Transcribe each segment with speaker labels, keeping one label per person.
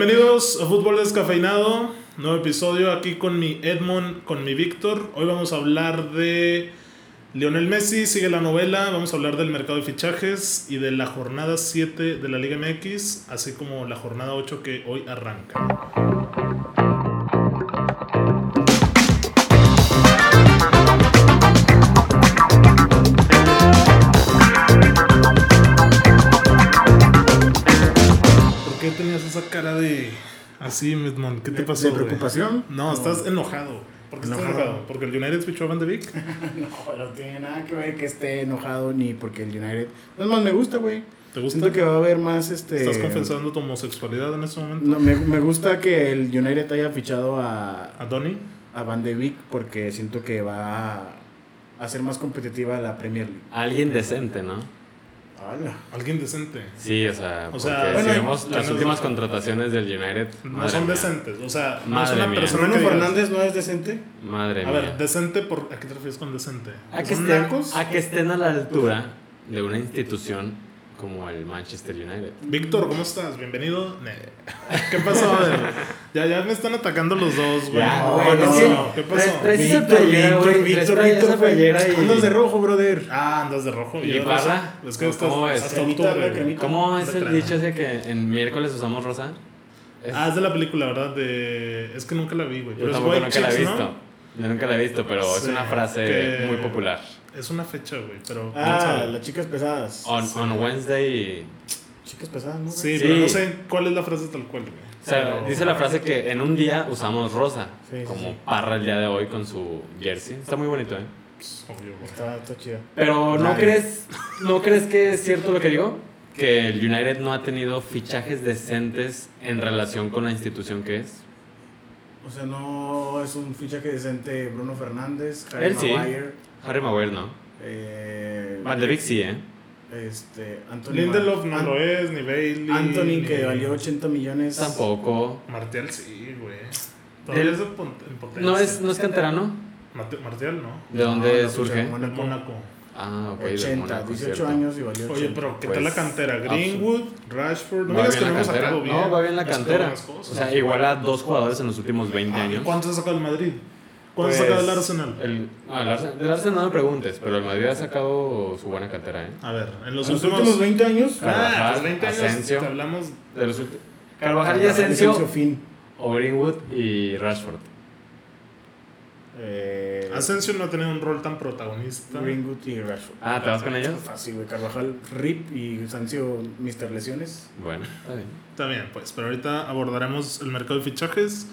Speaker 1: Bienvenidos a Fútbol Descafeinado, nuevo episodio aquí con mi Edmond, con mi Víctor. Hoy vamos a hablar de Lionel Messi, sigue la novela, vamos a hablar del mercado de fichajes y de la jornada 7 de la Liga MX, así como la jornada 8 que hoy arranca. ¿Por qué tenías esa cara de así, Edmond? ¿Qué te pasó?
Speaker 2: ¿De
Speaker 1: güey?
Speaker 2: preocupación?
Speaker 1: No, estás enojado. ¿Por qué estás
Speaker 2: Enojado.
Speaker 1: enojado? ¿Porque el United fichó a Van de Beek?
Speaker 2: No, no tiene nada que ver que esté enojado ni porque el United. No es más, me gusta, güey.
Speaker 1: ¿Te gusta?
Speaker 2: Siento que va a haber más este.
Speaker 1: ¿Estás confesando tu homosexualidad en este momento?
Speaker 2: No, me, me gusta que el United haya fichado a,
Speaker 1: ¿A Donny?
Speaker 2: a Van de Beek porque siento que va a, a ser más competitiva la Premier League.
Speaker 3: Alguien decente, ¿no?
Speaker 2: Hala.
Speaker 1: Alguien decente.
Speaker 3: Sí, o sea,
Speaker 1: O
Speaker 3: porque
Speaker 1: sea,
Speaker 3: si
Speaker 1: bueno,
Speaker 3: vemos las
Speaker 1: tenemos-
Speaker 3: últimas contrataciones del United,
Speaker 1: No
Speaker 3: madre
Speaker 1: son
Speaker 3: mía,
Speaker 1: decentes. O sea, no es
Speaker 3: Madre
Speaker 1: una
Speaker 3: mía.
Speaker 1: persona
Speaker 2: ¿Bruno
Speaker 1: que digas-
Speaker 2: Fernández no es decente?
Speaker 3: Madre
Speaker 1: A
Speaker 3: mía.
Speaker 1: ver, decente por... ¿A qué te refieres con decente?
Speaker 3: a, que
Speaker 2: ¿son
Speaker 3: estén,
Speaker 2: nacos?
Speaker 3: a que estén a la altura de una institución como el Manchester United.
Speaker 1: Víctor, ¿cómo estás? Bienvenido. Ne. ¿Qué pasó? A ver, ya, ya me están atacando los dos, güey.
Speaker 3: Ya,
Speaker 1: No,
Speaker 2: güey,
Speaker 1: no,
Speaker 2: sí.
Speaker 1: no, ¿Qué pasó?
Speaker 3: Traes esa playera, güey, traes
Speaker 2: Víctor,
Speaker 3: esa
Speaker 2: Víctor,
Speaker 3: playera
Speaker 2: güey.
Speaker 3: y-
Speaker 2: Andas de rojo, brother.
Speaker 1: Ah, andas de rojo.
Speaker 3: ¿Y
Speaker 1: yo de
Speaker 3: barra?
Speaker 1: rosa. Es que estás
Speaker 3: ¿Cómo es?
Speaker 1: hasta
Speaker 2: Cremita,
Speaker 1: octubre.
Speaker 2: la cremita.
Speaker 3: ¿Cómo es
Speaker 1: Está
Speaker 3: el
Speaker 1: claro.
Speaker 3: dicho ese que en miércoles usamos rosa? Es-
Speaker 1: Ah, es de la película, ¿verdad? De... Es que nunca la vi, güey. Pero
Speaker 3: yo
Speaker 1: es
Speaker 3: tampoco
Speaker 1: White
Speaker 3: nunca la he
Speaker 1: Chicks,
Speaker 3: visto. Yo nunca la he visto, pero es
Speaker 1: Sí,
Speaker 3: una frase
Speaker 1: que-
Speaker 3: muy popular.
Speaker 1: ¿no? Es una fecha, güey, pero... ¿quién
Speaker 2: Ah,
Speaker 1: sabe?
Speaker 2: las chicas pesadas.
Speaker 3: On, on Wednesday
Speaker 2: Chicas pesadas, ¿no? güey?
Speaker 1: Sí,
Speaker 3: Sí.
Speaker 1: pero no sé cuál es la frase tal cual, güey.
Speaker 3: O sea,
Speaker 1: Pero-
Speaker 3: dice la frase que en un día usamos rosa,
Speaker 2: Sí, sí,
Speaker 3: como
Speaker 2: sí.
Speaker 3: parra el día de hoy con su jersey. Está muy bonito, ¿eh?
Speaker 1: pues, Obvio, güey.
Speaker 2: Está, está chida.
Speaker 3: Pero ¿no
Speaker 2: Nice.
Speaker 3: crees, ¿no crees que es cierto lo que digo? Que el United no ha tenido fichajes decentes en relación con la institución que es.
Speaker 2: O sea, no es un fichaje decente Bruno Fernández, Harry
Speaker 3: Él sí.
Speaker 2: Maguire,
Speaker 3: Harry Maguire, ¿no?
Speaker 2: eh,
Speaker 3: Van de Beek sí, ¿eh?
Speaker 2: este, Anthony
Speaker 1: Lindelof no
Speaker 2: An-
Speaker 1: lo es, ni Bailey.
Speaker 2: Anthony
Speaker 1: ni-
Speaker 2: que valió 80 millones.
Speaker 3: Tampoco.
Speaker 1: Martial sí, güey. Todavía
Speaker 3: Del-
Speaker 1: es de pon- en potencia.
Speaker 3: ¿No es, no es canterano?
Speaker 1: Marte- Martial no.
Speaker 3: ¿De
Speaker 2: No,
Speaker 3: dónde
Speaker 2: no,
Speaker 3: surge?
Speaker 2: escucha,
Speaker 1: Del
Speaker 2: Mónaco.
Speaker 1: Mónaco.
Speaker 3: Ah, ok. del
Speaker 2: 80,
Speaker 3: Mónaco,
Speaker 2: 18
Speaker 3: cierto.
Speaker 2: años y valió 80.
Speaker 1: Oye, pero ¿qué
Speaker 3: Pues,
Speaker 1: tal la cantera? Greenwood, Rashford. No
Speaker 3: va
Speaker 1: digas
Speaker 3: bien
Speaker 1: que no
Speaker 3: la
Speaker 1: hemos
Speaker 3: cantera.
Speaker 1: sacado bien.
Speaker 3: No, va bien la
Speaker 1: Hemos sacado
Speaker 3: cantera.
Speaker 1: buenas
Speaker 3: O
Speaker 1: cosas.
Speaker 3: sea, igual a dos jugadores en los últimos 20
Speaker 1: Ah, ¿y
Speaker 3: años.
Speaker 1: ¿Cuántos ha sacado el Madrid? ¿Cuántos ha
Speaker 3: Pues,
Speaker 1: sacado el Arsenal?
Speaker 3: El, ah, el Arsenal, del Arsenal no me preguntes, pero el Madrid ha sacado su buena cantera, ¿eh?
Speaker 1: A ver, en
Speaker 2: los
Speaker 1: los
Speaker 2: últimos,
Speaker 1: últimos.
Speaker 2: 20 años.
Speaker 1: Ah, los
Speaker 3: Carvajal,
Speaker 1: 20 años
Speaker 3: Asensio.
Speaker 1: te hablamos.
Speaker 3: De los ulti- Carvajal y
Speaker 2: Asensio
Speaker 3: Asensio,
Speaker 2: Fin.
Speaker 3: o Greenwood y Rashford.
Speaker 2: Eh,
Speaker 1: Asensio no ha tenido un rol tan protagonista.
Speaker 2: Greenwood y Rashford.
Speaker 3: Ah, ¿te vas con ellos?
Speaker 2: Fácil, güey. Carvajal, Rip y Asensio, Mr. Lesiones.
Speaker 3: Bueno, está bien.
Speaker 1: Está bien, pues, pero ahorita abordaremos el mercado de fichajes.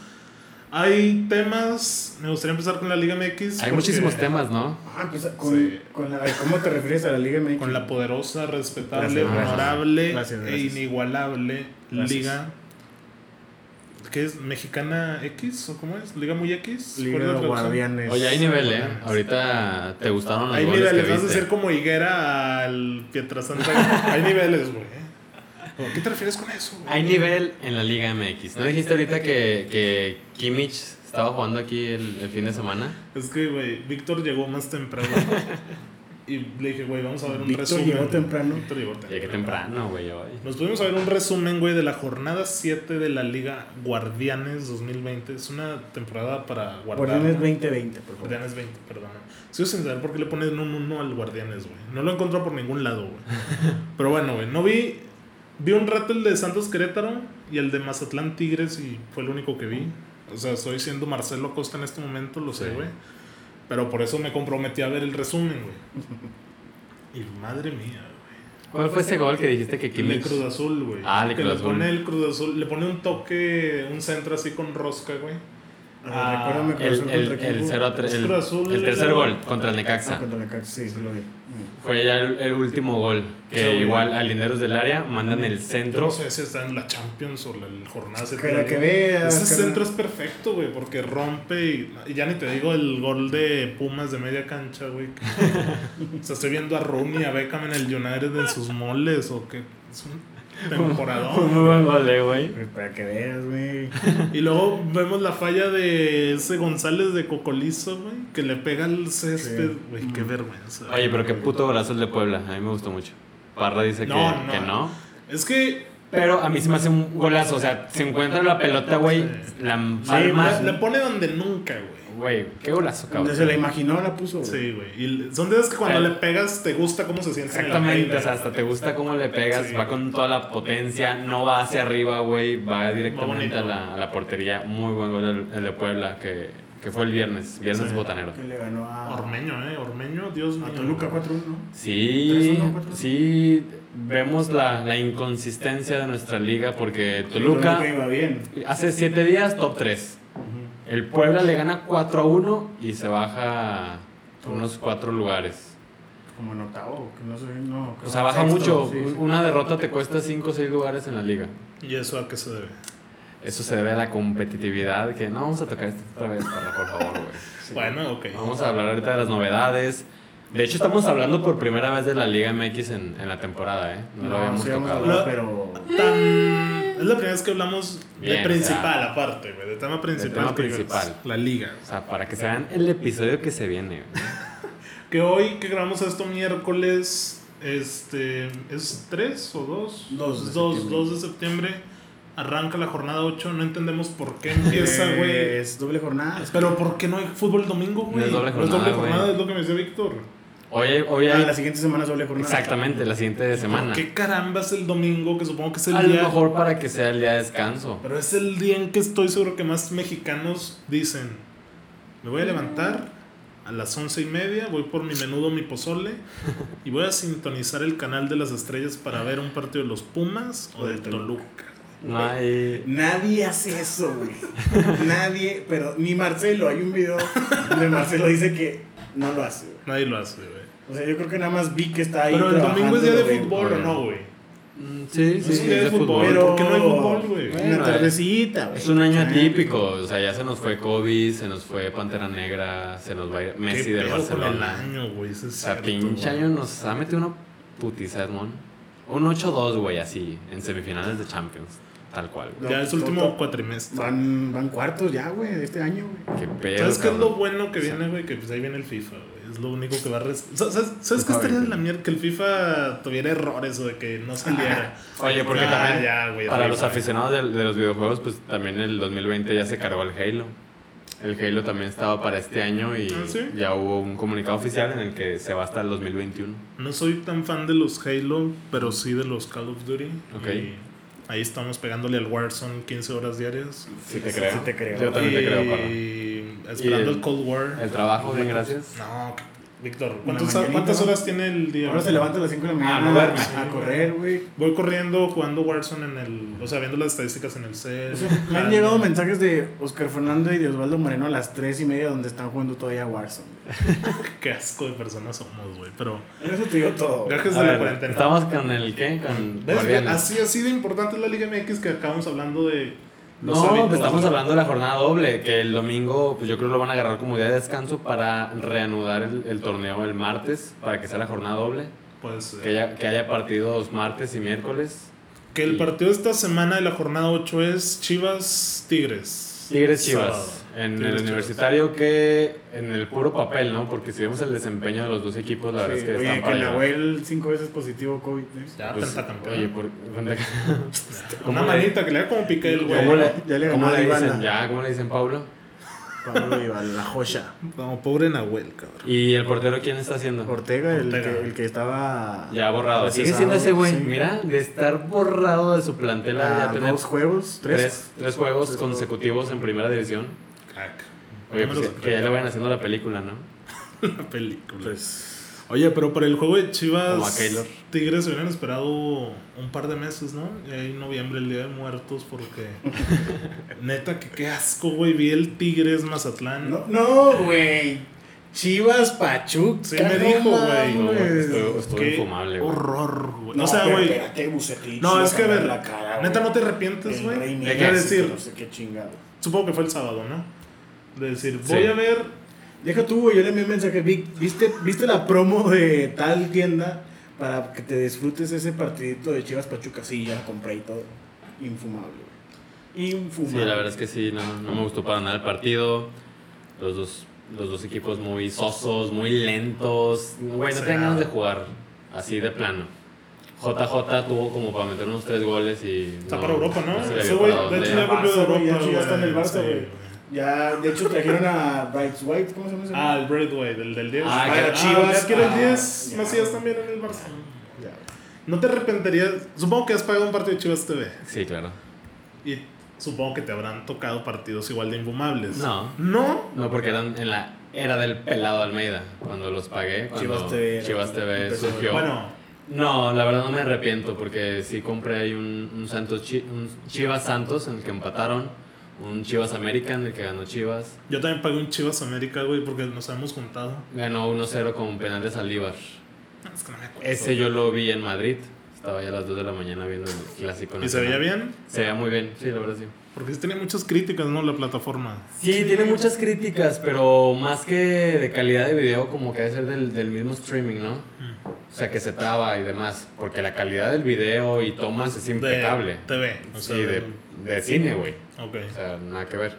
Speaker 1: Hay temas, me gustaría empezar con la Liga MX.
Speaker 3: Hay
Speaker 1: porque-
Speaker 3: muchísimos temas, ¿no?
Speaker 2: Ah, pues con,
Speaker 1: Sí.
Speaker 2: con la, ¿cómo te refieres a la Liga MX?
Speaker 1: Con la poderosa, respetable,
Speaker 2: Gracias, gracias.
Speaker 1: honorable
Speaker 2: Gracias,
Speaker 1: e
Speaker 2: gracias.
Speaker 1: inigualable
Speaker 2: Gracias.
Speaker 1: Liga. ¿Qué es? ¿Mexicana X? ¿O cómo es? ¿Liga muy X? ¿Cuál es la
Speaker 2: Liga de
Speaker 1: traducción?
Speaker 2: Guardianes.
Speaker 3: Oye, hay nivel, ¿eh? Ahorita te gustaron los
Speaker 1: Hay
Speaker 3: goles
Speaker 1: niveles,
Speaker 3: Ah, que
Speaker 1: vas a
Speaker 3: viste.
Speaker 1: decir como higuera al Pietrasanta. Hay niveles, güey. ¿eh? ¿Qué te refieres con eso? güey?
Speaker 3: Hay nivel en la Liga MX. ¿No dijiste ahorita que, que Kimmich estaba jugando aquí el, el fin de semana?
Speaker 1: Es que, güey, Víctor llegó más temprano. y le dije, güey, vamos a ver un
Speaker 2: Víctor
Speaker 1: resumen.
Speaker 2: llegó temprano.
Speaker 1: Víctor llegó
Speaker 3: Llegué
Speaker 1: temprano.
Speaker 3: temprano, güey, hoy.
Speaker 1: Nos pudimos a ver un resumen, güey, de la jornada 7 de la Liga Guardianes 2020. Es una temporada para guardar.
Speaker 2: Guardianes
Speaker 1: ¿no?
Speaker 2: 2020, por favor.
Speaker 1: Guardianes 20, perdón. Sigo sin saber por qué le ponen un 1 al Guardianes, güey. No lo encontrado por ningún lado, güey. Pero bueno, güey, no vi. Vi un rato el de Santos Querétaro y el de Mazatlán Tigres y fue el único que vi. O sea, estoy siendo Marcelo Costa en este momento, lo sé,
Speaker 3: Sí.
Speaker 1: güey. Pero por eso me comprometí a ver el resumen, güey. Y madre mía, güey.
Speaker 3: ¿Cuál fue ese gol que dijiste que
Speaker 1: El de
Speaker 3: Kimmich...
Speaker 1: Cruz Azul, güey.
Speaker 3: Ah, el de
Speaker 1: Que
Speaker 3: Cruz
Speaker 1: le
Speaker 3: Azul.
Speaker 1: pone el Cruz Azul, le pone un toque, un centro así con rosca, güey.
Speaker 2: Ah,
Speaker 1: Ah,
Speaker 2: recuérdame
Speaker 3: El, el, el, 0 a 3, el,
Speaker 1: Cruz Azul
Speaker 3: el tercer
Speaker 1: era-
Speaker 3: gol contra el Necaxa.
Speaker 2: Ah, contra Necaxa, sí, sí lo vi.
Speaker 3: Fue ya el, el último gol. Que
Speaker 1: Sí.
Speaker 3: igual al Linderos del área mandan el
Speaker 1: Yo
Speaker 3: centro.
Speaker 1: no sé si está en la Champions o la, la jornada
Speaker 2: Que la que
Speaker 1: ve Ese
Speaker 2: veas. carnal.
Speaker 1: Este centro es perfecto, güey, porque rompe y, y ya ni te digo el gol de Pumas de media cancha, güey. que- o sea, estoy viendo a Rooney, a Beckham en el United en sus moles o que es un
Speaker 3: Fue
Speaker 1: temporadón.
Speaker 3: muy buen gol, eh, güey.
Speaker 2: Güey, Para que veas, güey.
Speaker 1: Y luego vemos la falla de ese González de Cocolizo, güey, que le pega al césped,
Speaker 2: Sí. Mm.
Speaker 1: güey, qué vergüenza.
Speaker 3: Oye, pero qué puto golazo el de Puebla. A mí me gustó mucho. Parra dice
Speaker 1: No,
Speaker 3: que,
Speaker 1: no.
Speaker 3: que no.
Speaker 1: Es que
Speaker 3: Pero a mí se me hace un golazo. O sea, se encuentra la pelota, güey. La palma.
Speaker 1: la, la pone donde nunca, güey.
Speaker 3: Güey, qué golazo, cabrón.
Speaker 2: Donde se la imaginó, la puso. güey.
Speaker 1: Sí, güey. Y l- son de esas que cuando
Speaker 3: Eh.
Speaker 1: le pegas te gusta cómo se siente. en la
Speaker 3: Exactamente,
Speaker 1: piel,
Speaker 3: o sea, hasta te gusta cómo le pegas,
Speaker 1: Sí.
Speaker 3: va con toda la potencia, no va hacia arriba, güey, va directamente
Speaker 1: bonito.
Speaker 3: a la, a la portería. Muy buen gol el, el de Puebla, que, que fue el viernes, viernes
Speaker 1: Sí.
Speaker 3: botanero.
Speaker 2: Que le ganó a,
Speaker 1: Ormeño, eh. Ormeño, Dios mío.
Speaker 2: a Toluca 4-1.
Speaker 3: Sí,
Speaker 2: Tres, uno, cuatro.
Speaker 3: sí, vemos la, la inconsistencia de nuestra liga porque Toluca
Speaker 2: iba bien.
Speaker 3: hace 7 días top 3. El Puebla le gana 4 a 1 y se baja unos 4 lugares.
Speaker 2: Como en octavo, que no sé, no.
Speaker 3: O sea, baja mucho.
Speaker 2: Sí, sí.
Speaker 3: Una derrota te cuesta 5 o 6 lugares en la liga.
Speaker 1: ¿Y eso a qué se debe?
Speaker 3: Eso se debe a la competitividad que no vamos a tocar esto otra vez, Parra, por favor, güey.
Speaker 1: Bueno, ok.
Speaker 3: Vamos a hablar ahorita de las novedades. De hecho, estamos hablando por primera vez de la Liga MX en, en la temporada, ¿eh? No, lo
Speaker 2: No,
Speaker 3: habíamos
Speaker 2: sí, vamos a
Speaker 3: tocado.
Speaker 2: hablar, pero.
Speaker 1: Tan- Es la primera vez que hablamos
Speaker 3: Bien,
Speaker 1: de principal, aparte, güey. De tema principal.
Speaker 3: tema
Speaker 1: que es
Speaker 3: principal.
Speaker 1: La liga.
Speaker 3: O sea, para que se vean el episodio que se viene. güey.
Speaker 1: Que hoy que grabamos esto miércoles, este, ¿es 3 o 2?
Speaker 2: Dos de
Speaker 1: 2,
Speaker 2: septiembre.
Speaker 1: de septiembre. Arranca la jornada 8, no entendemos por qué empieza,
Speaker 2: Eh,
Speaker 1: güey.
Speaker 2: Es doble jornada.
Speaker 1: Pero ¿por qué no hay fútbol domingo, güey?
Speaker 3: No es doble
Speaker 1: No es
Speaker 3: jornada,
Speaker 1: doble jornada,
Speaker 3: güey.
Speaker 1: es lo que me decía Víctor.
Speaker 3: Hoy, hay- hoy
Speaker 2: Ah,
Speaker 3: hay-
Speaker 2: la siguiente semana es doble jornada.
Speaker 3: Exactamente, la siguiente semana.
Speaker 1: ¿Qué caramba es el domingo? Que supongo que es el
Speaker 3: A lo
Speaker 1: Este día...
Speaker 3: mejor para que sea el día de descanso.
Speaker 1: Pero es el día en que estoy seguro que más mexicanos dicen, me voy a levantar a las once y media, voy por mi menudo, mi pozole, y voy a sintonizar el canal de las estrellas para ver un partido de los Pumas o del Toluca.
Speaker 3: No hay.
Speaker 2: Nadie hace eso, güey. Nadie, pero ni Marcelo. Hay un video donde Marcelo dice que no lo hace, güey.
Speaker 1: Nadie lo hace, güey.
Speaker 2: O sea, yo creo que nada más vi que está ahí.
Speaker 1: Pero el domingo es día de
Speaker 2: trabajando, güey.
Speaker 1: fútbol, ¿o no, güey?
Speaker 3: Mm, Sí,
Speaker 1: Es
Speaker 3: sí,
Speaker 1: un
Speaker 3: sí,
Speaker 1: día
Speaker 3: es
Speaker 1: de
Speaker 3: de fútbol.
Speaker 2: Pero.
Speaker 1: ¿Por qué no hay fútbol, güey?
Speaker 2: Una
Speaker 3: Bueno,
Speaker 2: tardecita, güey.
Speaker 3: Es un año
Speaker 2: Ah,
Speaker 3: atípico, o sea, ya se nos fue Kobe, se nos fue Pantera Negra, se nos va a ir Messi
Speaker 1: ¿Qué
Speaker 3: del
Speaker 1: pedo con el
Speaker 3: Barcelona.
Speaker 1: año, güey? Eso es
Speaker 3: O sea,
Speaker 1: cierto,
Speaker 3: pinche
Speaker 1: güey.
Speaker 3: año nos ha metido una putiza, Edmond. Un 8-2, güey, así, en semifinales de Champions. Tal cual, güey.
Speaker 1: Ya es el último
Speaker 2: Toto.
Speaker 1: cuatrimestre.
Speaker 2: Van, van cuartos ya, güey, de este año, güey.
Speaker 3: Qué pedo.
Speaker 1: ¿Sabes qué es lo
Speaker 3: cabrón.
Speaker 1: bueno que viene, güey? Que pues ahí viene el FIFA, güey. Es lo único que va a... res- Sa- ¿Sabes, ¿sabes qué
Speaker 3: Está
Speaker 1: estaría
Speaker 3: bien.
Speaker 1: de la mierda? Que el FIFA tuviera errores o de que no saliera.
Speaker 3: Oye, porque
Speaker 1: Ah,
Speaker 3: también
Speaker 1: ya, güey,
Speaker 3: para
Speaker 1: arriba,
Speaker 3: los
Speaker 1: güey.
Speaker 3: aficionados de, de los videojuegos, pues también el 2020 ya se cargó el Halo. El Halo también estaba para este año y
Speaker 1: ¿Ah, sí?
Speaker 3: ya hubo un comunicado oficial en el que se va hasta el 2021.
Speaker 1: No soy tan fan de los Halo, pero sí de los Call of Duty.
Speaker 3: Ok.
Speaker 1: Y ahí estamos pegándole al Warzone 15 horas diarias.
Speaker 3: Sí te creo.
Speaker 2: Sí te creo.
Speaker 3: Yo también te creo, Parra.
Speaker 1: Y esperando
Speaker 3: Y el-
Speaker 1: el, Cold War.
Speaker 3: El trabajo, bien, gracias.
Speaker 1: No, Víctor, ¿cuántas,
Speaker 2: mañanita.
Speaker 1: cuántas horas tiene el día?
Speaker 2: Ahora se levanta a las 5 de la mañana
Speaker 3: Ah, no duerme.
Speaker 2: a correr, güey.
Speaker 1: Voy corriendo, jugando Warzone en el... O sea, viendo las estadísticas en el cel.
Speaker 2: O sea, Me han llegado mensajes de Oscar Fernando y de Osvaldo Moreno a las 3 y media donde están jugando todavía Warzone. güey.
Speaker 1: Qué asco de personas somos, güey. Pero...
Speaker 2: En Eso te digo todo. güey.
Speaker 1: Gajes
Speaker 3: A
Speaker 1: de la
Speaker 3: ver,
Speaker 1: cuarentena.
Speaker 3: Estamos con el qué?
Speaker 1: ¿Ves?
Speaker 3: Con
Speaker 1: Ah,
Speaker 3: Guardianes.
Speaker 1: Así, así de importante es la Liga MX que acabamos hablando de. los
Speaker 3: No,
Speaker 1: hábitos.
Speaker 3: pues estamos hablando de la jornada doble, que el domingo, pues yo creo que lo van a agarrar como día de descanso para reanudar el, el torneo el martes, para que sea la jornada doble,
Speaker 1: Pues, eh,
Speaker 3: que haya, que haya partidos martes y miércoles.
Speaker 1: que el partido de esta semana de la jornada 8 es Chivas Tigres.
Speaker 3: Tigres
Speaker 1: Sábado.
Speaker 3: Chivas, en
Speaker 1: Tigres
Speaker 3: el
Speaker 1: Chivas.
Speaker 3: universitario que en el puro papel, ¿no? Porque si vemos el desempeño de los dos equipos, la verdad es
Speaker 2: Sí,
Speaker 3: que
Speaker 2: Oye,
Speaker 3: están
Speaker 2: que
Speaker 3: para llevar.
Speaker 2: Nahuel 5 veces positivo COVID. ¿eh?
Speaker 1: Ya,
Speaker 3: Pues,
Speaker 1: pentacampeón.
Speaker 3: oye, por-
Speaker 1: Una
Speaker 3: ¿cómo le-
Speaker 1: manita que le da como piqué el
Speaker 3: ¿Cómo
Speaker 1: güey.
Speaker 3: le,
Speaker 2: ya le
Speaker 3: cómo
Speaker 2: ganó
Speaker 3: le
Speaker 2: la
Speaker 3: dicen?
Speaker 2: Ivana.
Speaker 3: Ya, ¿cómo le dicen Pablo?
Speaker 2: Pablo Vival, la joya.
Speaker 1: No, pobre Nahuel, cabrón.
Speaker 3: ¿Y el portero quién está haciendo?
Speaker 2: Ortega, el,
Speaker 1: Ortega.
Speaker 2: Que, el que estaba.
Speaker 3: Ya borrado.
Speaker 2: Así
Speaker 3: Sigue
Speaker 2: es,
Speaker 3: siendo
Speaker 2: ah,
Speaker 3: ese güey.
Speaker 2: sí.
Speaker 3: Mira, de estar borrado de su plantel a
Speaker 2: a
Speaker 3: ya tener
Speaker 2: Ah, dos juegos, tres.
Speaker 3: tres, tres juegos consecutivos en primera división.
Speaker 1: Crack.
Speaker 3: Oye,
Speaker 1: No me
Speaker 3: pues,
Speaker 1: lo
Speaker 3: que ya le vayan haciendo la película, ¿no?
Speaker 1: la película. Pues, Oye, pero para el juego de
Speaker 3: Como a
Speaker 1: Chivas,
Speaker 3: Keylor.
Speaker 1: Tigres hubieran esperado un par de meses, ¿no? Y ahí en noviembre, el Día de Muertos, porque. Neta, que qué asco, güey. Vi el Tigres Mazatlán.
Speaker 2: No, no, güey. Chivas Pachuc.
Speaker 1: Sí me dijo, güey.
Speaker 3: No,
Speaker 1: Pues,
Speaker 3: estuvo estuvo
Speaker 1: Qué
Speaker 3: infumable, güey.
Speaker 1: horror, güey. o sea, güey. No, es que a ver, neta no te arrepientes, güey.
Speaker 3: Miguel,
Speaker 1: Deja de decir,
Speaker 2: No sé qué chingado.
Speaker 1: supongo que fue el sábado, ¿no? De decir,
Speaker 3: Sí.
Speaker 1: voy a ver.
Speaker 2: Deja tú, güey, yo le envié un mensaje. "Vic, ¿Viste, ¿Viste la promo de tal tienda para que te disfrutes ese partidito de Chivas Pachuca? Sí, ya la compré y todo. Infumable, güey.
Speaker 3: Sí,
Speaker 2: Infumable.
Speaker 3: la verdad es que sí, no, no me gustó para nada el partido. Los dos, los dos equipos muy sosos, muy lentos. Güey, no
Speaker 1: Sí.
Speaker 3: tenían ganas de jugar así de plano. JJ tuvo como para meter unos tres goles y.
Speaker 1: Está para Europa, ¿no?
Speaker 3: se le
Speaker 1: Ese
Speaker 3: vio
Speaker 1: güey,
Speaker 3: para
Speaker 1: de
Speaker 3: dónde.
Speaker 1: hecho, ya volvió de
Speaker 2: Barça, güey,
Speaker 1: Europa.
Speaker 2: ya sí, ya está en el
Speaker 1: güey.
Speaker 2: Barça,
Speaker 1: Sí,
Speaker 2: güey.
Speaker 1: güey.
Speaker 2: Ya, de hecho, trajeron a Bright White, ¿cómo se llama ese?
Speaker 1: Ah, el Braithwaite, el del 10.
Speaker 3: Ah,
Speaker 1: Ah,
Speaker 3: que-
Speaker 1: ya
Speaker 2: Chivas,
Speaker 1: ya quiere el
Speaker 2: ah,
Speaker 1: 10.
Speaker 2: ya.
Speaker 1: Macías también en el Barça.
Speaker 2: güey? Ya.
Speaker 1: No te arrepentirías. Supongo que has pagado un partido de Chivas TV.
Speaker 3: Sí, claro.
Speaker 1: Y supongo que te habrán tocado partidos igual de infumables.
Speaker 3: No.
Speaker 1: No.
Speaker 3: No, porque eran en la era del pelado Almeida, cuando los pagué. cuando
Speaker 2: Chivas TV era-
Speaker 3: Chivas TV
Speaker 2: empezó.
Speaker 3: surgió.
Speaker 1: Bueno,
Speaker 3: No, la verdad no me arrepiento porque sí compré ahí un, un Santos Chi- un Chivas Santos en el que empataron, un Chivas América en el que ganó Chivas,
Speaker 1: yo también pagué un Chivas América, güey, porque nos habíamos juntado.
Speaker 3: ganó 1-0 con penal de Saldívar.
Speaker 1: Es que no me acuerdo.
Speaker 3: Ese yo lo vi en Madrid, estaba ya a las 2 de la mañana viendo el clásico.
Speaker 1: ¿Y se veía
Speaker 3: nacional.
Speaker 1: bien?
Speaker 3: Se veía muy bien, sí, la verdad sí.
Speaker 1: Porque sí tenía muchas críticas, ¿no? La plataforma.
Speaker 3: Sí, tiene muchas críticas, pero más que de calidad de video, como que debe ser del, del mismo streaming, ¿no? O sea, que se traba y demás, porque la calidad del video y tomas es impecable.
Speaker 1: De TV. O sea,
Speaker 3: sí, de, de cine, güey.
Speaker 1: Ok.
Speaker 3: O sea, nada que ver.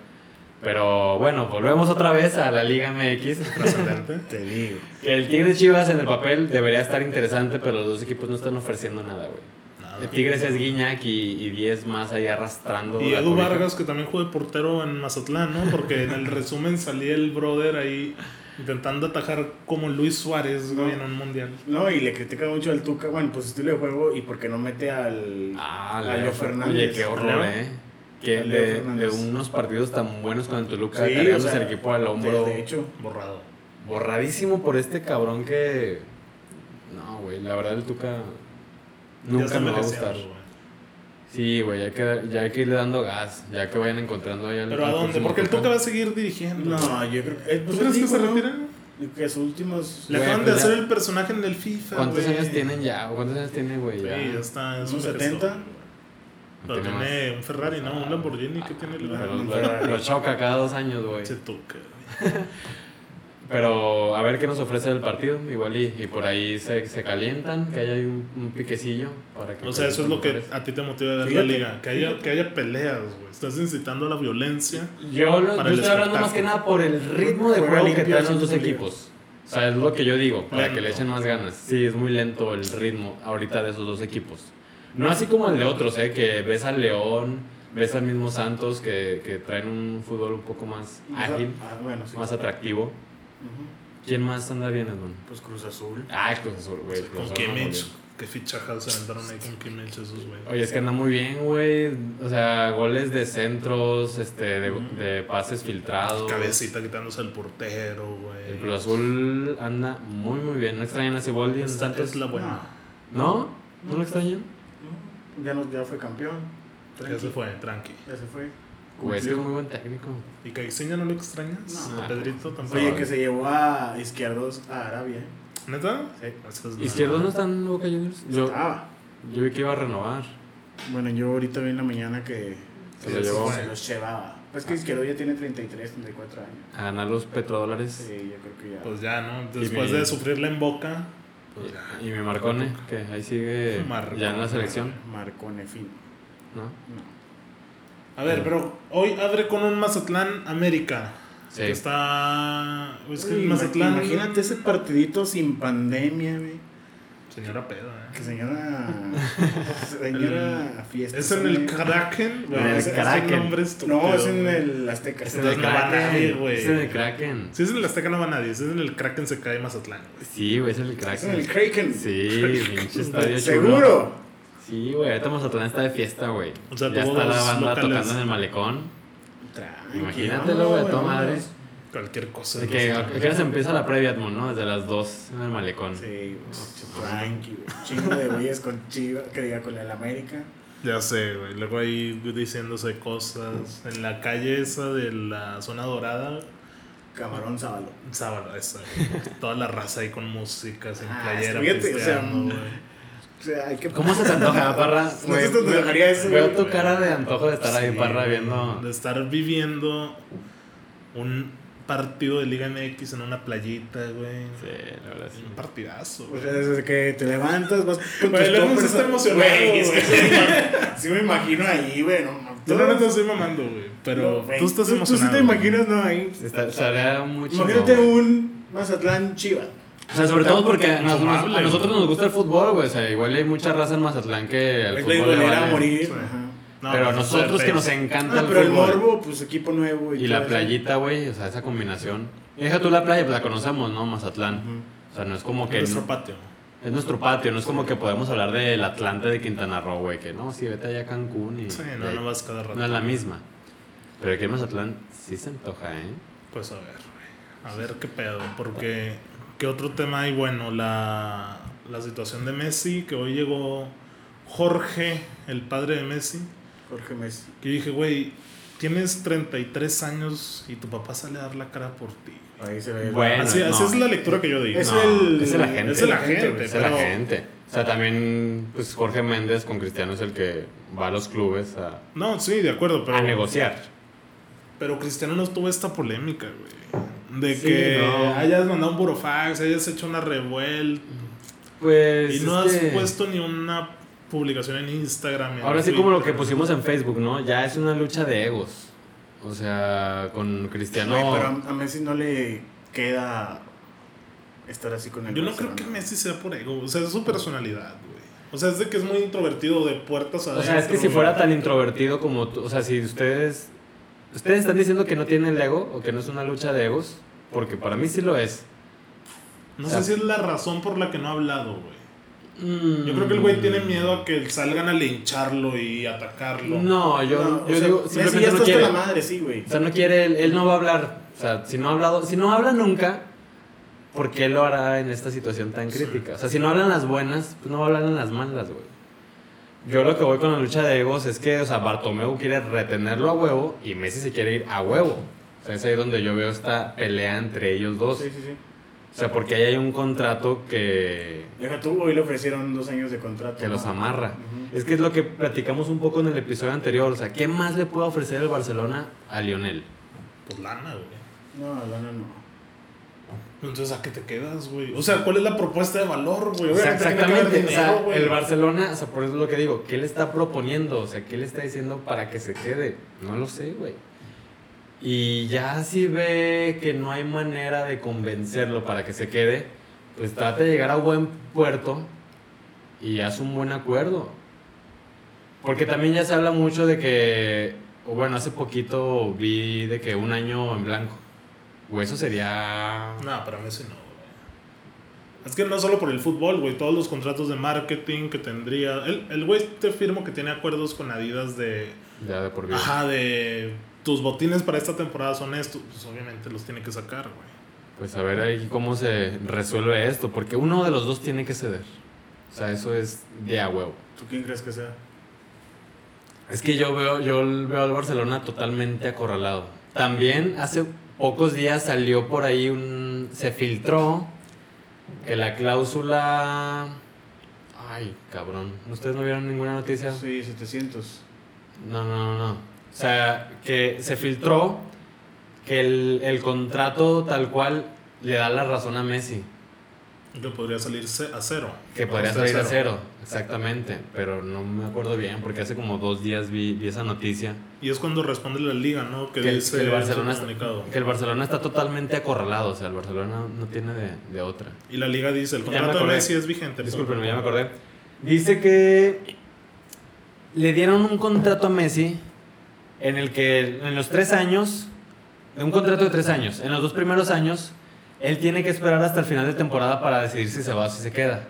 Speaker 3: Pero bueno, volvemos otra vez a la Liga MX.
Speaker 1: Trascendente.
Speaker 2: Te digo.
Speaker 3: El Tigres Chivas en el papel debería estar interesante, pero los dos equipos no están ofreciendo nada, güey.
Speaker 1: Nada.
Speaker 3: El Tigres es Guiñac y y 10 más ahí arrastrando.
Speaker 1: Y
Speaker 3: la
Speaker 1: Edu
Speaker 3: cobija.
Speaker 1: Vargas, que también jugó de portero en Mazatlán, ¿no? Porque en el resumen salía el brother ahí intentando atajar como Luis Suárez, güey, en un mundial.
Speaker 2: No, y le critica mucho al Tuca, bueno, pues estilo de juego y porque no mete al.
Speaker 3: Ah,
Speaker 2: a
Speaker 3: Leo,
Speaker 2: Leo
Speaker 3: Fernández.
Speaker 2: Fernández.
Speaker 3: Oye, qué horror,
Speaker 1: Leo.
Speaker 3: ¿eh? Que
Speaker 2: Leo
Speaker 3: de, de
Speaker 2: Fernández.
Speaker 3: unos partidos tan buenos con el Toluca,
Speaker 2: Sí,
Speaker 3: cargándose
Speaker 2: o sea,
Speaker 3: el equipo al hombro.
Speaker 2: De, de hecho.
Speaker 1: Borrado.
Speaker 3: Borradísimo por este cabrón que. No, güey, la verdad el Tuca
Speaker 1: Ya está
Speaker 3: nunca me va a
Speaker 1: mereciendo,
Speaker 3: gustar.
Speaker 1: güey.
Speaker 3: Sí, güey, ya hay, que, ya hay que irle dando gas, ya que vayan encontrando ahí al-
Speaker 1: ¿Pero a
Speaker 3: al
Speaker 1: dónde?
Speaker 3: próximo
Speaker 1: Porque el Tuca va
Speaker 3: Tuca.
Speaker 1: a seguir dirigiendo.
Speaker 2: No, yo creo que. eh,
Speaker 1: ¿Tú
Speaker 2: pues,
Speaker 1: crees
Speaker 2: él
Speaker 1: que se
Speaker 2: dijo, ¿no?
Speaker 1: retira?
Speaker 2: Que sus últimos.
Speaker 1: Le
Speaker 3: Güey,
Speaker 1: acaban de
Speaker 3: pues
Speaker 1: hacer
Speaker 3: ya-
Speaker 1: el personaje en el FIFA.
Speaker 3: ¿Cuántos
Speaker 1: güey.
Speaker 3: años tienen ya? ¿Cuántos años tiene, güey?
Speaker 1: Sí,
Speaker 3: Ya.
Speaker 1: ya está. en
Speaker 2: ¿Unos
Speaker 1: su
Speaker 2: 70?
Speaker 1: sexto. Pero
Speaker 3: Tiene
Speaker 1: tiene un Ferrari, ¿no? Un Lamborghini que tiene el
Speaker 3: Pero
Speaker 1: Ferrari.
Speaker 3: lo, lo choca cada dos años, güey.
Speaker 1: Se toca.
Speaker 3: Pero a ver qué nos ofrece el partido, igual y, y por ahí se, se calientan, que haya ahí un, un piquecillo para que... pues,
Speaker 1: O sea, eso es lo que
Speaker 3: calienten
Speaker 1: a ti te motiva de ver la
Speaker 2: Fíjate,
Speaker 1: liga. Que haya, que haya peleas, güey. Estás incitando a la violencia.
Speaker 3: lugares. Yo, lo-
Speaker 1: para
Speaker 3: yo
Speaker 1: el
Speaker 3: estoy hablando más que
Speaker 1: espectáculo.
Speaker 3: nada por el ritmo de
Speaker 2: Juego
Speaker 3: juego que
Speaker 2: limpio,
Speaker 3: traen los
Speaker 2: sí,
Speaker 3: dos
Speaker 2: muy
Speaker 3: equipos. O sea, es lo que yo digo, para que le
Speaker 1: Lento.
Speaker 3: echen más ganas. Sí, es muy lento el ritmo ahorita de esos dos equipos. No así como el de otros, ¿eh? Que ves al León, ves al mismo Santos, que, que traen un fútbol un poco más ágil,
Speaker 2: Ah, bueno, sí.
Speaker 3: más atractivo.
Speaker 2: Ujú.
Speaker 3: ¿Quién más anda bien, Edmond?
Speaker 2: Pues Cruz Azul.
Speaker 3: Ah, el Cruz Azul, güey. Cruz
Speaker 1: Con
Speaker 3: Azul anda muy
Speaker 1: Kimmich.
Speaker 3: bien.
Speaker 1: Qué fichajas se aventaron ahí con Kimmich esos, güey.
Speaker 3: Oye, es que anda muy bien, güey. O sea, goles de centros, este, de, de pases filtrados.
Speaker 1: Cabecita quitándose al portero,
Speaker 3: El
Speaker 1: güey.
Speaker 3: Cruz Azul anda muy, muy bien. ¿No extrañan a Ciboldi en
Speaker 1: Esta
Speaker 3: Santos?
Speaker 1: es la buena.
Speaker 3: ¿No? ¿No lo extrañan?
Speaker 2: No, Ya, no, ya fue campeón.
Speaker 1: Ya se
Speaker 2: Tranqui.
Speaker 1: fue, tranqui.
Speaker 2: Ya se fue.
Speaker 3: Güey, es que es
Speaker 2: Cumplió.
Speaker 3: muy buen técnico.
Speaker 1: ¿Y Caixinha no lo extrañas?
Speaker 3: No.
Speaker 1: ¿A Pedrito tampoco?
Speaker 2: Oye, que se llevó a Izquierdos a Arabia. ¿eh?
Speaker 1: ¿Neta?
Speaker 2: Sí.
Speaker 1: Eso es
Speaker 3: ¿Izquierdos no
Speaker 1: nada.
Speaker 3: están en Boca Juniors? Yo,
Speaker 2: Estaba.
Speaker 3: yo vi que iba a renovar.
Speaker 2: Bueno, yo ahorita vi en la mañana que
Speaker 3: Se lo llevó. Ah,
Speaker 2: se los llevaba. Pues que Izquierdo ya tiene 33, 34 años.
Speaker 3: A ganar los petrodólares.
Speaker 2: Sí, yo creo que ya.
Speaker 1: Pues ya, ¿no?
Speaker 3: Y
Speaker 1: Después
Speaker 3: mi-
Speaker 1: de sufrirla en boca. pues ya.
Speaker 3: Y, y mi Marcone, que ahí sigue
Speaker 1: Marcone.
Speaker 3: ya en la selección,
Speaker 2: Marcone fin.
Speaker 3: ¿no?
Speaker 2: No.
Speaker 1: A ver, pero hoy abre con un Mazatlán América.
Speaker 3: Sí.
Speaker 1: Que está. pues, Es que
Speaker 2: Uy,
Speaker 1: el Mazatlán.
Speaker 2: Imagínate ese partidito sin pandemia, güey.
Speaker 1: Señora peda,
Speaker 2: Que
Speaker 1: ¿eh?
Speaker 2: señora. señora fiesta.
Speaker 1: Es en el Kraken.
Speaker 2: Este En el
Speaker 1: Es- es un
Speaker 3: Kraken.
Speaker 1: nombre estúpido.
Speaker 2: No, es en el Azteca.
Speaker 3: Es
Speaker 1: en
Speaker 3: en el
Speaker 1: Entonces no va nadie,
Speaker 3: Kraken.
Speaker 1: güey.
Speaker 3: Es en el Kraken.
Speaker 1: Si es en el Azteca, no va nadie. Si es en el Kraken, se cae Mazatlán. güey.
Speaker 3: Sí, güey, es en el Kraken.
Speaker 2: Es en el Kraken.
Speaker 3: Sí, pinche estadio chulo.
Speaker 2: Seguro.
Speaker 3: Sí, güey, ahorita Mazatlán está de fiesta, güey.
Speaker 1: O sea,
Speaker 3: ya
Speaker 1: tuvo
Speaker 3: está la
Speaker 1: dos
Speaker 3: banda
Speaker 1: locales.
Speaker 3: tocando en el malecón.
Speaker 2: Tranquilo,
Speaker 3: Imagínatelo, güey, a toda
Speaker 2: güey.
Speaker 3: madre.
Speaker 1: Cualquier cosa.
Speaker 3: De que
Speaker 1: Mazatlán.
Speaker 3: ¿a qué hora se empieza la previa, Edmond, ¿no? Desde las 2 en el malecón.
Speaker 2: Sí, pues, tranqui, güey. Chingo de güeyes con Chivas, que diga con el América.
Speaker 1: Ya sé, güey. Luego ahí diciéndose cosas. En la calle esa de la zona dorada.
Speaker 2: Camarón Sábalo.
Speaker 1: Sábado, esa. güey. Toda la raza ahí con música, sin
Speaker 2: Ah,
Speaker 1: playera.
Speaker 2: fíjate, o sea,
Speaker 1: pisteando, güey.
Speaker 2: O sea, hay que.
Speaker 3: ¿Cómo se te antoja, Parra?
Speaker 2: se
Speaker 3: Güey,
Speaker 2: te antojaría eso,
Speaker 3: Veo
Speaker 2: güey.
Speaker 3: tu cara de antojo de estar ahí,
Speaker 1: Sí,
Speaker 3: Parra,
Speaker 1: güey,
Speaker 3: viendo...
Speaker 1: De estar viviendo un partido de Liga MX en una playita, güey.
Speaker 3: Sí, la verdad, sí.
Speaker 1: Un partidazo,
Speaker 2: O
Speaker 1: güey.
Speaker 2: sea, desde que te levantas, vas con
Speaker 1: Güey,
Speaker 2: tus
Speaker 1: luego
Speaker 2: toppers
Speaker 1: está
Speaker 2: a-
Speaker 1: emocionado,
Speaker 2: Güey, es que
Speaker 1: güey.
Speaker 2: sí me imag- sí me imagino ahí, güey. No,
Speaker 1: Yo la neta estoy mamando, güey. Pero
Speaker 2: güey,
Speaker 1: tú estás
Speaker 2: Tú sí
Speaker 1: emocionado.
Speaker 2: te imaginas, no, ahí.
Speaker 3: Está, estaría muy chido,
Speaker 2: Imagínate
Speaker 3: güey.
Speaker 2: un Mazatlán Chiva.
Speaker 3: O sea, sobre todo porque a, nos-
Speaker 1: Infumable.
Speaker 3: a nosotros nos gusta el fútbol, güey. O sea, igual hay mucha raza en Mazatlán que el
Speaker 2: Es la
Speaker 3: fútbol le
Speaker 2: igualera a
Speaker 3: vale.
Speaker 2: morir.
Speaker 1: Sí.
Speaker 2: Ajá.
Speaker 1: No,
Speaker 3: pero a
Speaker 1: pues,
Speaker 3: nosotros que
Speaker 1: perfecto.
Speaker 3: nos encanta
Speaker 2: Ah,
Speaker 3: el
Speaker 2: pero el
Speaker 3: fútbol.
Speaker 2: morbo, pues equipo nuevo.
Speaker 3: y la
Speaker 2: todo eso.
Speaker 3: playita, güey, o sea, esa combinación. Deja tú la playa, pues la conocemos, ¿no? Mazatlán.
Speaker 2: Ujú.
Speaker 3: O sea, no es como que...
Speaker 1: Nuestro patio.
Speaker 3: Es nuestro patio, no es como que podemos hablar del Atlante de Quintana Roo, güey, que no, sí, vete allá a Cancún y...
Speaker 1: Sí,
Speaker 3: y
Speaker 1: no,
Speaker 3: ahí-
Speaker 1: no vas cada
Speaker 3: no
Speaker 1: rato.
Speaker 3: es la misma. Pero aquí en Mazatlán sí se antoja, ¿eh?
Speaker 1: Pues a ver, güey. A ver qué pedo. Porque, ¿qué otro tema hay? Bueno, la, la situación de Messi, que hoy llegó Jorge, el padre de Messi.
Speaker 2: Jorge Messi.
Speaker 1: Que yo dije, güey, tienes 33 años y tu papá sale a dar la cara por ti.
Speaker 2: Ahí se ve.
Speaker 3: Bueno,
Speaker 1: Así, así
Speaker 3: no.
Speaker 1: es la lectura que yo di.
Speaker 2: Es
Speaker 3: No,
Speaker 2: el.
Speaker 3: es el agente.
Speaker 1: Es el agente,
Speaker 2: güey.
Speaker 3: Es Pues la
Speaker 1: Pero-
Speaker 3: gente. O sea, también pues, Jorge Méndez con Cristiano es el que va a los clubes a,
Speaker 1: No, sí, de acuerdo, pero.
Speaker 3: a negociar.
Speaker 1: Pero Cristiano no tuvo esta polémica, güey. De
Speaker 3: Sí,
Speaker 1: que
Speaker 3: no.
Speaker 1: hayas mandado un burofax, hayas hecho una revuelta
Speaker 3: Pues.
Speaker 1: y no has puesto ni una publicación en Instagram. en
Speaker 3: Ahora sí, como lo que
Speaker 1: Twitter.
Speaker 3: pusimos en Facebook, ¿no? Ya es una lucha de egos. O sea, con Cristiano.
Speaker 2: Güey, pero a, a Messi no le queda estar así con el.
Speaker 1: Yo no creo que
Speaker 2: Barcelona.
Speaker 1: Messi sea por ego, o sea, es su personalidad, güey. O sea, es de que es muy introvertido de puertas adentro.
Speaker 3: O sea, es que si
Speaker 1: güey.
Speaker 3: fuera tan introvertido como tú, o sea, si ustedes ustedes están diciendo que no tiene el ego o que no es una lucha de egos, porque para mí sí lo es.
Speaker 1: No
Speaker 3: o sea-
Speaker 1: sé si es la razón por la que no ha hablado, güey.
Speaker 3: Mm.
Speaker 1: Yo creo que el güey tiene miedo a que salgan a lincharlo y atacarlo.
Speaker 3: No, yo,
Speaker 2: No,
Speaker 3: yo
Speaker 2: o sea,
Speaker 3: digo,
Speaker 2: Messi
Speaker 3: simplemente
Speaker 2: ya
Speaker 3: no
Speaker 2: está hasta
Speaker 3: quiere.
Speaker 2: la madre, sí, güey.
Speaker 3: O sea, no quiere, él, él no va a hablar. O sea, si no ha hablado, si no habla nunca, ¿por qué lo hará en esta situación tan crítica? O sea, si no hablan las buenas, pues no va a hablar en las malas, güey. Yo lo que voy con la lucha de egos es que, o sea, Bartomeu quiere retenerlo a huevo y Messi se quiere ir a huevo. O sea, es ahí donde yo veo esta pelea entre ellos dos.
Speaker 2: Sí, sí, sí.
Speaker 3: O sea, porque ahí hay un contrato que,
Speaker 2: Deja tú, hoy le ofrecieron dos años de contrato.
Speaker 3: que los
Speaker 2: ¿no?
Speaker 3: amarra.
Speaker 2: Ujú.
Speaker 3: Es que es lo que platicamos un poco en el episodio anterior. O sea, ¿qué más le puede ofrecer el Barcelona a Lionel?
Speaker 1: Pues lana, güey.
Speaker 2: No, no, no, no.
Speaker 1: Entonces, ¿a qué te quedas, güey? O sea, ¿cuál es la propuesta de valor, güey?
Speaker 3: O sea,
Speaker 1: Obviamente tiene que haber
Speaker 3: exactamente. O sea,
Speaker 1: dinero, güey.
Speaker 3: el Barcelona, o sea, por eso es lo que digo, ¿qué le está proponiendo? O sea, ¿qué le está diciendo para que se quede? No lo sé, güey. Y ya si ve que no hay manera de convencerlo para que se quede, pues trate de llegar a buen puerto y haz un buen acuerdo. Porque también ya se habla mucho de que, o bueno, hace poquito vi de que un año en blanco. O eso sería...
Speaker 1: No, para mí sí no, güey. Es que no solo por el fútbol, güey. Todos los contratos de marketing que tendría. El, el güey te firmo que tiene acuerdos con Adidas de.
Speaker 3: Ya de por vida.
Speaker 1: Ajá, de. Tus botines para esta temporada son estos. Pues obviamente los tiene que sacar, güey.
Speaker 3: Pues a ver ahí cómo se resuelve esto, porque uno de los dos tiene que ceder. O sea, eso es de a huevo.
Speaker 2: ¿Tú quién crees que sea?
Speaker 3: Es que yo veo, yo veo al Barcelona totalmente acorralado. También hace pocos días salió por ahí un. se filtró que la cláusula. Ay, cabrón. ¿Ustedes no vieron ninguna noticia?
Speaker 2: Sí, 700.
Speaker 3: No, no, no, no. O sea, que se filtró que el, el contrato tal cual le da la razón a Messi.
Speaker 1: Que podría salir ce- a cero.
Speaker 3: Que podría
Speaker 1: Costa de
Speaker 3: salir a cero, exactamente. Pero no me acuerdo bien, porque hace como dos días vi, vi esa noticia.
Speaker 1: Y es cuando responde la liga, ¿no? Que,
Speaker 3: Que-
Speaker 1: dice
Speaker 3: que el
Speaker 1: en su
Speaker 3: Barcelona está-
Speaker 1: comunicado.
Speaker 3: Que el Barcelona está totalmente acorralado, o sea, el Barcelona no tiene de, de otra.
Speaker 1: Y la liga dice: el
Speaker 3: Ya me
Speaker 1: contrato de
Speaker 3: acordé.
Speaker 1: Messi es vigente.
Speaker 3: Disculpenme, ya me acordé. Dice que le dieron un contrato a Messi en el que en los tres años, un contrato de tres años, en los dos primeros años, él tiene que esperar hasta el final de temporada para decidir si se va o si se queda.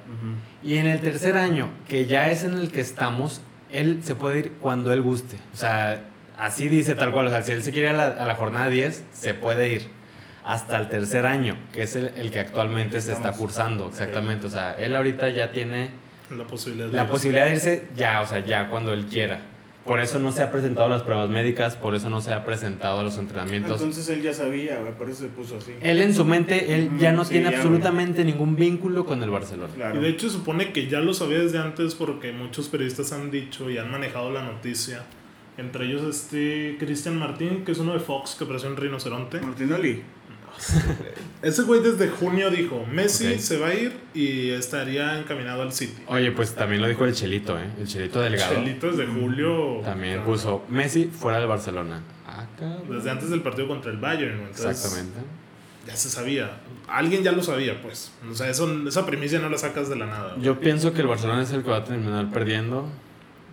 Speaker 3: Y en el tercer año, que ya es en el que estamos, él se puede ir cuando él guste. O sea, así dice tal cual. O sea, si él se quiere ir a la, a la jornada 10, se puede ir. Hasta el tercer año, que es el, el que actualmente se está
Speaker 2: Estamos.
Speaker 3: cursando. Exactamente. O sea, él ahorita ya tiene
Speaker 1: La posibilidad. de
Speaker 3: la posibilidad de irse ya, o sea, ya cuando él quiera. Por eso no se ha presentado a las pruebas médicas, por eso no se ha presentado a los entrenamientos.
Speaker 2: Entonces Eh, él ya sabía, güey, por eso se puso así.
Speaker 3: él en su mente, él ya no
Speaker 2: Sí,
Speaker 3: tiene
Speaker 2: ya, güey.
Speaker 3: absolutamente ningún vínculo con el Barcelona.
Speaker 2: Claro.
Speaker 1: Y de hecho supone que ya lo sabía desde antes porque muchos periodistas han dicho y han manejado la noticia. Entre ellos este Cristian Martín, que es uno de Fox que apareció en Rinoceronte.
Speaker 2: Martinoli.
Speaker 1: Ese güey desde junio dijo, Messi
Speaker 3: Ok.
Speaker 1: se va a ir y estaría encaminado al City.
Speaker 3: Oye, pues también lo dijo el Chelito, ¿eh? El Chelito Delgado.
Speaker 1: Chelito desde julio.
Speaker 3: También
Speaker 1: o sea,
Speaker 3: puso Messi fuera del Barcelona. Ah, cabrón.
Speaker 1: Desde antes del partido contra el Bayern. ¿no? Entonces,
Speaker 3: Exactamente.
Speaker 1: ya se sabía. Alguien ya lo sabía, pues. O sea, eso, esa primicia no la sacas de la nada.
Speaker 3: Yo pienso que el Barcelona es el que va a terminar perdiendo.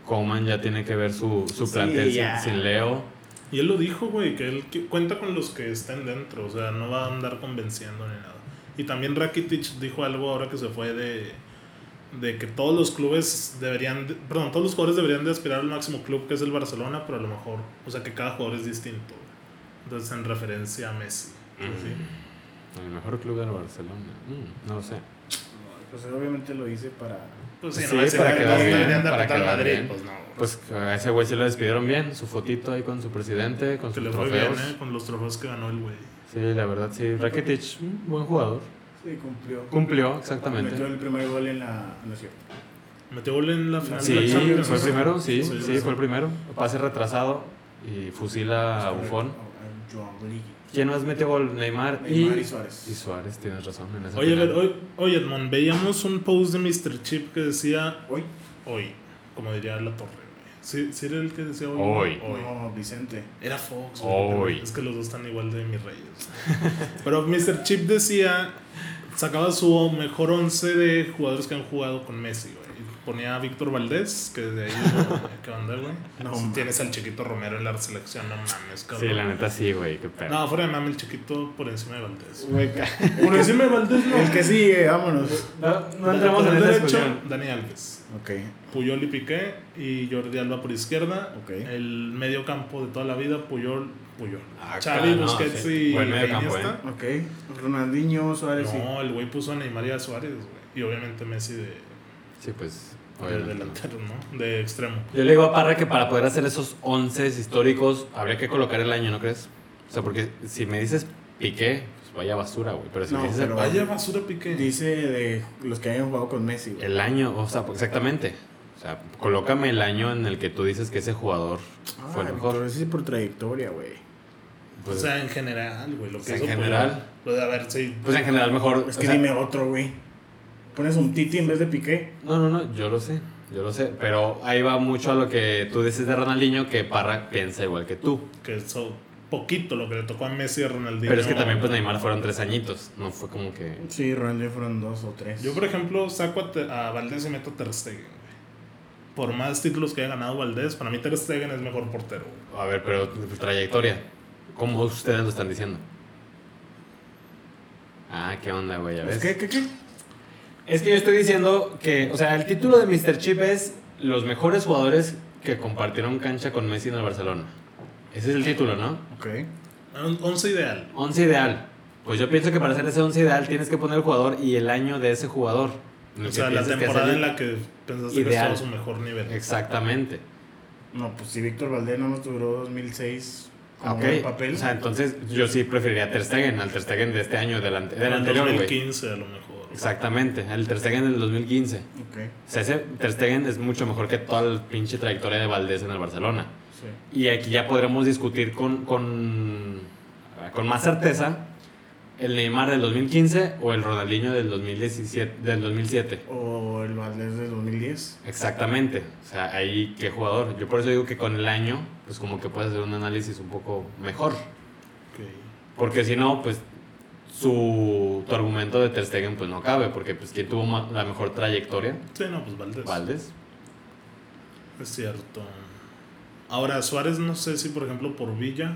Speaker 3: Coman ya tiene que ver su, su
Speaker 2: Sí,
Speaker 3: plantel sin-
Speaker 2: ya.
Speaker 3: sin Leo.
Speaker 1: Y él lo dijo, güey, que él que- cuenta con los que estén dentro, o sea, no va a andar convenciendo ni nada. Y también Rakitic dijo algo ahora que se fue de, de que todos los clubes deberían, de- perdón, todos los jugadores deberían de aspirar al máximo club que es el Barcelona, pero a lo mejor, o sea, que cada jugador es distinto. güey. Entonces, en referencia a Messi. ¿sí?
Speaker 3: Mm. El mejor club del Barcelona. Mm, no lo sé.
Speaker 2: Pues obviamente lo hice para.
Speaker 1: Pues sí,
Speaker 3: Sí,
Speaker 1: no, ese
Speaker 3: para
Speaker 1: güey
Speaker 3: que
Speaker 1: no
Speaker 3: va bien,
Speaker 1: deberían de
Speaker 3: para
Speaker 1: apretar
Speaker 3: que
Speaker 1: al
Speaker 3: va
Speaker 1: Madrid,
Speaker 3: bien.
Speaker 1: pues no. güey.
Speaker 3: Pues a ese güey sí lo despidieron bien. Su fotito ahí con su presidente, con
Speaker 1: que
Speaker 3: sus
Speaker 1: le fue bien,
Speaker 3: trofeos.
Speaker 1: ¿eh? Con los trofeos que ganó el güey.
Speaker 3: Sí, la verdad sí. Rakitic, mm, buen jugador.
Speaker 2: Sí, cumplió.
Speaker 3: Cumplió,
Speaker 2: Metió
Speaker 3: exactamente.
Speaker 2: el primer gol en la. No es cierto.
Speaker 1: Metió gol en la final. de
Speaker 3: Sí,
Speaker 1: la Champions.
Speaker 3: fue el primero, sí,
Speaker 1: Sí,
Speaker 3: sí,
Speaker 1: sí.
Speaker 3: fue el primero. Pase retrasado y fusila a Bufón.
Speaker 2: A Joao Rodríguez.
Speaker 3: ¿Quién más metió gol? Neymar,
Speaker 2: Neymar
Speaker 3: y,
Speaker 2: y Suárez.
Speaker 3: y Suárez, tienes razón. En esa
Speaker 1: Oye, a
Speaker 3: final.
Speaker 1: ver, hoy, oye, Edmond, veíamos un post de Mr. Chip que decía
Speaker 2: Hoy.
Speaker 1: hoy, como diría la torre. güey. ¿Sí, sí era el que decía hoy?
Speaker 3: Hoy.
Speaker 2: No, Vicente.
Speaker 1: Era Fox.
Speaker 3: Hoy.
Speaker 1: güey, Es que los dos están igual de mis reyes. Pero Mr. Chip decía, sacaba su mejor once de jugadores que han jugado con Messi, güey. Y Ponía a Víctor Valdés, que de ahí, ¿qué onda, güey?
Speaker 2: No,
Speaker 1: Si
Speaker 2: mames.
Speaker 1: tienes al chiquito Romero en la selección, no mames,
Speaker 3: Sí,
Speaker 1: cabrón.
Speaker 3: la neta sí, güey, qué pedo.
Speaker 1: No, fuera de mame, el chiquito por encima de Valdés.
Speaker 2: Por encima de Valdés, no. El que sigue, vámonos.
Speaker 3: No,
Speaker 1: Por el derecho, Dani Alves.
Speaker 2: Ok.
Speaker 1: Puyol y Piqué y Jordi Alba por izquierda.
Speaker 2: Ok.
Speaker 1: El medio campo de toda la vida, Puyol, Puyol.
Speaker 3: Ah,
Speaker 1: Xavi,
Speaker 3: claro, no,
Speaker 1: Busquets
Speaker 3: sí.
Speaker 1: y
Speaker 3: Buen medio campo, ¿eh?
Speaker 1: Iniesta.
Speaker 2: Ok. Ronaldinho, Suárez y.
Speaker 1: No, el güey puso a Neymar y a Suárez, güey. Y obviamente Messi de,
Speaker 3: Sí, pues.
Speaker 1: de
Speaker 3: obviamente no.
Speaker 1: delantero, ¿no? De extremo.
Speaker 3: Yo le digo a Parra que para poder hacer esos 11 históricos habría que colocar el año, ¿no crees? O sea, porque si me dices Piqué, pues vaya basura, güey. Pero si
Speaker 2: No,
Speaker 3: me dices
Speaker 2: pero-
Speaker 1: Vaya basura Piqué.
Speaker 2: Dice de los que hayan jugado con Messi, güey.
Speaker 3: el año, o sea, exactamente. O sea, colócame el año en el que tú dices que ese jugador fue el mejor.
Speaker 2: Ah, Pero ese es por trayectoria, güey.
Speaker 1: o
Speaker 3: Pues,
Speaker 1: sea, en general, güey. Lo que
Speaker 3: O sea, en
Speaker 1: hizo Puyol.
Speaker 3: general.
Speaker 1: Pues a ver, sí.
Speaker 3: pues en general mejor.
Speaker 2: Es
Speaker 3: o
Speaker 2: que
Speaker 3: sea,
Speaker 2: dime otro, güey. Pones un Titi en vez de Piqué.
Speaker 3: No, no, no, yo lo sé, yo lo sé. Pero ahí va mucho a lo que tú dices de Ronaldinho, que Parra piensa igual que tú.
Speaker 1: Que eso poquito lo que le tocó a Messi y a Ronaldinho.
Speaker 3: Pero es que también, pues Neymar fueron tres añitos. No fue como que.
Speaker 2: Sí, Ronaldinho fueron dos o tres.
Speaker 1: Yo, por ejemplo, saco a, Te- a Valdés y meto a Ter Stegen, güey. Por más títulos que haya ganado Valdés, para mí Ter Stegen es mejor portero, güey.
Speaker 3: A ver, pero tu trayectoria. ¿Cómo ustedes lo están diciendo? Ah, qué onda, güey, ya
Speaker 2: ¿Es
Speaker 3: ves.
Speaker 2: que, qué, qué?
Speaker 3: Es que yo estoy diciendo que, o sea, el título de Mr. Chip es los mejores jugadores que compartieron cancha con Messi en el Barcelona. Ese es el título, ¿no?
Speaker 2: Ok.
Speaker 1: Un 11 ideal.
Speaker 3: 11 ideal. Pues yo pienso que para hacer ese 11 ideal tienes que poner el jugador y el año de ese jugador. Lo
Speaker 1: O
Speaker 3: que
Speaker 1: sea, la
Speaker 3: pienses que
Speaker 1: temporada
Speaker 3: hacer-
Speaker 1: en la que pensaste que
Speaker 3: Ideal.
Speaker 1: estaba a su mejor nivel.
Speaker 3: Exactamente.
Speaker 2: No, pues si Víctor Valdés no nos duró 2006 como
Speaker 3: Ah, Ok.
Speaker 2: el papel.
Speaker 3: O sea, entonces yo sí preferiría a Ter Stegen, al Ter Stegen de este año, del, ante- del
Speaker 1: Era en
Speaker 3: anterior, güey.
Speaker 1: 2015 a lo mejor.
Speaker 3: Exactamente, el Ter Stegen del 2015.
Speaker 2: ok,
Speaker 3: O sea, ese Ter Stegen es mucho mejor que toda la pinche trayectoria de Valdés en el Barcelona.
Speaker 2: sí.
Speaker 3: Y aquí ya podremos discutir con, con, con más certeza el Neymar del 2015 o el Ronaldinho del 2017, del 2007.
Speaker 2: O el Valdés de 2010.
Speaker 3: Exactamente. O sea, ahí qué jugador. Yo por eso digo que con el año, pues como que puedes hacer un análisis un poco mejor.
Speaker 1: Ok.
Speaker 3: Porque si no, pues su, tu argumento de Ter Stegen pues no cabe. Porque pues quien tuvo ma- la mejor trayectoria,
Speaker 1: Sí, no, pues Valdés.
Speaker 3: Valdés.
Speaker 1: Es cierto. Ahora, Suárez, no sé si por ejemplo por Villa.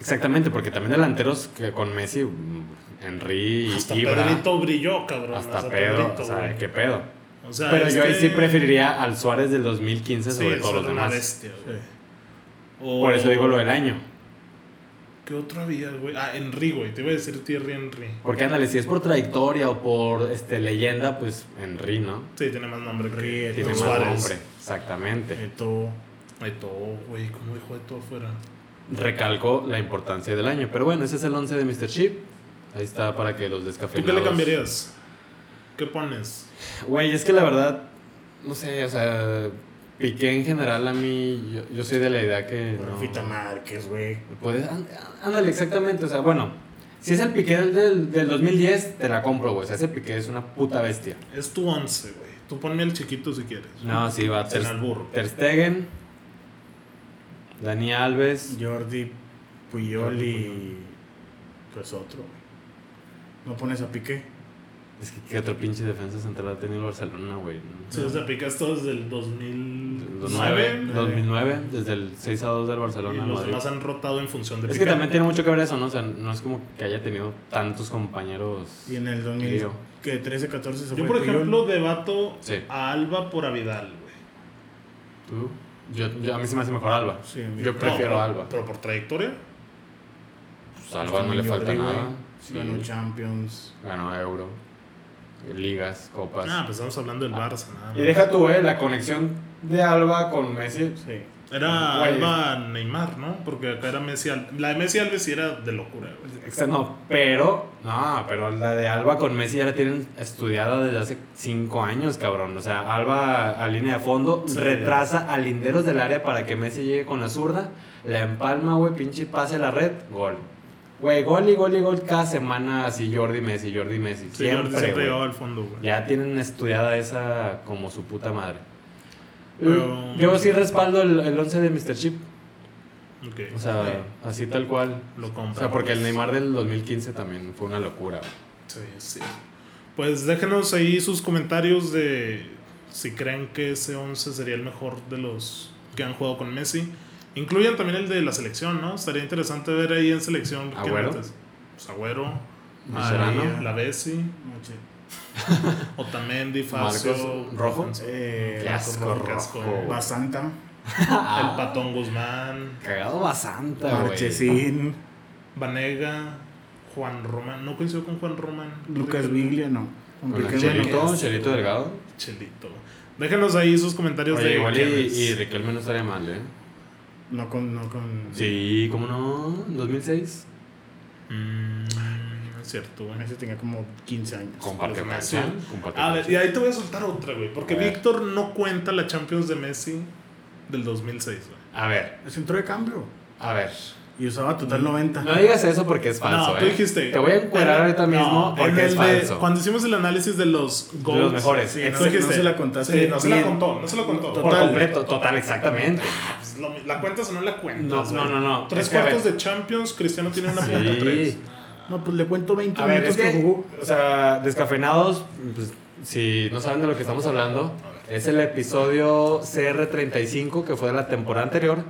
Speaker 3: Exactamente, porque también delanteros que con Messi, mm, Henry,
Speaker 1: Hasta
Speaker 3: Ibra,
Speaker 1: Pedrito brilló, cabrón.
Speaker 3: hasta Pedro, o sea,
Speaker 1: güey.
Speaker 3: qué pedo.
Speaker 1: O sea,
Speaker 3: Pero
Speaker 1: es
Speaker 3: yo ahí
Speaker 1: que-
Speaker 3: sí preferiría al Suárez del 2015
Speaker 1: Sí,
Speaker 3: sobre todos
Speaker 1: eso
Speaker 3: los
Speaker 1: era una
Speaker 3: demás.
Speaker 1: bestia, Oh. güey.
Speaker 2: Sí.
Speaker 1: O-
Speaker 3: Por eso digo lo del año.
Speaker 1: ¿Qué otro había, güey? Ah, Henry, güey. Te iba a decir Thierry Henry.
Speaker 3: Porque ándale, si es por trayectoria o por este leyenda, pues Henry, ¿no?
Speaker 1: Sí, tiene más nombre que
Speaker 2: Henry,
Speaker 3: Tiene
Speaker 1: que
Speaker 3: más
Speaker 1: Suárez.
Speaker 3: nombre. Exactamente.
Speaker 2: Eto,
Speaker 1: Eto'o, güey. ¿Cómo dijo de todo afuera?
Speaker 3: Recalco la importancia del año. Pero bueno, ese es el 11 de Mr. Chip. Ahí está para que los
Speaker 1: ¿Tú
Speaker 3: descafeinados...
Speaker 1: qué le cambiarías? ¿Qué pones?
Speaker 3: Güey, es que la verdad, no sé, o sea, Piqué en general a mí, yo, yo soy de la idea que no...
Speaker 2: Rafita Márquez, güey.
Speaker 3: Pues, á- á- ándale, exactamente. O sea, bueno, si es el Piqué del- del, del 2010, te la compro, güey. O sea, ese Piqué es una puta bestia.
Speaker 1: Es tu once, güey. Tú ponme el chiquito si quieres.
Speaker 3: No, sí, va.
Speaker 1: Sin
Speaker 3: Ter,
Speaker 1: albur.
Speaker 3: Ter Stegen, Dani Alves,
Speaker 2: Jordi Puyol y. Pues otro, güey. No pones a Piqué.
Speaker 3: Es que qué otro pinche defensa central ha tenido el Barcelona, güey.
Speaker 1: Si los aplicas todos desde el
Speaker 3: 2009,
Speaker 1: 2009.
Speaker 3: 2009, desde el 6 a 2 del
Speaker 1: Y
Speaker 3: Barcelona. a
Speaker 1: los
Speaker 3: Madrid.
Speaker 1: demás han rotado en función de
Speaker 3: Es que
Speaker 1: Piqué.
Speaker 3: también tiene mucho que ver eso, ¿no? O sea, no es como que haya tenido tantos compañeros.
Speaker 2: Y en el
Speaker 3: Creo.
Speaker 2: 2013, 14 se
Speaker 1: Yo,
Speaker 2: fue
Speaker 1: por
Speaker 2: Puyol.
Speaker 1: ejemplo, debato
Speaker 3: Sí.
Speaker 1: a Alba por a Vidal, güey.
Speaker 3: ¿Tú? Yo, yo- a mí se me hace mejor Alba.
Speaker 2: Sí,
Speaker 3: yo
Speaker 2: mira.
Speaker 3: prefiero
Speaker 1: No,
Speaker 3: a Alba.
Speaker 1: Pero por trayectoria.
Speaker 3: Pues a Alba no le
Speaker 2: Yo
Speaker 3: falta
Speaker 2: digo,
Speaker 3: nada.
Speaker 2: güey,
Speaker 3: Sí.
Speaker 2: Ganó Champions.
Speaker 3: Ganó Euro, eh, ligas, copas.
Speaker 1: Ah, pues estamos hablando del
Speaker 3: Ah.
Speaker 1: Barça, nada
Speaker 3: y
Speaker 1: más.
Speaker 3: deja tú, güey, la conexión de Alba con Messi.
Speaker 2: Sí.
Speaker 1: Era
Speaker 3: Güey.
Speaker 1: Alba Neymar, ¿no? Porque acá era Messi Al- La de Messi Alves sí era de locura, güey.
Speaker 3: Esta No, pero. No, pero la de Alba con Messi ya la tienen estudiada desde hace cinco años, cabrón. O sea, Alba a línea de fondo
Speaker 1: Sí.
Speaker 3: retrasa a linderos del área para que Messi llegue con la zurda, la empalma, güey, pinche pase la red, gol. Güey, gol y gol y gol cada semana así Jordi Messi, Jordi Messi.
Speaker 1: Sí, Jordi
Speaker 3: siempre,
Speaker 1: siempre
Speaker 3: güey.
Speaker 1: llegaba al fondo, güey.
Speaker 3: Ya tienen estudiada esa como su puta madre.
Speaker 1: Pero-
Speaker 3: Yo sí respaldo el, el 11 de Mr. Chip. O
Speaker 1: Ok,
Speaker 3: sea, así tal cual.
Speaker 1: lo
Speaker 3: O
Speaker 1: compra. pues.
Speaker 3: sea, porque el Neymar del 2015 también fue una locura. güey.
Speaker 1: Sí, sí. Pues déjenos ahí sus comentarios de si creen que ese 11 sería el mejor de los que han jugado con Messi. Incluyan también el de la selección, ¿no? Estaría interesante ver ahí en selección. quién
Speaker 3: Agüero.
Speaker 1: metes. Pues, Agüero,
Speaker 3: Mascherano.
Speaker 1: María, La Bessi,
Speaker 2: No sé.
Speaker 1: Otamendi, Facio,
Speaker 3: Marcos Rojo.
Speaker 2: Eh,
Speaker 3: Qué asco,
Speaker 1: Rojo, qué asco.
Speaker 3: Rojo.
Speaker 1: Bas-
Speaker 2: Basanta.
Speaker 3: Ah.
Speaker 1: El Patón Guzmán,
Speaker 3: Cagado basanta, Ah, güey.
Speaker 2: Marchesín.
Speaker 1: Vanega, Juan Román. No coincido con Juan Román.
Speaker 2: Lucas Biglia, no. Con
Speaker 3: Con el
Speaker 2: Piqué, bueno,
Speaker 3: Chelito, Chelito Delgado.
Speaker 1: Chelito. Déjenos ahí sus comentarios
Speaker 3: Oye,
Speaker 1: de
Speaker 3: igual y,
Speaker 1: quiénes.
Speaker 3: y Riquelme no estaría mal, ¿eh?
Speaker 2: No con. No con
Speaker 3: Sí, ¿cómo no? ¿2006?
Speaker 1: Mm, es cierto, güey.
Speaker 2: Messi tenía como 15 años.
Speaker 3: Comparte
Speaker 1: Los
Speaker 3: cancha.
Speaker 1: Messi.
Speaker 3: Comparte
Speaker 1: A ver,
Speaker 3: cancha.
Speaker 1: y ahí te voy a soltar otra, güey. Porque
Speaker 3: A ver.
Speaker 1: Víctor no cuenta la Champions de Messi del 2006, güey.
Speaker 3: A ver,
Speaker 2: Es centro de cambio.
Speaker 3: a ver.
Speaker 2: Y usaba total 90.
Speaker 3: Mm. No digas eso porque es falso,
Speaker 1: no,
Speaker 3: ¿eh?
Speaker 1: tú dijiste.
Speaker 3: Te voy a encuadrar ahorita
Speaker 1: No,
Speaker 3: mismo
Speaker 1: en
Speaker 3: porque es
Speaker 1: el de-
Speaker 3: falso.
Speaker 1: cuando hicimos el análisis de los goals.
Speaker 3: los mejores.
Speaker 2: Sí,
Speaker 1: tú
Speaker 2: no, se-
Speaker 1: dijiste-
Speaker 2: no se la contaste.
Speaker 1: Sí, no se la
Speaker 2: bien.
Speaker 1: contó, no se la contó.
Speaker 3: Por
Speaker 2: Total.
Speaker 3: completo, total, exactamente.
Speaker 1: Pues, lo mi- ¿La cuentas o no la cuentas?
Speaker 3: No,
Speaker 1: güey?
Speaker 3: no, no, no.
Speaker 1: Tres
Speaker 3: Es que, a
Speaker 1: cuartos
Speaker 3: ver.
Speaker 1: de Champions, Cristiano tiene una punta tres.
Speaker 3: Sí.
Speaker 2: No, pues le cuento 20
Speaker 3: A ver,
Speaker 2: minutos
Speaker 3: es
Speaker 2: que,
Speaker 3: que,
Speaker 2: jugó.
Speaker 3: o sea, descafeinados, pues, si no saben de lo que estamos hablando, es el episodio CR35 que fue de la temporada anterior,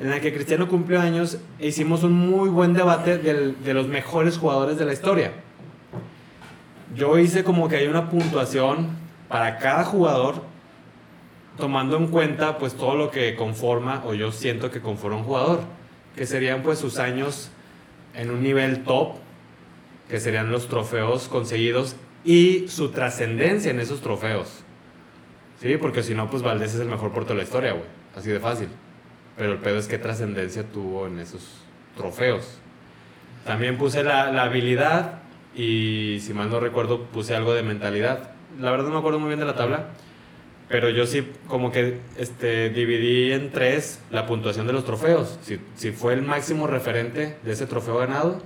Speaker 3: en la que Cristiano cumplió años e hicimos un muy buen debate del- de los mejores jugadores de la historia. Yo hice como que hay una puntuación para cada jugador, tomando en cuenta pues todo lo que conforma o yo siento que conforma un jugador, que serían pues sus años en un nivel top, que serían los trofeos conseguidos y su trascendencia en esos trofeos. Sí, porque si no, pues Valdés es el mejor portero de la historia, güey. Así de fácil. Pero el pedo es qué trascendencia tuvo en esos trofeos. También puse la, la habilidad y, si mal no recuerdo, puse algo de mentalidad. La verdad no me acuerdo muy bien de la tabla, pero yo sí como que este, dividí en tres la puntuación de los trofeos. Si, si fue el máximo referente de ese trofeo ganado,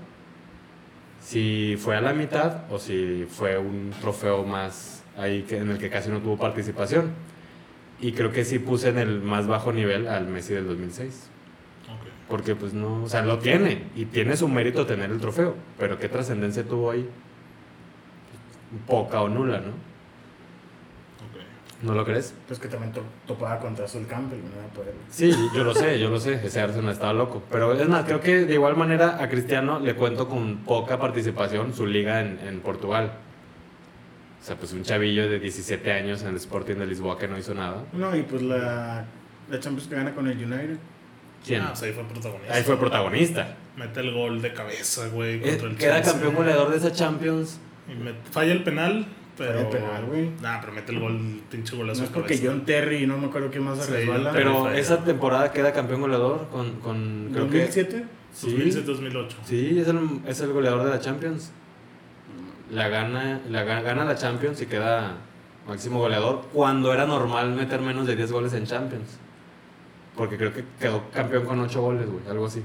Speaker 3: si fue a la mitad o si fue un trofeo más ahí que, en el que casi no tuvo participación. Y creo que sí puse en el más bajo nivel al Messi del 2006.
Speaker 1: Ok.
Speaker 3: Porque pues no, o sea, lo tiene y tiene su mérito tener el trofeo, pero qué trascendencia tuvo ahí. Poca o nula, ¿no?
Speaker 1: ok.
Speaker 3: ¿No lo crees?
Speaker 2: Pues que también to- topaba contra Sol Campbell. No era poder.
Speaker 3: Sí, yo lo sé, yo lo sé, ese Arsenal estaba loco. Pero es más, creo que de igual manera a Cristiano le cuento con poca participación su liga en, en Portugal. O sea, pues un chavillo de 17 años en el Sporting de Lisboa que no hizo nada.
Speaker 2: No, y pues la, la Champions que gana con el United.
Speaker 3: ¿Quién?
Speaker 1: Ah, pues ahí fue protagonista.
Speaker 3: Ahí fue protagonista.
Speaker 1: Mete el gol de cabeza, güey,
Speaker 3: Eh,
Speaker 1: contra el
Speaker 3: Queda
Speaker 1: Chelsea.
Speaker 3: campeón goleador de esa Champions.
Speaker 1: Y met- Falla el penal, pero.
Speaker 2: Falla el penal, güey.
Speaker 1: Nah, pero mete el gol, pinche golazo.
Speaker 2: No es
Speaker 1: de
Speaker 2: porque
Speaker 1: cabeza.
Speaker 2: John Terry y no me acuerdo quién más se
Speaker 1: Sí,
Speaker 2: resbala.
Speaker 3: Pero
Speaker 1: falla.
Speaker 3: esa temporada queda campeón goleador con... con creo que,
Speaker 2: 2007.
Speaker 3: sí,
Speaker 1: 2007, 2008.
Speaker 3: sí es, el, es el goleador de la Champions. La gana, la ga- gana la Champions y queda máximo goleador cuando era normal meter menos de 10 goles en Champions. Porque creo que quedó campeón con 8 goles, güey, algo así.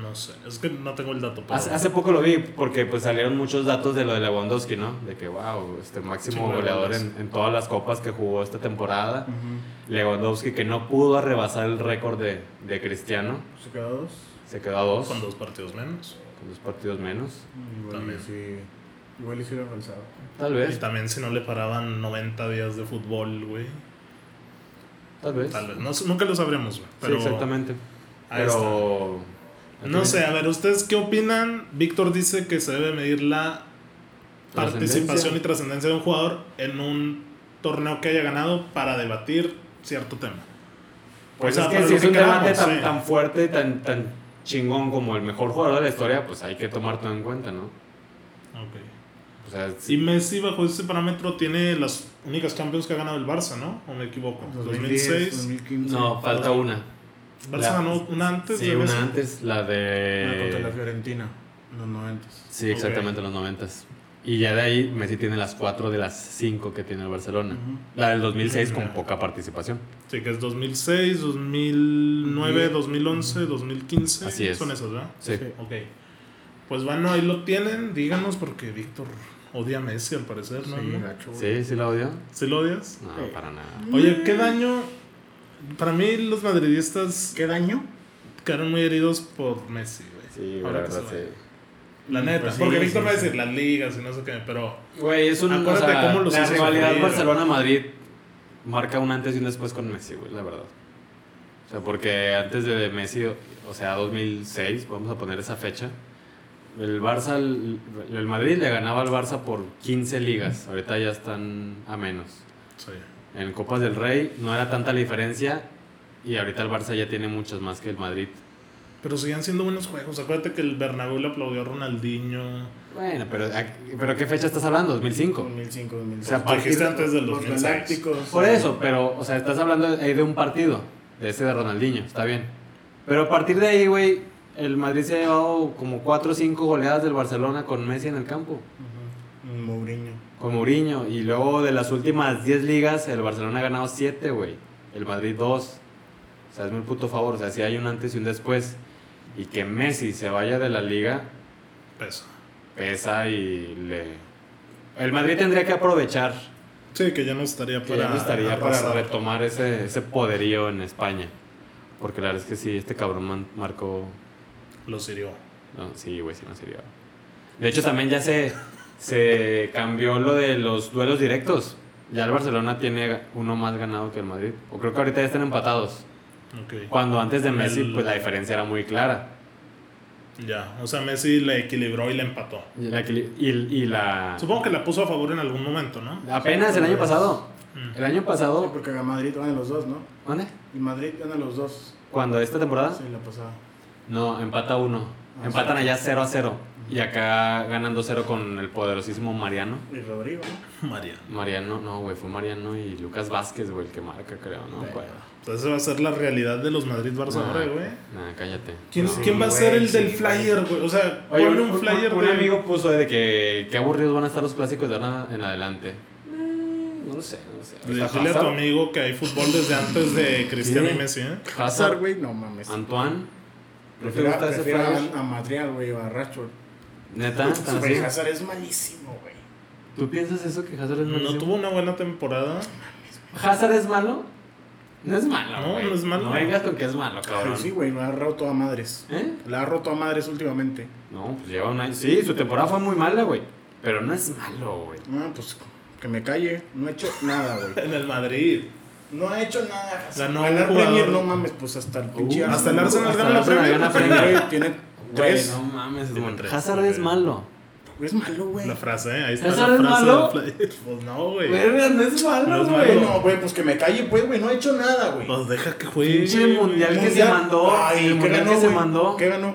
Speaker 1: No sé, es que no tengo el dato. Pero
Speaker 3: Hace, hace poco lo vi porque pues salieron muchos datos de lo de Lewandowski, ¿no? De que, wow, este máximo
Speaker 1: Sí,
Speaker 3: goleador en, en todas las copas que jugó esta temporada. Lewandowski que no pudo rebasar el récord de, de Cristiano.
Speaker 2: Se quedó dos.
Speaker 3: Se quedó a dos,
Speaker 1: Con dos partidos menos.
Speaker 3: con dos partidos menos.
Speaker 2: Y bueno,
Speaker 1: También.
Speaker 2: sí. Igual y si lo han alzado.
Speaker 3: Tal
Speaker 1: Y
Speaker 3: vez,
Speaker 1: también si no le paraban 90 días de fútbol, güey.
Speaker 3: tal vez.
Speaker 1: Tal vez. No sé, nunca lo sabremos, güey.
Speaker 3: Sí,
Speaker 1: Pero
Speaker 3: exactamente.
Speaker 1: ahí está.
Speaker 3: Pero.
Speaker 1: No sé, a ver, ¿ustedes qué opinan? Víctor dice que se debe medir la participación y trascendencia de un jugador en un torneo que haya ganado para debatir cierto tema.
Speaker 3: Pues
Speaker 1: O sea,
Speaker 3: es que
Speaker 1: para
Speaker 3: si
Speaker 1: lo
Speaker 3: es
Speaker 1: que
Speaker 3: un debate
Speaker 1: queramos, sí.
Speaker 3: tan, tan fuerte, tan, tan chingón como el mejor jugador de la historia, pues hay que tomar todo en cuenta, ¿no? O sea,
Speaker 1: Y
Speaker 3: sí,
Speaker 1: Messi bajo ese parámetro tiene las únicas Champions que ha ganado el Barça, ¿no? ¿O me equivoco?
Speaker 2: 2010,
Speaker 1: 2006.
Speaker 2: 2015.
Speaker 3: no, falta una.
Speaker 1: Barça
Speaker 3: La-
Speaker 1: ganó una antes
Speaker 3: Sí,
Speaker 1: de Messi.
Speaker 3: una antes, la
Speaker 2: Una contra la
Speaker 3: de...
Speaker 2: Fiorentina. En los 90.
Speaker 3: Sí, exactamente, los noventas. Y ya de ahí Messi tiene las cuatro de las cinco que tiene el Barcelona. La del 2006 con
Speaker 1: Ujú.
Speaker 3: poca participación.
Speaker 1: Sí, que es 2006, 2009, 2011, 2015.
Speaker 3: Así es.
Speaker 1: Son esas, ¿verdad?
Speaker 3: Sí.
Speaker 2: Sí.
Speaker 1: Ok. Pues bueno, ahí lo tienen. Díganos porque Víctor odia a Messi al parecer, ¿no?
Speaker 2: Sí,
Speaker 1: ¿No?
Speaker 2: gacho, güey.
Speaker 3: ¿Sí? ¿Sí la odio?
Speaker 1: ¿Sí lo odias?
Speaker 3: No,
Speaker 2: Sí.
Speaker 3: para nada.
Speaker 1: Oye, ¿qué daño? Para mí los madridistas
Speaker 2: ¿Qué daño?
Speaker 1: quedaron muy heridos por Messi, güey.
Speaker 3: Sí,
Speaker 1: Ahora
Speaker 3: la
Speaker 1: que
Speaker 3: verdad,
Speaker 1: se va.
Speaker 3: sí.
Speaker 1: La neta.
Speaker 2: Pues sí,
Speaker 1: porque
Speaker 2: sí,
Speaker 1: Víctor va a
Speaker 2: sí.
Speaker 1: decir las ligas y no sé qué, pero...
Speaker 3: Güey, es un.
Speaker 1: Acuérdate
Speaker 3: o sea,
Speaker 1: cómo los
Speaker 3: la
Speaker 1: hizo
Speaker 3: rivalidad
Speaker 1: sufrir, güey.
Speaker 3: Barcelona-Madrid marca un antes y un después con Messi, güey, la verdad. O sea, porque antes de Messi, o- o sea, 2006, vamos a poner esa fecha, el Barça, el, el Madrid le ganaba al Barça por 15 ligas. Ahorita ya están a menos.
Speaker 1: Sí.
Speaker 3: En Copas del Rey no era tanta la diferencia y ahorita el Barça ya tiene muchas más que el Madrid.
Speaker 1: Pero siguen siendo buenos juegos. Acuérdate que el Bernabéu le aplaudió a Ronaldinho.
Speaker 3: Bueno, pero, pero ¿qué fecha estás hablando? 2005.
Speaker 2: 2005, 2006.
Speaker 3: O sea,
Speaker 1: Porque
Speaker 3: partir-
Speaker 1: está antes del
Speaker 2: los
Speaker 1: 2006.
Speaker 2: galácticos.
Speaker 3: Por eso, pero, o sea, estás hablando ahí de un partido, de ese de Ronaldinho, está bien. Pero a partir de ahí, güey, el Madrid se ha llevado como 4 o 5 goleadas del Barcelona con Messi en el campo,
Speaker 2: Ujú. Mourinho.
Speaker 3: con Mourinho. Y luego de las últimas 10 ligas, el Barcelona ha ganado 7, güey. El Madrid 2. O sea, es muy puto favor. O sea, si hay un antes y un después. Y que Messi se vaya de la liga,
Speaker 1: Peso.
Speaker 3: pesa y le... El Madrid tendría que aprovechar
Speaker 1: Sí, que ya no estaría
Speaker 3: que
Speaker 1: para...
Speaker 3: ya no estaría para
Speaker 1: arrasar.
Speaker 3: retomar ese, ese poderío en España. Porque la verdad es que sí, este cabrón man- marcó.
Speaker 1: Los hirió.
Speaker 3: no, sí, güey, sí, no sería. De hecho, también ya se, se cambió lo de los duelos directos. Ya el Barcelona tiene uno más ganado que el Madrid. O creo que ahorita ya están empatados.
Speaker 1: Ok.
Speaker 3: Cuando antes de Messi,
Speaker 1: El-
Speaker 3: pues la diferencia era muy clara.
Speaker 1: Ya, o sea, Messi la equilibró y la empató.
Speaker 3: Y la. equili- y- y la-
Speaker 1: Supongo que la puso a favor en algún momento, ¿no?
Speaker 3: apenas el año pasado.
Speaker 1: Mm.
Speaker 3: El año
Speaker 2: Sí,
Speaker 3: pasado.
Speaker 2: porque a Madrid ganan los dos, ¿no?
Speaker 3: ¿Dónde?
Speaker 2: Y Madrid gana los dos.
Speaker 3: Cuando esta temporada.
Speaker 2: Sí, la pasada.
Speaker 3: No, empata uno.
Speaker 2: Ah,
Speaker 3: Empatan
Speaker 2: sí.
Speaker 3: allá 0 a 0. Y acá ganando 0 con el poderosísimo Mariano.
Speaker 2: Y Rodrigo, ¿no?
Speaker 1: María.
Speaker 3: Mariano, no, güey, fue Mariano y Lucas Vázquez, güey, el que marca, creo, no me acuerdo.
Speaker 1: Entonces va a ser la realidad de los Madrid Barça
Speaker 3: Nah,
Speaker 1: ahora, güey.
Speaker 3: nah, cállate.
Speaker 1: ¿Quién,
Speaker 3: No.
Speaker 1: quién va a
Speaker 2: güey,
Speaker 1: ser el
Speaker 2: sí,
Speaker 1: del
Speaker 2: güey.
Speaker 1: flyer, güey? O sea,
Speaker 3: Oye,
Speaker 1: ponle
Speaker 3: un,
Speaker 1: un flyer
Speaker 3: un
Speaker 1: de-
Speaker 3: amigo puso de que qué aburridos van a estar los clásicos de ahora en adelante. Mm, No lo sé, no lo sé.
Speaker 1: de-
Speaker 3: Está
Speaker 1: Dile a tu
Speaker 3: Hazard,
Speaker 1: amigo que hay fútbol desde antes de Cristiano y
Speaker 3: Sí.
Speaker 1: Messi, ¿eh?
Speaker 3: Hazard,
Speaker 2: güey, no mames.
Speaker 3: Antoine. ¿No te
Speaker 2: Prefiero,
Speaker 3: gusta ese
Speaker 2: prefiero
Speaker 3: flyer?
Speaker 2: a, a Madrid, güey, o a Rashford.
Speaker 3: Neta, tan
Speaker 2: Güey,
Speaker 3: así.
Speaker 2: Hazard es malísimo, güey.
Speaker 3: ¿Tú piensas eso que Hazard es malo?
Speaker 1: No tuvo una buena temporada.
Speaker 3: ¿Hazard es malo? No es malo,
Speaker 1: No,
Speaker 3: güey.
Speaker 1: no es malo.
Speaker 3: No vengas con que es malo,
Speaker 2: Pero
Speaker 3: cabrón.
Speaker 2: sí, güey, lo ha roto a madres.
Speaker 3: ¿Eh?
Speaker 2: La ha roto a madres últimamente.
Speaker 3: No, pues lleva un año. Sí, su temporada fue muy mala, güey. Pero no es malo, güey.
Speaker 2: Ah, pues que me calle. No ha hecho nada, güey.
Speaker 1: En el Madrid.
Speaker 2: No ha hecho nada. Hazard.
Speaker 1: Ganó
Speaker 2: Ganar
Speaker 1: un jugador.
Speaker 2: Premier, no mames, pues hasta el pinche.
Speaker 3: Uh,
Speaker 1: hasta el Arsenal
Speaker 3: hasta
Speaker 1: gana la
Speaker 3: el Arsenal
Speaker 1: Premier.
Speaker 3: gana Premier.
Speaker 2: Güey, tiene
Speaker 3: Güey,
Speaker 2: tres.
Speaker 3: no mames,
Speaker 1: Tiene
Speaker 3: güey.
Speaker 1: tres,
Speaker 3: Hazard
Speaker 1: güey.
Speaker 3: es malo.
Speaker 2: Es malo, güey.
Speaker 1: La frase, ¿eh? Ahí está
Speaker 3: ¿Eso
Speaker 1: la
Speaker 3: es
Speaker 1: frase
Speaker 3: malo?
Speaker 1: del flyer. Pues no, güey.
Speaker 3: Verga, no es
Speaker 1: No
Speaker 3: malo,
Speaker 1: es
Speaker 3: güey.
Speaker 2: Güey, no, güey, pues que me calle, pues, güey. No ha hecho nada, güey.
Speaker 1: Pues deja que
Speaker 3: Pinche
Speaker 1: juegue.
Speaker 3: mundial que se
Speaker 2: Mundial.
Speaker 3: mandó.
Speaker 2: Ay,
Speaker 3: el
Speaker 2: ¿qué
Speaker 3: mundial
Speaker 2: ganó,
Speaker 3: que se
Speaker 2: güey?
Speaker 3: mandó.
Speaker 2: ¿Qué ganó?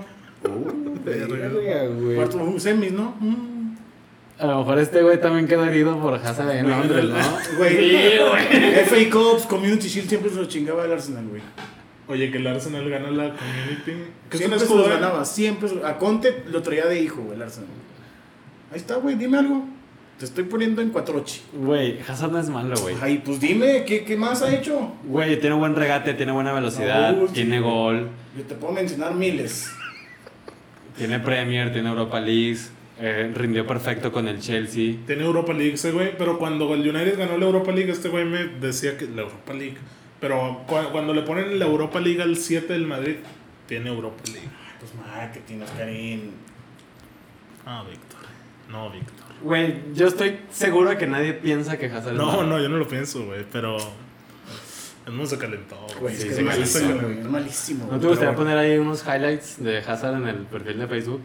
Speaker 3: Uh,
Speaker 1: Verga.
Speaker 2: Cuarto uh, semis, ¿no? Mm.
Speaker 3: A lo mejor este güey también quedó herido por Hazard en
Speaker 1: Güey,
Speaker 3: Londres,
Speaker 1: no.
Speaker 3: ¿no?
Speaker 2: Güey.
Speaker 3: Sí, güey.
Speaker 2: FA Cups, Community Shield siempre se lo chingaba el Arsenal, güey.
Speaker 1: Oye, que el Arsenal gana la Community. Que es un
Speaker 2: Siempre se los
Speaker 1: escudo, ¿eh?
Speaker 2: ganaba, siempre. se- A Conte lo traía de hijo, güey, el Arsenal. Ahí está, güey, dime algo. Te estoy poniendo en cuatrochi.
Speaker 3: Güey, Hazard no es malo, güey.
Speaker 2: Ay, pues dime, ¿qué, qué más ha hecho?
Speaker 3: Güey, tiene buen regate, tiene buena velocidad,
Speaker 2: Uy, sí,
Speaker 3: tiene
Speaker 2: güey.
Speaker 3: gol.
Speaker 2: Yo te puedo mencionar miles.
Speaker 3: Tiene Premier, tiene Europa League, eh, rindió perfecto con el Chelsea.
Speaker 1: Tiene Europa League ese güey, pero cuando el United ganó la Europa League, este güey me decía que la Europa League. Pero cu- cuando le ponen la Europa League al 7 del Madrid, tiene Europa League.
Speaker 2: Pues marketing, Oscarín.
Speaker 1: Ah, Víctor. No, Víctor.
Speaker 3: Güey, yo estoy seguro de que nadie piensa que Hazard es
Speaker 1: No,
Speaker 3: malo.
Speaker 1: no, yo no lo pienso, güey, pero. El mundo se calentó,
Speaker 2: Güey, es
Speaker 1: Sí,
Speaker 2: que
Speaker 1: se
Speaker 2: es malísimo,
Speaker 1: calentó.
Speaker 2: güey. Es malísimo.
Speaker 3: ¿No te
Speaker 2: güey.
Speaker 3: gustaría
Speaker 2: Pero bueno.
Speaker 3: poner ahí unos highlights de Hazard en el perfil de Facebook?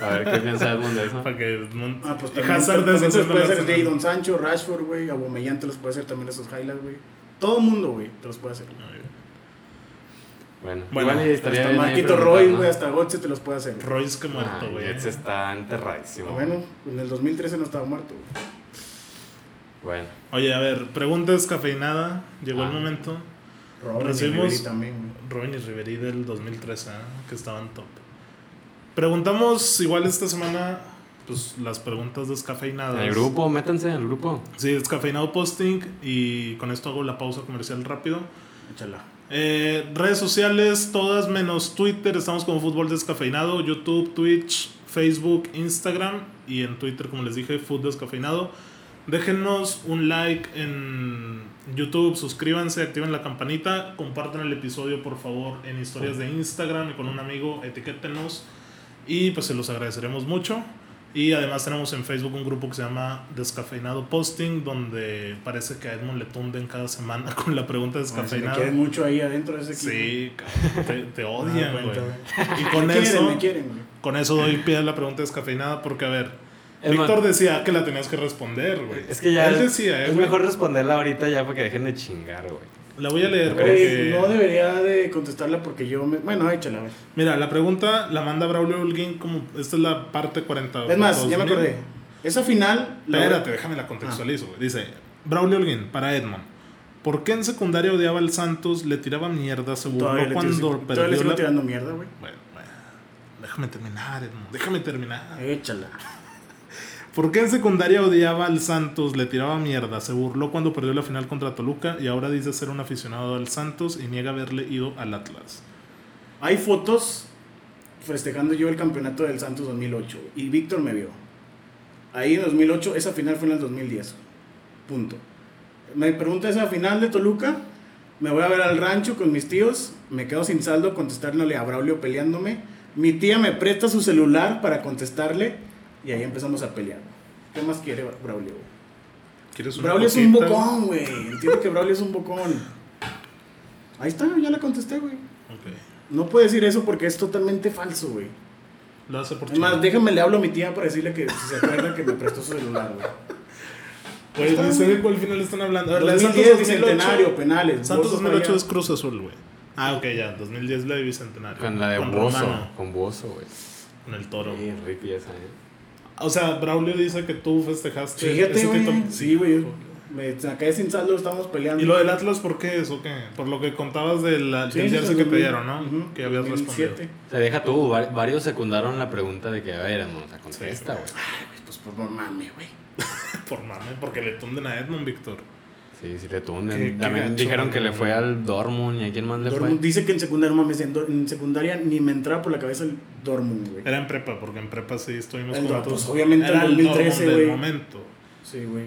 Speaker 3: A ver qué piensa Edmund de eso.
Speaker 1: Para que Edmund-
Speaker 2: Ah, pues también,
Speaker 1: Hazard
Speaker 2: también te los
Speaker 1: deshaciendo
Speaker 2: puede
Speaker 1: el
Speaker 2: hacer
Speaker 1: Arsenal.
Speaker 2: Jadon Sancho, Rashford, güey, Aubameyang te los puede hacer también esos highlights, güey. Todo mundo, güey, te los puede hacer.
Speaker 3: Bueno,
Speaker 1: Bueno,
Speaker 3: igual y estaría
Speaker 2: Hasta
Speaker 3: bien ahí
Speaker 2: Marquito
Speaker 3: preguntar,
Speaker 2: Roy,
Speaker 3: ¿no?
Speaker 2: güey, hasta Gotze te los puede hacer.
Speaker 1: Royce que
Speaker 3: Ah,
Speaker 1: muerto, güey. ¿eh?
Speaker 3: Jets está enterradísimo.
Speaker 2: Bueno, en el 2013 no estaba muerto, güey.
Speaker 3: Bueno.
Speaker 1: Oye, a ver, pregunta descafeinada. Llegó
Speaker 3: Ah.
Speaker 1: el momento.
Speaker 2: Robin
Speaker 1: Recibimos-
Speaker 2: y Ribery también, güey.
Speaker 1: Robin y Ribery del 2013, ¿eh? que estaban top. Preguntamos igual esta semana, pues las preguntas descafeinadas.
Speaker 3: En el grupo, métanse en el grupo.
Speaker 1: Sí, descafeinado posting. Y con esto hago la pausa comercial rápido.
Speaker 2: Échala.
Speaker 1: Eh, redes sociales, todas menos Twitter, estamos como Fútbol Descafeinado, YouTube, Twitch, Facebook, Instagram y en Twitter, como les dije, Fútbol Descafeinado. Déjenos un like en YouTube, suscríbanse, activen la campanita, compartan el episodio por favor en historias de Instagram y con un amigo, etiquétenos y pues se los agradeceremos mucho. Y además tenemos en Facebook un grupo que se llama Descafeinado Posting, donde parece que a Edmond le tunden cada semana con la pregunta
Speaker 2: Ah, Si me
Speaker 1: descafeinada.
Speaker 2: quieren mucho ahí adentro de ese equipo.
Speaker 1: Sí, cabrón, te, te
Speaker 2: Ah,
Speaker 1: odian, güey.
Speaker 2: cuenta,
Speaker 1: Y
Speaker 2: Me
Speaker 1: con
Speaker 2: quieren,
Speaker 1: eso,
Speaker 2: me quieren, güey.
Speaker 1: con eso doy pie a la pregunta descafeinada porque, a ver,
Speaker 3: Es
Speaker 1: Víctor
Speaker 3: más-
Speaker 1: decía que la tenías que responder, güey.
Speaker 3: Es que ya.
Speaker 1: Él decía, eh,
Speaker 3: es
Speaker 1: güey.
Speaker 3: mejor responderla ahorita ya para que dejen de chingar, güey.
Speaker 1: La voy a leer
Speaker 3: Güey,
Speaker 2: Güey,
Speaker 1: porque...
Speaker 2: no debería de contestarla porque yo me... Bueno, échala, güey.
Speaker 1: Mira, la pregunta la manda Braulio Holguín como... Esta es la parte 40.
Speaker 2: Es más,
Speaker 1: dos
Speaker 2: ya me
Speaker 1: mil.
Speaker 2: acordé. Esa final... la- Ah.
Speaker 1: Espérate, déjame la contextualizo, güey. Dice, Braulio Holguín, para Edmond. ¿Por qué en secundaria odiaba al Santos? Le tiraba mierda, se burló
Speaker 2: Todavía le
Speaker 1: cuando
Speaker 2: estoy- todavía le
Speaker 1: perdió
Speaker 2: sigo
Speaker 1: la...
Speaker 2: tirando mierda, güey.
Speaker 1: Bueno, bueno, déjame terminar, Edmond. Déjame terminar.
Speaker 2: Échala.
Speaker 1: ¿Por qué en secundaria odiaba al Santos? Le tiraba mierda. Se burló cuando perdió la final contra Toluca y ahora dice ser un aficionado al Santos y niega haberle ido al Atlas.
Speaker 2: Hay fotos festejando yo el campeonato del Santos 2008 güey, y Víctor me vio. Ahí en 2008, esa final fue en el 2010. Punto. Me pregunta esa final de Toluca, me voy a ver al rancho con mis tíos, me quedo sin saldo contestándole a Braulio peleándome. Mi tía me presta su celular para contestarle y ahí empezamos a pelear. ¿Qué más quiere Bra- Braulio? güey?
Speaker 1: ¿Quieres una
Speaker 2: Braulio es un
Speaker 1: cosita?
Speaker 2: bocón, güey. Entiendo que Braulio es un bocón. Ahí está, ya la contesté, güey.
Speaker 1: Ok.
Speaker 2: No puedo decir eso porque es totalmente falso, güey.
Speaker 1: Lo hace por
Speaker 2: Es más,
Speaker 1: chingón.
Speaker 2: déjame le hablo a mi tía para decirle que si se acuerda que me prestó su celular, güey.
Speaker 1: Güey, ni sé de cuál final están hablando. Pues, A ver, la de
Speaker 2: 2010,
Speaker 1: 2008.
Speaker 2: bicentenario, penales.
Speaker 1: Santos
Speaker 2: Bozo
Speaker 1: 2008
Speaker 2: falla.
Speaker 1: es Cruz Azul, güey. Ah, ok, ya. 2010 la de Bicentenario.
Speaker 3: Con la de Bozo.
Speaker 1: Romano,
Speaker 3: Con Bozo, güey.
Speaker 1: Con el toro.
Speaker 3: Sí, Ricky esa, eh.
Speaker 1: O sea, Braulio dice que tú festejaste.
Speaker 2: Fíjate,
Speaker 1: ese
Speaker 2: güey.
Speaker 1: título.
Speaker 2: Sí, güey. Me saqué sin saldo, estamos peleando.
Speaker 1: ¿Y lo del Atlas por qué es o qué? Por lo que contabas del,
Speaker 2: Sí,
Speaker 1: del
Speaker 2: sí,
Speaker 1: jersey
Speaker 2: sí,
Speaker 1: que
Speaker 2: sí.
Speaker 1: te dieron, ¿no?
Speaker 2: Ujú.
Speaker 1: Que habías
Speaker 2: 2007.
Speaker 1: respondido.
Speaker 3: O sea, deja tú. va- Varios secundaron la pregunta de que, a ver, no, o sea, contesta, güey.
Speaker 2: Ay, Pues por no mames, güey.
Speaker 1: Por mame, porque le tunden a Edmond, Víctor.
Speaker 3: Sí, sí, le
Speaker 1: Qué-
Speaker 3: tunden.
Speaker 1: qué
Speaker 3: También
Speaker 1: gacho,
Speaker 3: dijeron que
Speaker 1: güey.
Speaker 3: le fue al Dortmund y a quién más le
Speaker 2: Dortmund dice que en secundaria, mames, en, do- en secundaria ni me entraba por la cabeza el Dortmund, güey.
Speaker 1: Era en prepa, porque en prepa sí estuvimos
Speaker 2: El
Speaker 1: juntos.
Speaker 2: Dortmund, pues, obviamente,
Speaker 1: Era
Speaker 2: el
Speaker 1: el
Speaker 2: 2013,
Speaker 1: Dortmund del
Speaker 2: güey.
Speaker 1: momento.
Speaker 2: Sí, güey.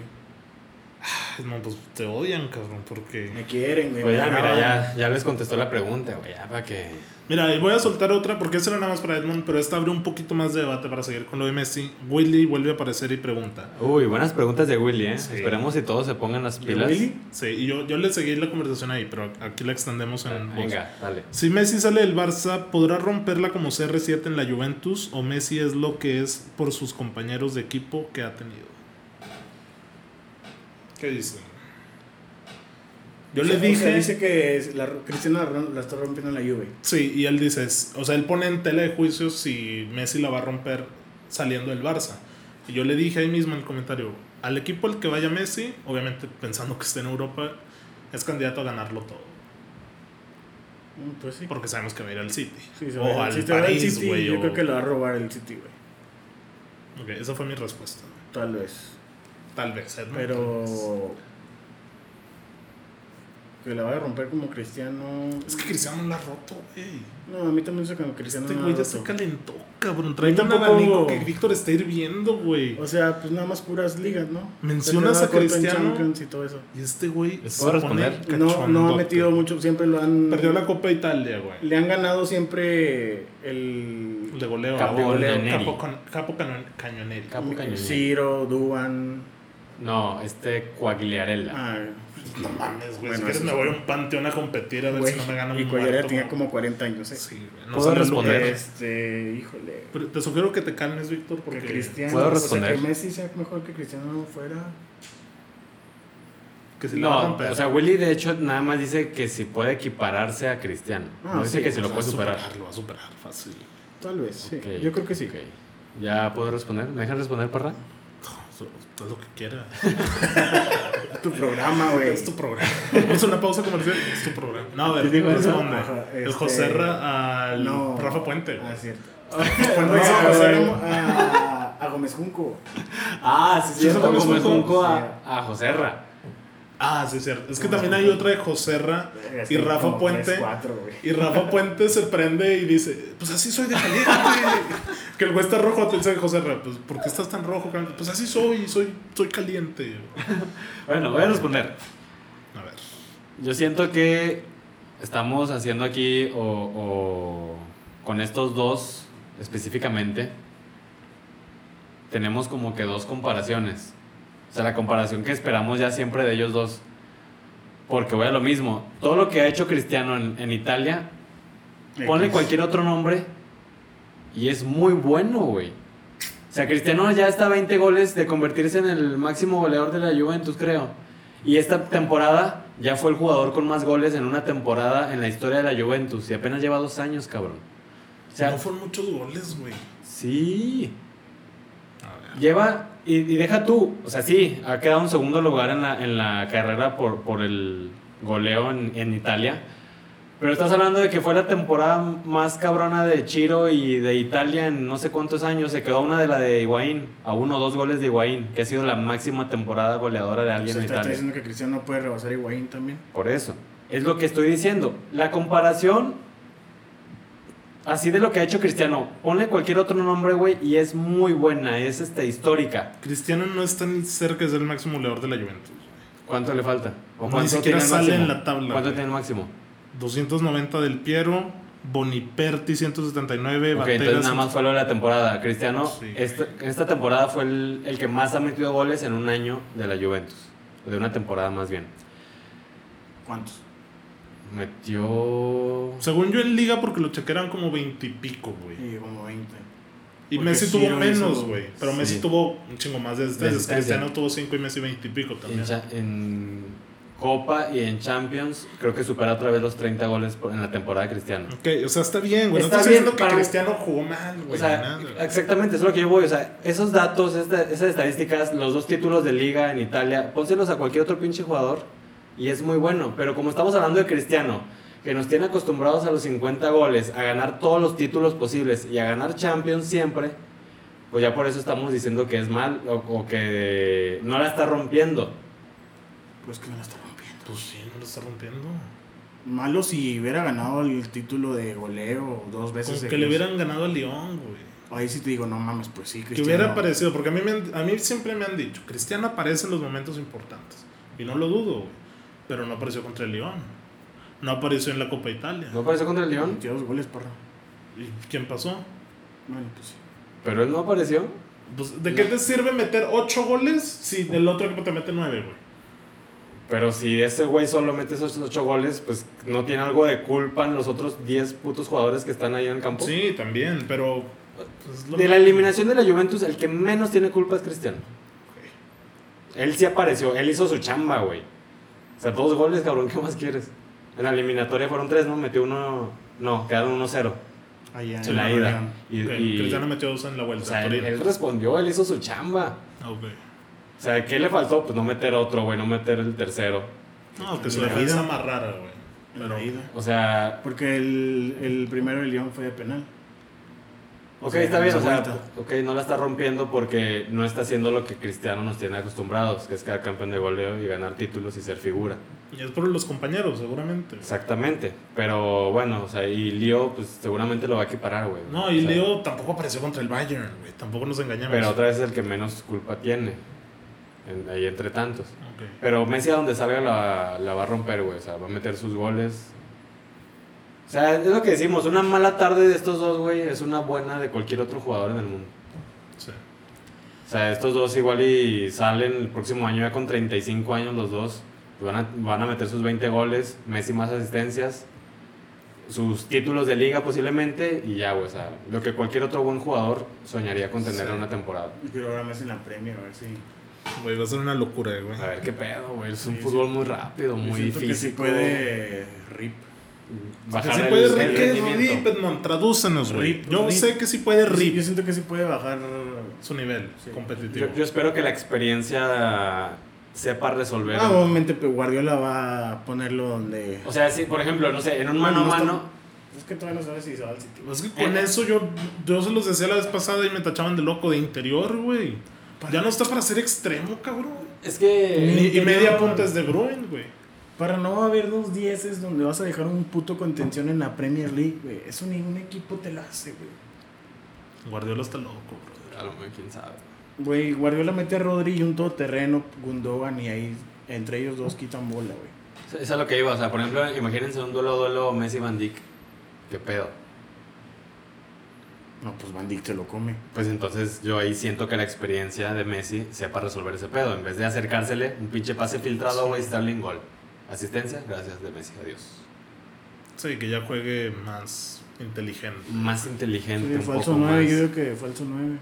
Speaker 1: Ay, No, pues te odian, cabrón,
Speaker 2: Me
Speaker 1: porque...
Speaker 2: quieren, güey.
Speaker 3: fue. Pues ya,
Speaker 2: Me
Speaker 3: mira,
Speaker 2: acaban.
Speaker 3: ya, ya les contestó la pregunta, güey. Ya para que.
Speaker 1: Mira, y voy a soltar otra, porque esa era nada más para Edmond, pero esta abre un poquito más de debate para seguir con lo de Messi. Willy vuelve a aparecer y pregunta.
Speaker 3: Uy, buenas preguntas de Willy, ¿eh?
Speaker 1: Sí.
Speaker 3: Esperemos si todos se pongan las
Speaker 2: ¿Y
Speaker 3: pilas.
Speaker 2: Willy?
Speaker 1: Sí, y yo, yo le seguí la conversación ahí, pero aquí la extendemos en... voz.
Speaker 3: Ah, Venga, dale.
Speaker 1: Si Messi sale del Barça, ¿podrá romperla como CR7 en la Juventus o Messi es lo que es por sus compañeros de equipo que ha tenido? ¿Qué dicen? Yo le
Speaker 2: O sea,
Speaker 1: dije...
Speaker 2: Dice que es- la, Cristiano la, la está rompiendo en la lluvia.
Speaker 1: Sí, y él dice, es- o sea, él pone en tela de juicio si Messi la va a romper saliendo del Barça. Y yo le dije ahí mismo en el comentario, al equipo al que vaya Messi, obviamente pensando que esté en Europa, es candidato a ganarlo todo.
Speaker 2: Pues sí.
Speaker 1: Porque sabemos que va a ir al City.
Speaker 2: Sí, se va a ir
Speaker 1: o
Speaker 2: al
Speaker 1: al
Speaker 2: City, va a ir al
Speaker 1: París,
Speaker 2: City,
Speaker 1: güey.
Speaker 2: Yo
Speaker 1: o-
Speaker 2: creo que lo va a robar el City, güey.
Speaker 1: Ok, esa fue mi respuesta.
Speaker 2: Tal vez.
Speaker 1: Tal vez, ¿eh? Edmond,
Speaker 2: Pero.
Speaker 1: tal vez.
Speaker 3: pues.
Speaker 2: Que la vaya a romper como Cristiano.
Speaker 1: Es que Cristiano no la ha roto, güey.
Speaker 2: No, a mí también se como Cristiano.
Speaker 1: Este
Speaker 2: no
Speaker 1: güey
Speaker 2: la
Speaker 1: ya
Speaker 2: roto.
Speaker 1: se calentó, cabrón. Trae un
Speaker 2: tampoco-
Speaker 1: abanico que Víctor está hirviendo, güey.
Speaker 2: O sea, pues nada más puras ligas, ¿no?
Speaker 1: Mencionas a
Speaker 2: Se quedaba corto en
Speaker 1: Cristiano.
Speaker 2: Champions y todo eso.
Speaker 1: Y este güey
Speaker 3: ¿Les
Speaker 1: se
Speaker 3: puedo
Speaker 1: pone
Speaker 3: responder?
Speaker 2: No, no
Speaker 1: cachondote.
Speaker 2: ha metido mucho. Siempre lo han.
Speaker 1: Perdió la Copa Italia, güey.
Speaker 2: Le han ganado siempre el.
Speaker 1: de goleo.
Speaker 3: Capo
Speaker 1: de goleo.
Speaker 3: Cañoneri.
Speaker 1: Capo, con- Capo Canon- Cañoneri.
Speaker 3: Capo Cañoneri.
Speaker 2: Eh, Ciro, Duban.
Speaker 3: No, este Coagliarella.
Speaker 2: Ah,
Speaker 1: No mames, güey.
Speaker 2: Bueno,
Speaker 1: si quieres
Speaker 2: eso
Speaker 1: me
Speaker 2: es-
Speaker 1: voy a un panteón a competir a ver
Speaker 2: güey.
Speaker 1: si no me gano un
Speaker 2: y Cuellar
Speaker 1: muerto,
Speaker 2: tenía
Speaker 1: güey.
Speaker 2: como 40 años. ¿eh?
Speaker 1: Sí, güey,
Speaker 3: ¿Puedo
Speaker 1: sale
Speaker 3: responder?
Speaker 1: lucro.
Speaker 2: Este, híjole.
Speaker 1: Pero te sugiero que te calmes, Víctor,
Speaker 2: Porque
Speaker 1: porque
Speaker 2: Cristiano.
Speaker 3: ¿Puedo
Speaker 2: o sea,
Speaker 3: responder?
Speaker 2: que Messi sea mejor que Cristiano fuera.
Speaker 1: que si la va a
Speaker 3: No,
Speaker 1: romper.
Speaker 3: o sea, Willy de hecho nada más dice que si puede equipararse a Cristiano.
Speaker 2: Ah,
Speaker 3: no dice
Speaker 2: sí,
Speaker 3: que si lo
Speaker 1: Va
Speaker 3: puede
Speaker 1: a
Speaker 3: superar.
Speaker 1: Lo va a superar fácil.
Speaker 2: Tal vez, sí.
Speaker 3: Ok,
Speaker 2: Yo creo que sí.
Speaker 3: ok. ¿Ya puedo responder? ¿Me dejan responder, parra?
Speaker 1: Todo lo que quiera.
Speaker 2: Es tu programa, güey.
Speaker 1: Es tu programa. Vamos a una pausa comercial. Es tu programa. No, a ver,
Speaker 3: ¿Quién dijo eso?
Speaker 1: responde.
Speaker 2: Ajá, este-
Speaker 1: El José Ra al
Speaker 2: No.
Speaker 1: Rafa Puente. güey.
Speaker 2: Ah, es cierto.
Speaker 3: No,
Speaker 2: Cuando hizo
Speaker 3: güey.
Speaker 2: pasar a, a, a Gómez Junco.
Speaker 3: Ah, sí,
Speaker 1: cierto,
Speaker 3: Como
Speaker 1: Gómez
Speaker 3: es
Speaker 2: Junco.
Speaker 3: Junco a, a Joserra.
Speaker 1: Ah, sí, es cierto. Es que también hay otra de José Ra y Rafa
Speaker 2: Este, Como
Speaker 1: Puente.
Speaker 2: tres, cuatro, güey.
Speaker 1: Y Rafa Puente se prende y dice, pues así soy de caliente. que el güey está rojo, te dice José Ra, pues ¿por qué estás tan rojo? cabrón?" Pues así soy, soy, soy caliente.
Speaker 3: Bueno, voy a responder.
Speaker 1: A ver.
Speaker 3: Yo siento que estamos haciendo aquí o, o con estos dos específicamente tenemos como que dos comparaciones. O sea, la comparación que esperamos ya siempre de ellos dos. Porque voy a lo mismo. Todo lo que ha hecho Cristiano en, en Italia, ponle
Speaker 2: X.
Speaker 3: cualquier otro nombre y es muy bueno, güey. O sea, Cristiano ya está a 20 goles de convertirse en el máximo goleador de la Juventus, creo. Y esta temporada ya fue el jugador con más goles en una temporada en la historia de la Juventus. Y apenas lleva dos años, cabrón. O sea,
Speaker 1: no fueron muchos goles, güey.
Speaker 3: sí.
Speaker 1: A ver.
Speaker 3: Lleva, y, y deja tú, o sea, sí, ha quedado en segundo lugar en la, en la carrera por, por el goleo en, en Italia. Pero estás hablando de que fue la temporada más cabrona de Chiro y de Italia en no sé cuántos años. Se quedó una de la de Higuaín, a uno o dos goles de Higuaín, que ha sido la máxima temporada goleadora de
Speaker 2: O
Speaker 3: alguien
Speaker 2: sea,
Speaker 3: eh. en
Speaker 2: está, está
Speaker 3: Italia.
Speaker 2: diciendo que Cristiano no puede rebasar a Higuaín también.
Speaker 3: Por eso. Es lo que estoy diciendo. La comparación, así de lo que ha hecho Cristiano, ponle cualquier otro nombre, güey, y es muy buena, es este, histórica.
Speaker 1: Cristiano no está ni cerca de ser el máximo goleador de la Juventus.
Speaker 3: ¿Cuánto le falta? ¿O
Speaker 1: Ni
Speaker 3: cuánto
Speaker 1: siquiera
Speaker 3: tiene el
Speaker 1: sale
Speaker 3: máximo?
Speaker 1: en la tabla,
Speaker 3: ¿Cuánto
Speaker 1: güey.
Speaker 3: tiene el máximo?
Speaker 1: 290 del Piero, Boniperti 179,
Speaker 3: Ok,
Speaker 1: Bateras.
Speaker 3: entonces nada más fue lo de la temporada. Cristiano,
Speaker 1: Sí.
Speaker 3: esta, esta temporada fue el, el que más ha metido goles en un año de la Juventus. De una temporada más bien.
Speaker 2: ¿Cuántos?
Speaker 3: Metió...
Speaker 1: Según yo en liga, porque lo chequearon como 20 y pico, güey.
Speaker 2: Y como 20.
Speaker 1: Y
Speaker 2: Porque
Speaker 1: Messi
Speaker 2: sí
Speaker 1: tuvo
Speaker 2: lo
Speaker 1: menos,
Speaker 2: hizo,
Speaker 1: güey. Pero
Speaker 3: sí.
Speaker 1: Messi tuvo un chingo más de asistencias.
Speaker 3: asistencia.
Speaker 1: Cristiano tuvo 5 y Messi 20 y pico
Speaker 3: En,
Speaker 1: también.
Speaker 3: cha- en Copa y en Champions creo que supera otra vez los 30 goles por- en la temporada de Cristiano.
Speaker 1: Ok, o sea, está bien, güey. No
Speaker 3: Está
Speaker 1: estás
Speaker 3: bien
Speaker 1: diciendo que
Speaker 3: para-
Speaker 1: Cristiano jugó mal, güey.
Speaker 3: O sea,
Speaker 1: nada, güey.
Speaker 3: exactamente, es lo que yo voy. O sea, esos datos, esta- esas estadísticas, los dos títulos de liga en Italia, pónselos a cualquier otro pinche jugador y es muy bueno. Pero como estamos hablando de Cristiano, que nos tiene acostumbrados a los 50 goles, a ganar todos los títulos posibles y a ganar Champions siempre, pues ya por eso estamos diciendo que es mal o, o que no la está rompiendo.
Speaker 2: Pues que no la está rompiendo.
Speaker 1: Pues sí, no lo está rompiendo.
Speaker 2: Malo si hubiera ganado el título de goleo dos veces.
Speaker 1: Como que
Speaker 2: seguidas.
Speaker 1: le hubieran ganado al León, güey.
Speaker 2: Ahí sí te digo, no mames, pues sí,
Speaker 1: Que
Speaker 2: Cristiano.
Speaker 1: hubiera aparecido, porque a mí, me han- a mí siempre me han dicho, Cristiano aparece en los momentos importantes. Y no lo dudo, güey. Pero no apareció contra el León. No apareció en la Copa Italia.
Speaker 3: No apareció contra el León,
Speaker 2: 22 goles, parra.
Speaker 1: ¿Y quién pasó?
Speaker 2: Bueno, pues sí.
Speaker 3: pero él no apareció.
Speaker 1: Pues, ¿De qué te sirve meter 8 goles si el otro equipo te mete 9, güey?
Speaker 3: Pero si ese güey solo mete esos 8 goles, pues no tiene algo de culpa en los otros 10 putos jugadores que están ahí en el campo.
Speaker 1: Sí, también, pero... pues, lo-
Speaker 3: De la eliminación de la Juventus, el que menos tiene culpa es Cristiano. Él sí apareció, él hizo su chamba, güey. O sea, dos goles, cabrón, ¿qué más quieres? En la eliminatoria fueron tres, ¿no? Metió uno. No, quedaron 1-0
Speaker 2: Allá
Speaker 1: Sí,
Speaker 3: en la
Speaker 1: no,
Speaker 3: ida. Y,
Speaker 1: Ok,
Speaker 3: y-
Speaker 1: Cristiano metió dos en la
Speaker 3: o
Speaker 1: vuelta.
Speaker 3: sea, él,
Speaker 1: Torino.
Speaker 3: él respondió, él hizo su chamba.
Speaker 1: Ok.
Speaker 3: O sea, ¿qué le faltó? Pues no meter otro, güey, no meter el tercero.
Speaker 1: No, que su
Speaker 2: En la
Speaker 1: defensa
Speaker 2: ida.
Speaker 1: más rara, güey.
Speaker 2: En la ida.
Speaker 3: O sea,
Speaker 2: Porque el, el primero de León fue de penal.
Speaker 3: Ok,
Speaker 2: Sí,
Speaker 3: está bien,
Speaker 2: esa
Speaker 3: o sea,
Speaker 2: vuelta.
Speaker 3: ok, no la está rompiendo porque no está haciendo lo que Cristiano nos tiene acostumbrados, que es quedar campeón de goleo y ganar títulos y ser figura.
Speaker 1: Y es por los compañeros, seguramente.
Speaker 3: Exactamente, pero bueno, o sea, y Leo, pues seguramente lo va a equiparar, güey.
Speaker 1: No,
Speaker 3: O
Speaker 1: y
Speaker 3: sea,
Speaker 1: Leo tampoco apareció contra el Bayern, güey. Tampoco nos engañamos.
Speaker 3: Pero otra vez es el que menos culpa tiene, en- ahí entre tantos.
Speaker 1: Ok.
Speaker 3: Pero Messi a donde salga la, la va a romper, güey, o sea, va a meter sus goles. O sea, es lo que decimos, una mala tarde de estos dos, güey, es una buena de cualquier otro jugador en el mundo.
Speaker 1: Sí.
Speaker 3: O sea, estos dos igual y salen el próximo año ya con 35 años los dos. Van a, van a meter sus 20 goles, Messi más asistencias, sus títulos de liga posiblemente y ya, güey. O sea, lo que cualquier otro buen jugador soñaría con tener
Speaker 2: Sí.
Speaker 3: en una temporada.
Speaker 2: Yo quiero ahora más en la Premier, a ver si.
Speaker 1: Güey, va a ser una locura, güey.
Speaker 3: A ver qué pedo, güey. Es un
Speaker 2: Sí,
Speaker 3: fútbol muy rápido, muy
Speaker 2: Siento
Speaker 3: difícil.
Speaker 2: que sí puede. Rip.
Speaker 1: Que
Speaker 3: bajar
Speaker 1: sí
Speaker 3: el-
Speaker 1: puede
Speaker 3: el
Speaker 1: rip, ¿qué es
Speaker 3: rendimiento.
Speaker 1: rip, Edmond? Tradúcenos, güey.
Speaker 2: Rip,
Speaker 1: Yo
Speaker 2: rip.
Speaker 1: sé que sí puede rip
Speaker 2: Yo siento que sí puede bajar.
Speaker 1: su nivel
Speaker 2: Sí.
Speaker 1: competitivo.
Speaker 3: Yo, yo espero que la experiencia sepa resolver.
Speaker 2: Ah, obviamente, pero Guardiola va a ponerlo donde.
Speaker 3: O sea, si, por ejemplo, no sé, en un mano a
Speaker 2: No está-
Speaker 3: mano.
Speaker 2: Es que todavía no sabes si se va al sitio.
Speaker 1: Es que
Speaker 3: Eh,
Speaker 1: con eso yo, yo se los decía la vez pasada y me tachaban de loco de interior, güey. Ya no está para ser extremo, cabrón.
Speaker 3: Es que.
Speaker 1: Ni- y
Speaker 2: interior.
Speaker 1: media punta es de Bruin, güey.
Speaker 2: Para no haber dos dieces donde vas a dejar un puto contención en la Premier League, güey. Eso ningún equipo te lo hace, güey.
Speaker 1: Guardiola está loco, bro.
Speaker 3: A lo mejor, quién sabe.
Speaker 2: Güey, Guardiola mete a Rodri y un todoterreno, Gundogan, y ahí entre ellos dos quitan bola, güey.
Speaker 3: Eso- Eso es lo que iba. O sea, por ejemplo, imagínense un duelo duelo Messi Van Dijk. ¿Qué pedo?
Speaker 2: No, pues Van Dijk te lo come.
Speaker 3: Pues entonces yo ahí siento que la experiencia de Messi sepa resolver ese pedo. En vez de acercársele, un pinche pase filtrado, güey, Starling gol. Asistencia, gracias de Messi, adiós.
Speaker 1: Sí, que ya juegue más inteligente.
Speaker 3: Más inteligente,
Speaker 2: Sí,
Speaker 3: un
Speaker 2: falso
Speaker 3: poco
Speaker 2: 9,
Speaker 3: más.
Speaker 2: yo digo que falso 9.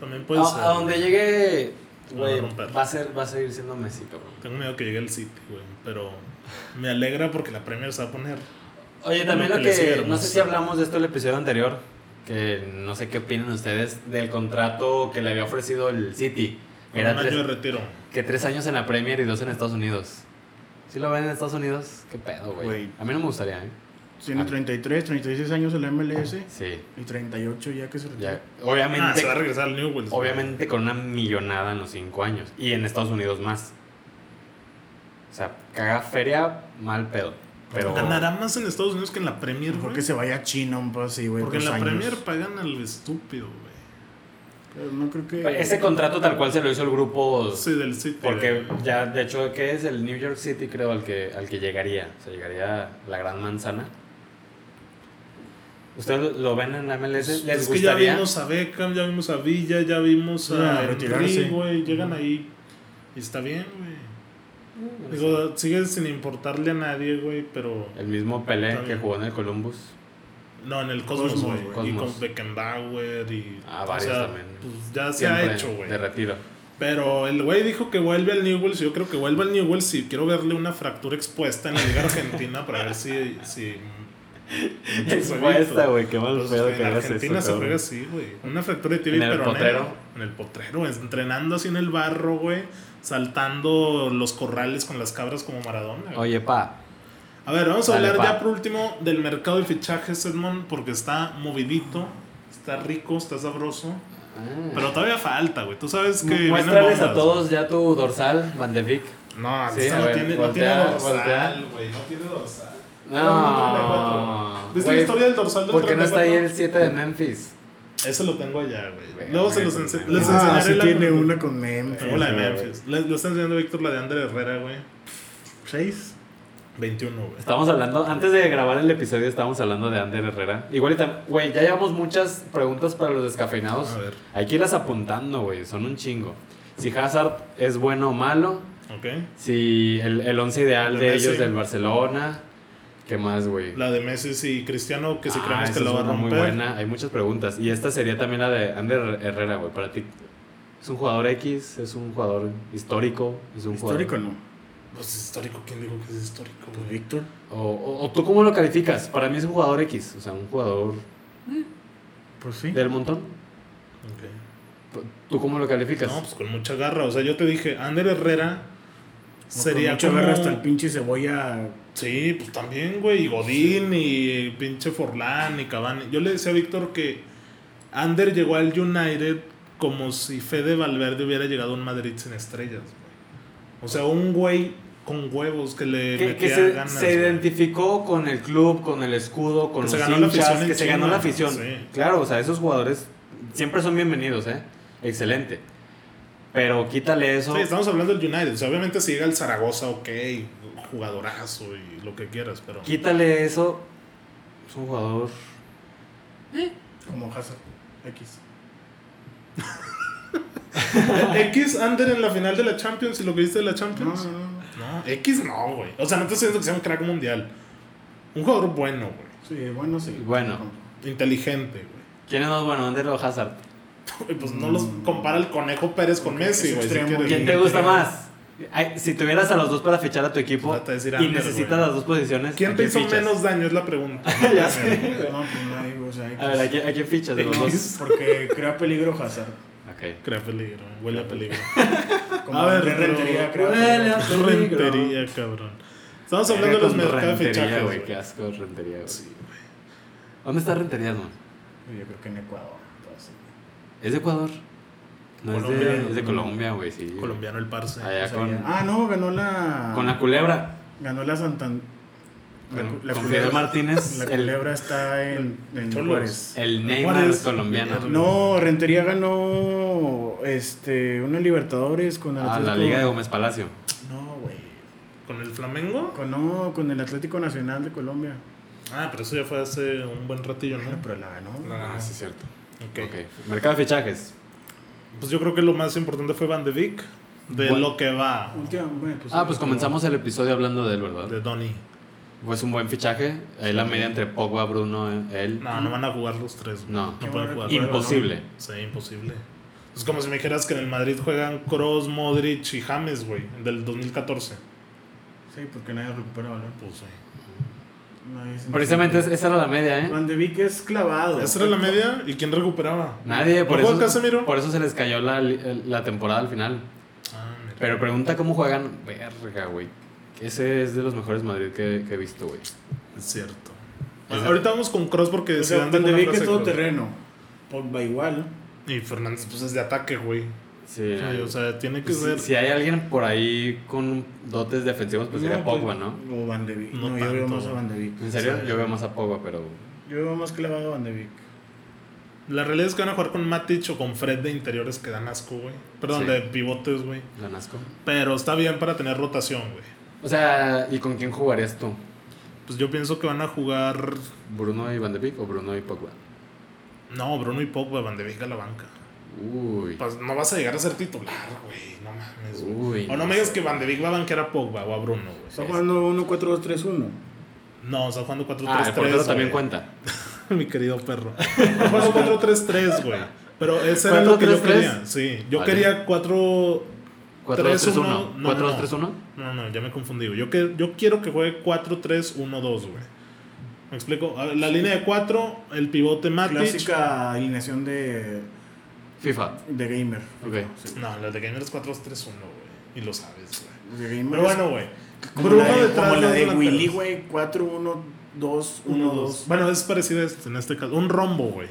Speaker 1: También puede ser.
Speaker 3: A, a donde llegue,
Speaker 1: Lo
Speaker 3: güey,
Speaker 1: van a romper.
Speaker 3: va a, ser, va a seguir siendo Messi, cabrón.
Speaker 1: Tengo miedo que llegue el City, güey. Pero me alegra porque la Premier se va a poner.
Speaker 3: Oye, también
Speaker 1: Lo
Speaker 3: lo
Speaker 1: que le sigue,
Speaker 3: que, no
Speaker 1: hermoso.
Speaker 3: sé si hablamos de esto el episodio anterior, que no sé qué opinan ustedes del contrato que le había ofrecido el City.
Speaker 1: Un
Speaker 3: Era
Speaker 1: año
Speaker 3: tres,
Speaker 1: de retiro.
Speaker 3: que tres años en la Premier y dos en Estados Unidos. ¿Sí lo ven en Estados Unidos? Qué pedo, güey.
Speaker 2: Güey.
Speaker 3: A mí no me gustaría, ¿eh?
Speaker 2: Tiene
Speaker 3: Ah.
Speaker 2: 33, 36 años en la MLS
Speaker 3: Sí.
Speaker 2: y 38 ya que se retira.
Speaker 3: ya. Obviamente,
Speaker 1: Ah, se va a regresar al Newell's. güey.
Speaker 3: obviamente con una millonada en los cinco años. Y en Estados Unidos más. O sea, caga feria, mal pedo. Pero...
Speaker 1: Ganará más en Estados Unidos que en la Premier,
Speaker 2: Mejor
Speaker 1: güey.
Speaker 2: que se vaya a China un poco así, güey.
Speaker 1: Porque en
Speaker 2: dos
Speaker 1: la
Speaker 2: años.
Speaker 1: Premier pagan al estúpido, güey.
Speaker 2: Pero no creo que.
Speaker 3: Ese contrato tal cual se lo hizo el grupo
Speaker 1: Sí, del City.
Speaker 3: Porque
Speaker 1: güey.
Speaker 3: ya, de hecho, ¿qué es el New York City, creo, al que, al que llegaría? O sea, llegaría la gran manzana. ¿Ustedes lo ven en la MLS? ¿Les
Speaker 1: Pues, es que ya
Speaker 3: gustaría?
Speaker 1: vimos a Beckham, ya vimos a Villa, ya vimos a
Speaker 2: Ah,
Speaker 1: Henry,
Speaker 2: retirarse.
Speaker 1: güey. Llegan ahí y está bien, güey. Digo, sigue sin importarle a nadie, güey, pero...
Speaker 3: El mismo
Speaker 1: Ah, Está
Speaker 3: Pelé que
Speaker 1: bien.
Speaker 3: jugó en el Columbus.
Speaker 1: No, en el Cosmos,
Speaker 2: Cosmos,
Speaker 1: güey.
Speaker 3: güey.
Speaker 1: Y con
Speaker 3: Cosmos.
Speaker 1: Beckenbauer y...
Speaker 3: Ah, varios también.
Speaker 1: Pues ya se
Speaker 3: Siempre
Speaker 1: ha hecho, güey.
Speaker 3: De retiro.
Speaker 1: Pero el güey dijo que vuelve al Newell's. Yo creo que vuelve al Newell's y quiero verle una fractura expuesta en la Liga Argentina para ver si... si
Speaker 3: Expuesta, güey. Qué mal
Speaker 1: Pues,
Speaker 3: pedo que
Speaker 1: en
Speaker 3: hagas
Speaker 1: Argentina
Speaker 3: eso,
Speaker 1: se juega
Speaker 3: cabrón.
Speaker 1: así, güey. Una fractura de tibia
Speaker 3: ¿En
Speaker 1: y
Speaker 3: el
Speaker 1: peroneo.
Speaker 3: potrero?
Speaker 1: En el potrero, es- entrenando así en el barro, güey. Saltando los corrales con las cabras como Maradona. güey.
Speaker 3: Oye, pa.
Speaker 1: A ver, vamos a
Speaker 3: Dale,
Speaker 1: hablar
Speaker 3: pa.
Speaker 1: ya por último del mercado de fichajes, Edmond, porque está movidito, está rico, está sabroso. Pero todavía falta, güey. Tú sabes que. vienen
Speaker 3: Ah. Muéstrales a
Speaker 1: bombas.
Speaker 3: todos ya tu dorsal, Van de Vic.
Speaker 1: No,
Speaker 3: Sí,
Speaker 1: esta
Speaker 3: a
Speaker 1: no,
Speaker 3: ver,
Speaker 1: tiene, no
Speaker 3: voltea,
Speaker 1: tiene dorsal,
Speaker 3: voltea.
Speaker 1: güey. No tiene dorsal.
Speaker 3: No.
Speaker 1: ¿Viste
Speaker 3: Güey,
Speaker 1: la historia del dorsal del
Speaker 3: ¿Por qué no está ahí
Speaker 1: 34?
Speaker 3: el 7 de Memphis?
Speaker 1: Eso lo tengo allá, güey.
Speaker 3: Güey,
Speaker 1: Luego se
Speaker 3: güey,
Speaker 1: los
Speaker 3: güey,
Speaker 1: ense-
Speaker 3: güey.
Speaker 1: les
Speaker 2: Ah,
Speaker 1: enseñaré
Speaker 2: sí
Speaker 1: la-
Speaker 2: tiene una con Memphis.
Speaker 1: Tengo la de
Speaker 3: Sí,
Speaker 1: Memphis. Le, lo está enseñando Víctor la de André Herrera, güey.
Speaker 2: ¿Seis?
Speaker 1: 21, güey.
Speaker 3: Estábamos hablando, antes de grabar el episodio, estábamos hablando de Ander Herrera. Igual, y tam- güey, ya llevamos muchas preguntas para los descafeinados.
Speaker 1: A ver.
Speaker 3: Hay que irlas apuntando, güey, son un chingo. Si Hazard es bueno o malo,
Speaker 1: Ok.
Speaker 3: si el, el once ideal de
Speaker 1: Messi.
Speaker 3: ellos del Barcelona, ¿qué más, güey?
Speaker 1: La de Messi y Cristiano, que si
Speaker 3: Ah,
Speaker 1: creemos
Speaker 3: esa
Speaker 1: que
Speaker 3: es
Speaker 1: la va a
Speaker 3: una
Speaker 1: romper.
Speaker 3: muy buena, hay muchas preguntas. Y esta sería también la de Ander Herrera, güey, para ti. ¿Es un jugador X? ¿Es un jugador histórico? ¿Es un jugador-
Speaker 2: Histórico no.
Speaker 1: Pues es histórico, ¿quién dijo que es histórico,
Speaker 2: Pues
Speaker 1: güey?
Speaker 2: Víctor.
Speaker 3: O, o- o tú cómo lo calificas? Para mí es un jugador X, o sea, un jugador
Speaker 2: Pues sí.
Speaker 3: del montón.
Speaker 1: Ok.
Speaker 3: ¿Tú cómo lo calificas?
Speaker 1: No, pues con mucha garra. O sea, yo te dije, Ander Herrera sería
Speaker 2: Sería mucho
Speaker 1: como...
Speaker 2: agarra hasta el pinche cebolla.
Speaker 1: Sí, pues también, güey. Y Godín y pinche Forlán y Cavani. Yo le decía a Víctor que Ander llegó al United como si Fede Valverde hubiera llegado a un Madrid sin estrellas, güey. O sea, un güey con huevos que le
Speaker 3: que, que
Speaker 1: metía
Speaker 3: se,
Speaker 1: ganas.
Speaker 3: se
Speaker 1: güey.
Speaker 3: identificó con el club, con el escudo, con
Speaker 1: Que
Speaker 3: los
Speaker 1: se ganó la
Speaker 3: hinchas,
Speaker 1: afición en
Speaker 3: que se
Speaker 1: China,
Speaker 3: ganó la afición.
Speaker 1: sí.
Speaker 3: Claro, o sea, esos jugadores siempre son bienvenidos, ¿eh? Excelente. Pero quítale eso.
Speaker 1: Sí, estamos hablando del United. O sea, obviamente si llega el Zaragoza, ok, jugadorazo y lo que quieras, pero...
Speaker 3: Quítale eso. Es un jugador.
Speaker 2: Como Hazard. X.
Speaker 1: X Under en la final de la Champions y lo que viste de la
Speaker 2: No, no,
Speaker 1: Champions.
Speaker 2: no, no.
Speaker 1: No, X no, güey. O sea, no te siento que sea un crack mundial. Un jugador bueno, güey.
Speaker 2: Sí, bueno, sí.
Speaker 3: Bueno.
Speaker 1: Inteligente, güey.
Speaker 3: ¿Quién es más bueno, Ander o Hazard?
Speaker 1: Güey, Pues no los compara el conejo Pérez con Messi,
Speaker 2: es
Speaker 1: güey. Si
Speaker 2: extremo.
Speaker 1: quieres.
Speaker 3: ¿Quién te gusta más? Ay, si tuvieras a los dos para fichar a tu equipo
Speaker 1: Trata de decir
Speaker 3: y
Speaker 1: Ander,
Speaker 3: necesitas
Speaker 1: güey.
Speaker 3: las dos posiciones, ¿a
Speaker 1: ¿Quién te hizo
Speaker 3: fichas?
Speaker 1: menos daño? Es la pregunta.
Speaker 3: Ya sé.
Speaker 2: No, pues nadie, o sea, X.
Speaker 3: A ver, ¿a quién, a quién fichas de los dos?
Speaker 2: X, porque crea peligro Hazard.
Speaker 3: Ok.
Speaker 1: Crea peligro, güey. huele a peligro.
Speaker 2: Como
Speaker 1: A ver,
Speaker 2: Andrés
Speaker 1: pero-
Speaker 2: Rentería, crea
Speaker 3: Huele a
Speaker 2: peligro.
Speaker 1: Rentería, cabrón. Estamos hablando de los
Speaker 3: Con
Speaker 1: mercados de
Speaker 3: Rentería,
Speaker 1: fichajes,
Speaker 3: güey.
Speaker 1: güey.
Speaker 3: Qué asco, rentería, güey.
Speaker 1: Sí, güey.
Speaker 3: ¿Dónde está rentería, man?
Speaker 2: Yo creo que en Ecuador. pues, entonces.
Speaker 3: ¿Es de Ecuador? No, es
Speaker 1: Colombia,
Speaker 3: de, es de
Speaker 1: ¿no?
Speaker 3: Colombia, güey, sí.
Speaker 1: Colombiano el parce.
Speaker 3: Allá con,
Speaker 2: Ah, no, ganó la.
Speaker 3: con la culebra.
Speaker 2: Ganó la Santander.
Speaker 3: Con, con Fidel Martínez,
Speaker 2: La
Speaker 3: el,
Speaker 2: culebra está en, en
Speaker 1: Cholos.
Speaker 2: Juárez.
Speaker 3: el Neymar
Speaker 1: Juárez.
Speaker 3: colombiano.
Speaker 2: No, Rentería ganó este, una Libertadores con el
Speaker 3: A Ah, la
Speaker 2: Atlético-
Speaker 3: Liga de Gómez Palacio.
Speaker 2: No, güey.
Speaker 1: ¿Con el Flamengo?
Speaker 2: Con, no, con el Atlético Nacional de Colombia.
Speaker 1: Ah, pero eso ya fue hace un buen ratillo,
Speaker 2: Bueno,
Speaker 1: ¿no?
Speaker 2: pero la ganó.
Speaker 1: Ah, sí,
Speaker 3: es cierto.
Speaker 1: Ok.
Speaker 3: ok. Mercado de fichajes.
Speaker 1: Pues yo creo que lo más importante fue Van de Vic. De
Speaker 3: Bueno.
Speaker 1: lo que va.
Speaker 2: Última- bueno, pues-
Speaker 3: Ah, pues comenzamos el episodio hablando de él, ¿verdad?
Speaker 1: De Donny.
Speaker 3: Pues un buen fichaje. Ahí la media entre Pogba, Bruno, él.
Speaker 1: No, no van a jugar los tres. güey.
Speaker 3: No.
Speaker 1: No pueden jugar.
Speaker 2: Y-
Speaker 3: Imposible.
Speaker 1: Sí, imposible. Es como si me dijeras que en el Madrid juegan Cross, Modric y James, güey. Del 2014.
Speaker 2: Sí, porque nadie recupera valor.
Speaker 1: Pues sí.
Speaker 2: Nadie se-
Speaker 3: Precisamente es- esa era la media, ¿eh?
Speaker 2: Van de Beek es clavado.
Speaker 1: ¿Esa era la media? ¿Y quién recuperaba?
Speaker 3: Nadie, por
Speaker 1: ¿No juega
Speaker 3: eso,
Speaker 1: Casemiro?
Speaker 3: por eso se les cayó la, la temporada al final.
Speaker 1: Ah, mira.
Speaker 3: Pero pregunta cómo juegan. Verga, güey. Ese es de los mejores Madrid que, que he visto, güey.
Speaker 1: Es cierto.
Speaker 3: Exacto.
Speaker 1: ahorita vamos con Cross porque
Speaker 2: O sea,
Speaker 1: Zidane
Speaker 2: Van
Speaker 1: dijo
Speaker 2: de
Speaker 1: una
Speaker 2: Beek
Speaker 1: frase
Speaker 2: es
Speaker 1: de
Speaker 2: todo
Speaker 1: Kroos.
Speaker 2: terreno. Pogba igual.
Speaker 1: Y Fernández, pues es de ataque, güey.
Speaker 3: Sí,
Speaker 1: Sí, o sea, tiene que
Speaker 3: si,
Speaker 1: ser.
Speaker 3: si hay alguien por ahí con dotes defensivos, pues sería Pogba, ¿no?
Speaker 2: O Van de Beek.
Speaker 1: No
Speaker 2: No, yo veo
Speaker 1: tanto.
Speaker 2: más a Van de Beek.
Speaker 3: En serio,
Speaker 1: Sí.
Speaker 3: yo veo más a Pogba, pero.
Speaker 2: Yo veo más clavado a Van de Beek.
Speaker 1: La realidad es que van a jugar con Matic o con Fred de interiores que dan asco, güey. Perdón,
Speaker 3: Sí.
Speaker 1: de pivotes, güey.
Speaker 3: Lanasco.
Speaker 1: Pero está bien para tener rotación, güey.
Speaker 3: O sea, ¿y con quién jugarías tú?
Speaker 1: Pues yo pienso que van a jugar.
Speaker 3: ¿Bruno y Van de Beek o Bruno y Pogba?
Speaker 1: No, Bruno y Pogba, Van de Beek a la banca.
Speaker 3: Uy.
Speaker 1: Pues no vas a llegar a ser titular, güey. No mames, güey.
Speaker 3: Uy.
Speaker 1: O no me digas que Van de Beek va a banquear a Pogba o a Bruno, güey.
Speaker 2: Está jugando 1-4-2-3-1.
Speaker 1: No, está jugando 4-3-3.
Speaker 3: Ah, el portero también
Speaker 1: güey.
Speaker 3: cuenta.
Speaker 1: Mi querido perro. Está jugando 4-3-3, güey. Pero ese era lo que yo
Speaker 3: 4-3-3.
Speaker 1: quería. Sí, yo
Speaker 3: Vale.
Speaker 1: quería 4.
Speaker 3: 4-2-3-1.
Speaker 1: 3-1. No,
Speaker 3: 4-2-3-1.
Speaker 1: No, no, ya me confundí. güey. Yo, que, yo quiero que juegue 4-3-1-2, güey. ¿Me explico? A ver, La línea de 4, el pivote Matic.
Speaker 2: Clásica alineación de,
Speaker 3: FIFA.
Speaker 2: de gamer.
Speaker 3: Ok.
Speaker 2: Sí,
Speaker 1: No, la de Gamer es 4-2-3-1, güey. Y lo sabes, güey.
Speaker 2: de gamer
Speaker 1: Pero
Speaker 2: es
Speaker 1: bueno, güey.
Speaker 2: como
Speaker 1: Bruno
Speaker 2: la de,
Speaker 1: detrás
Speaker 2: como la
Speaker 1: los
Speaker 2: de
Speaker 1: delanteros.
Speaker 2: Willy, güey. 4-1-2-1-2.
Speaker 1: 1-2. Bueno, es parecido a este en este caso. Un rombo, güey.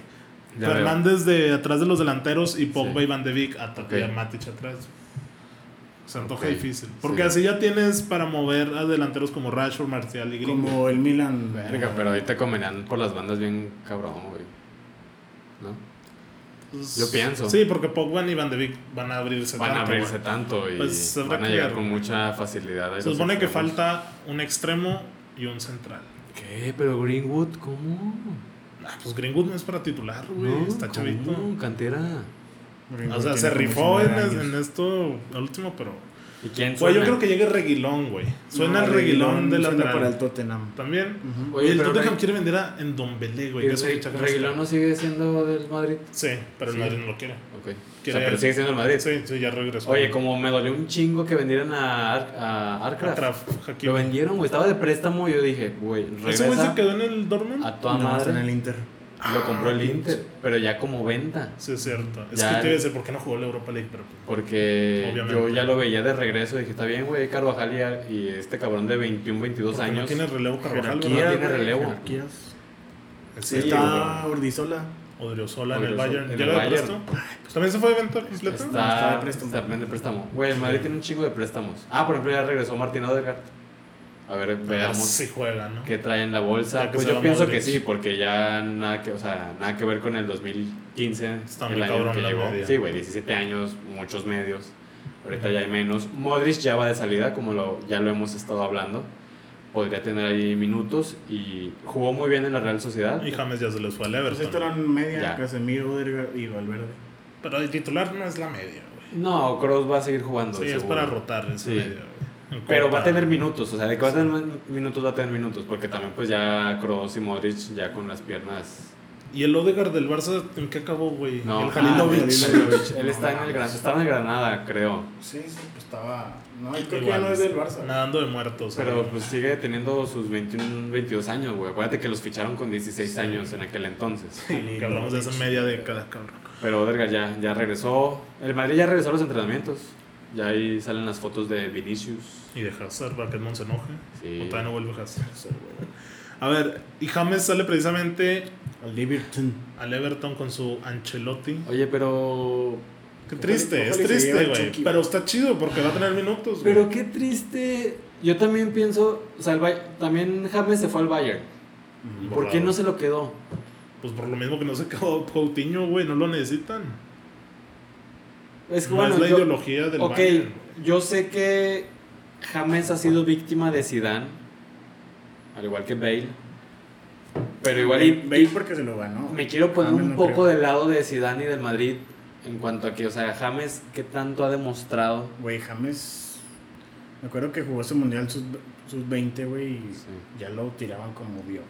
Speaker 3: Ya veo.
Speaker 1: Fernández de atrás de los delanteros y Pogba
Speaker 3: Sí.
Speaker 1: y Van de Beek ataque
Speaker 3: Ok.
Speaker 1: a Matic atrás. Se antoja
Speaker 3: Ok,
Speaker 1: difícil. Porque
Speaker 3: sí.
Speaker 1: así ya tienes para mover a delanteros como Rashford, Martial y Gringo.
Speaker 2: Como el Milan.
Speaker 3: Verga, pero ahí te comerán por las bandas bien cabrón, güey. ¿No?
Speaker 1: Pues,
Speaker 3: yo pienso.
Speaker 1: Sí, porque Pogba y Van de Beek van a abrirse.
Speaker 3: Van a
Speaker 1: tanto,
Speaker 3: abrirse
Speaker 1: güey.
Speaker 3: tanto y
Speaker 1: Pues, se habrá
Speaker 3: van a
Speaker 1: que
Speaker 3: llegar
Speaker 1: ver.
Speaker 3: con mucha facilidad.
Speaker 1: Se supone que falta un extremo y un central.
Speaker 3: ¿Qué? ¿Pero Greenwood? ¿Cómo?
Speaker 1: Ah, pues Greenwood no es para titular, güey. Está
Speaker 3: ¿cómo?
Speaker 1: chavito.
Speaker 3: Cantera.
Speaker 2: Gringo
Speaker 1: O sea,
Speaker 2: tiene
Speaker 1: se
Speaker 2: como
Speaker 1: rifó en,
Speaker 2: 19 años.
Speaker 1: en esto al último, pero.
Speaker 3: ¿Y quién
Speaker 1: Güey,
Speaker 3: suena?
Speaker 1: Pues yo creo que llega Reguilón, güey. Suena
Speaker 2: No,
Speaker 1: el Reguilón de
Speaker 2: Ah, suena
Speaker 1: lateral.
Speaker 2: para el Tottenham.
Speaker 1: También.
Speaker 2: Ujú.
Speaker 3: Oye,
Speaker 1: el
Speaker 3: pero
Speaker 1: Tottenham
Speaker 3: Reg-
Speaker 1: quiere vender a Ndombele, güey. que es un
Speaker 3: Reg-
Speaker 1: fichaje
Speaker 3: Reguilón no sigue siendo del Madrid.
Speaker 1: Sí, pero el
Speaker 3: Sí.
Speaker 1: Madrid no lo quiere.
Speaker 3: Ok. O sea,
Speaker 1: Quiere-
Speaker 3: pero sigue siendo el Madrid.
Speaker 1: Sí, sí, ya regresó.
Speaker 3: Oye, como me dolió un chingo que vendieran a, Ar- a Arcraft.
Speaker 1: Kraft, Hakim.
Speaker 3: Lo vendieron, güey. Estaba de préstamo y yo dije, güey,
Speaker 1: ¿Ese güey se
Speaker 3: regresa Ah.
Speaker 1: quedó en el Dortmund?
Speaker 3: a toda
Speaker 2: No, está en
Speaker 3: madre.
Speaker 2: el Inter.
Speaker 3: Lo compró el Inter, pero ya como venta.
Speaker 1: Sí, es cierto. Es que
Speaker 3: Ya.
Speaker 1: te iba a decir, ¿por qué no jugó la Europa League? Pero pues,
Speaker 3: Porque
Speaker 1: Obviamente.
Speaker 3: yo ya lo veía de regreso. Dije, está bien, güey, Carvajal y a- y, este cabrón de 21, 22
Speaker 1: porque no
Speaker 3: años.
Speaker 1: tiene relevo Carvajal,
Speaker 3: Jerarquía.
Speaker 1: ¿verdad?
Speaker 3: tiene relevo.
Speaker 2: jerarquías.
Speaker 1: Sí,
Speaker 2: Sí,
Speaker 1: está
Speaker 2: está Urdizola.
Speaker 1: Odriozola en el
Speaker 3: Odriozola en
Speaker 1: Bayern.
Speaker 3: el
Speaker 1: ¿Ya lo había
Speaker 3: Bayern.
Speaker 1: puesto? Pues También se fue de venta completa.
Speaker 3: Está,
Speaker 2: de préstamo.
Speaker 3: está bien de préstamo. Güey, el Madrid tiene un chingo de préstamos. Ah, por ejemplo, ya regresó Martín Odegaard. A ver,
Speaker 1: Ah,
Speaker 3: veamos
Speaker 1: sí juega, ¿no?
Speaker 3: qué trae en la
Speaker 1: Ya
Speaker 3: bolsa.
Speaker 1: que
Speaker 3: Pues
Speaker 1: se
Speaker 3: yo
Speaker 1: va
Speaker 3: pienso
Speaker 1: Modric.
Speaker 3: que sí, porque ya nada que, o sea, nada que ver con el 2015.
Speaker 1: Está
Speaker 3: el
Speaker 1: muy
Speaker 3: año
Speaker 1: cabrón
Speaker 3: que
Speaker 1: la
Speaker 3: llegó.
Speaker 1: media.
Speaker 3: Sí, güey, 17 años, muchos medios. Ahorita ya hay menos. Modric ya va de salida, como lo, ya lo hemos estado hablando. podría tener ahí minutos y jugó muy bien en la Real Sociedad.
Speaker 1: Y James ya se les fue al
Speaker 2: Pues esto
Speaker 1: Everton.
Speaker 2: eran media,
Speaker 3: Ya.
Speaker 2: Casemiro, Odegaard y Valverde.
Speaker 1: Pero el titular no es la media, güey.
Speaker 3: No, Cross va a seguir jugando.
Speaker 1: Sí, es
Speaker 3: seguro.
Speaker 1: para rotar esa
Speaker 3: Sí.
Speaker 1: media, güey.
Speaker 3: Pero va a
Speaker 1: Cortar.
Speaker 3: tener minutos, o sea, de que va a tener min- minutos va a tener minutos, porque también pues ya Kroos y Modric ya con las piernas.
Speaker 1: ¿Y el Odegaard del Barça en qué acabó, güey?
Speaker 3: No,
Speaker 1: el
Speaker 3: ah,
Speaker 1: Halilovic.
Speaker 3: Halilovic. Él está en el Gran- estaba en el Granada, creo.
Speaker 2: Sí, sí, pues estaba. No, y creo que ya
Speaker 1: Igual,
Speaker 2: no es del Barça.
Speaker 1: Nadando de muertos.
Speaker 3: Pero
Speaker 1: güey.
Speaker 3: pues sigue teniendo sus 21, 22 años, güey. Acuérdate que los ficharon con 16 años en aquel entonces.
Speaker 1: que hablamos de hace media década, cabrón.
Speaker 3: Pero Odegaard ya, ya regresó. El Madrid ya regresó a los entrenamientos. Ya ahí salen las fotos de Vinicius.
Speaker 1: Y de Hazard, para que Edmond se enoje.
Speaker 3: Sí.
Speaker 1: O todavía no vuelve Hazard. A ver, y James sale precisamente
Speaker 2: Al Everton.
Speaker 1: al Everton con su Ancelotti.
Speaker 3: Oye, pero...
Speaker 1: Qué triste,
Speaker 2: ojalá
Speaker 1: es
Speaker 2: y se lleve
Speaker 1: triste,
Speaker 2: al
Speaker 1: güey.
Speaker 2: Chucky.
Speaker 1: Pero está chido porque va a tener minutos, güey.
Speaker 3: Pero qué triste. Yo también pienso, o sea, el Bay- también James se fue al Bayern. ¿Por qué no se lo quedó?
Speaker 1: Pues por lo mismo que no se quedó Coutinho, güey. No lo necesitan.
Speaker 3: Es que,
Speaker 1: no
Speaker 3: bueno,
Speaker 1: es la
Speaker 3: yo-
Speaker 1: ideología del
Speaker 3: ok,
Speaker 1: Bayern.
Speaker 3: yo sé que James ha sido víctima de Zidane, al igual que Bale. Pero igual y-
Speaker 2: Bale porque se lo ganó.
Speaker 3: Me quiero poner
Speaker 2: James
Speaker 3: un
Speaker 2: no
Speaker 3: poco
Speaker 2: creo.
Speaker 3: del lado de Zidane y del Madrid en cuanto a que, o sea, James, ¿qué tanto ha demostrado?
Speaker 2: Güey, James. Me acuerdo que jugó ese mundial sus, sus 20, güey, y
Speaker 3: Sí.
Speaker 2: ya lo tiraban como Dios.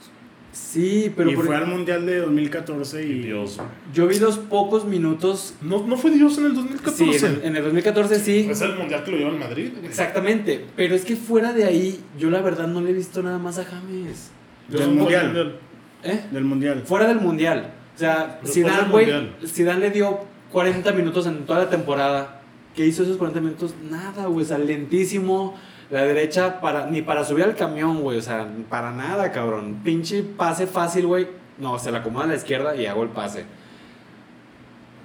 Speaker 3: Sí, pero
Speaker 2: y
Speaker 3: por-
Speaker 2: fue al mundial de 2014 y.
Speaker 1: Dios, güey.
Speaker 3: yo vi los pocos minutos.
Speaker 1: No, no fue Dios en el
Speaker 3: Sí,
Speaker 1: 2014.
Speaker 3: en el, en el 2014 sí.
Speaker 2: pues,
Speaker 1: Es el mundial que lo lleva en Madrid. güey.
Speaker 3: Exactamente, pero es que fuera de ahí, yo la verdad no le he visto nada más a James.
Speaker 2: Del
Speaker 1: Yo-
Speaker 2: mundial.
Speaker 3: ¿Eh?
Speaker 2: Del mundial.
Speaker 3: Fuera del mundial. O sea,
Speaker 1: Después
Speaker 3: Zidane,
Speaker 1: del
Speaker 3: güey,
Speaker 1: mundial.
Speaker 3: Zidane le dio 40 minutos en toda la temporada. ¿Qué hizo esos 40 minutos? Nada, güey, o sea, lentísimo. La derecha para, ni para subir al camión, güey, o sea, para nada, cabrón. Pinche pase fácil, güey. No, se la acomoda a la izquierda y hago el pase.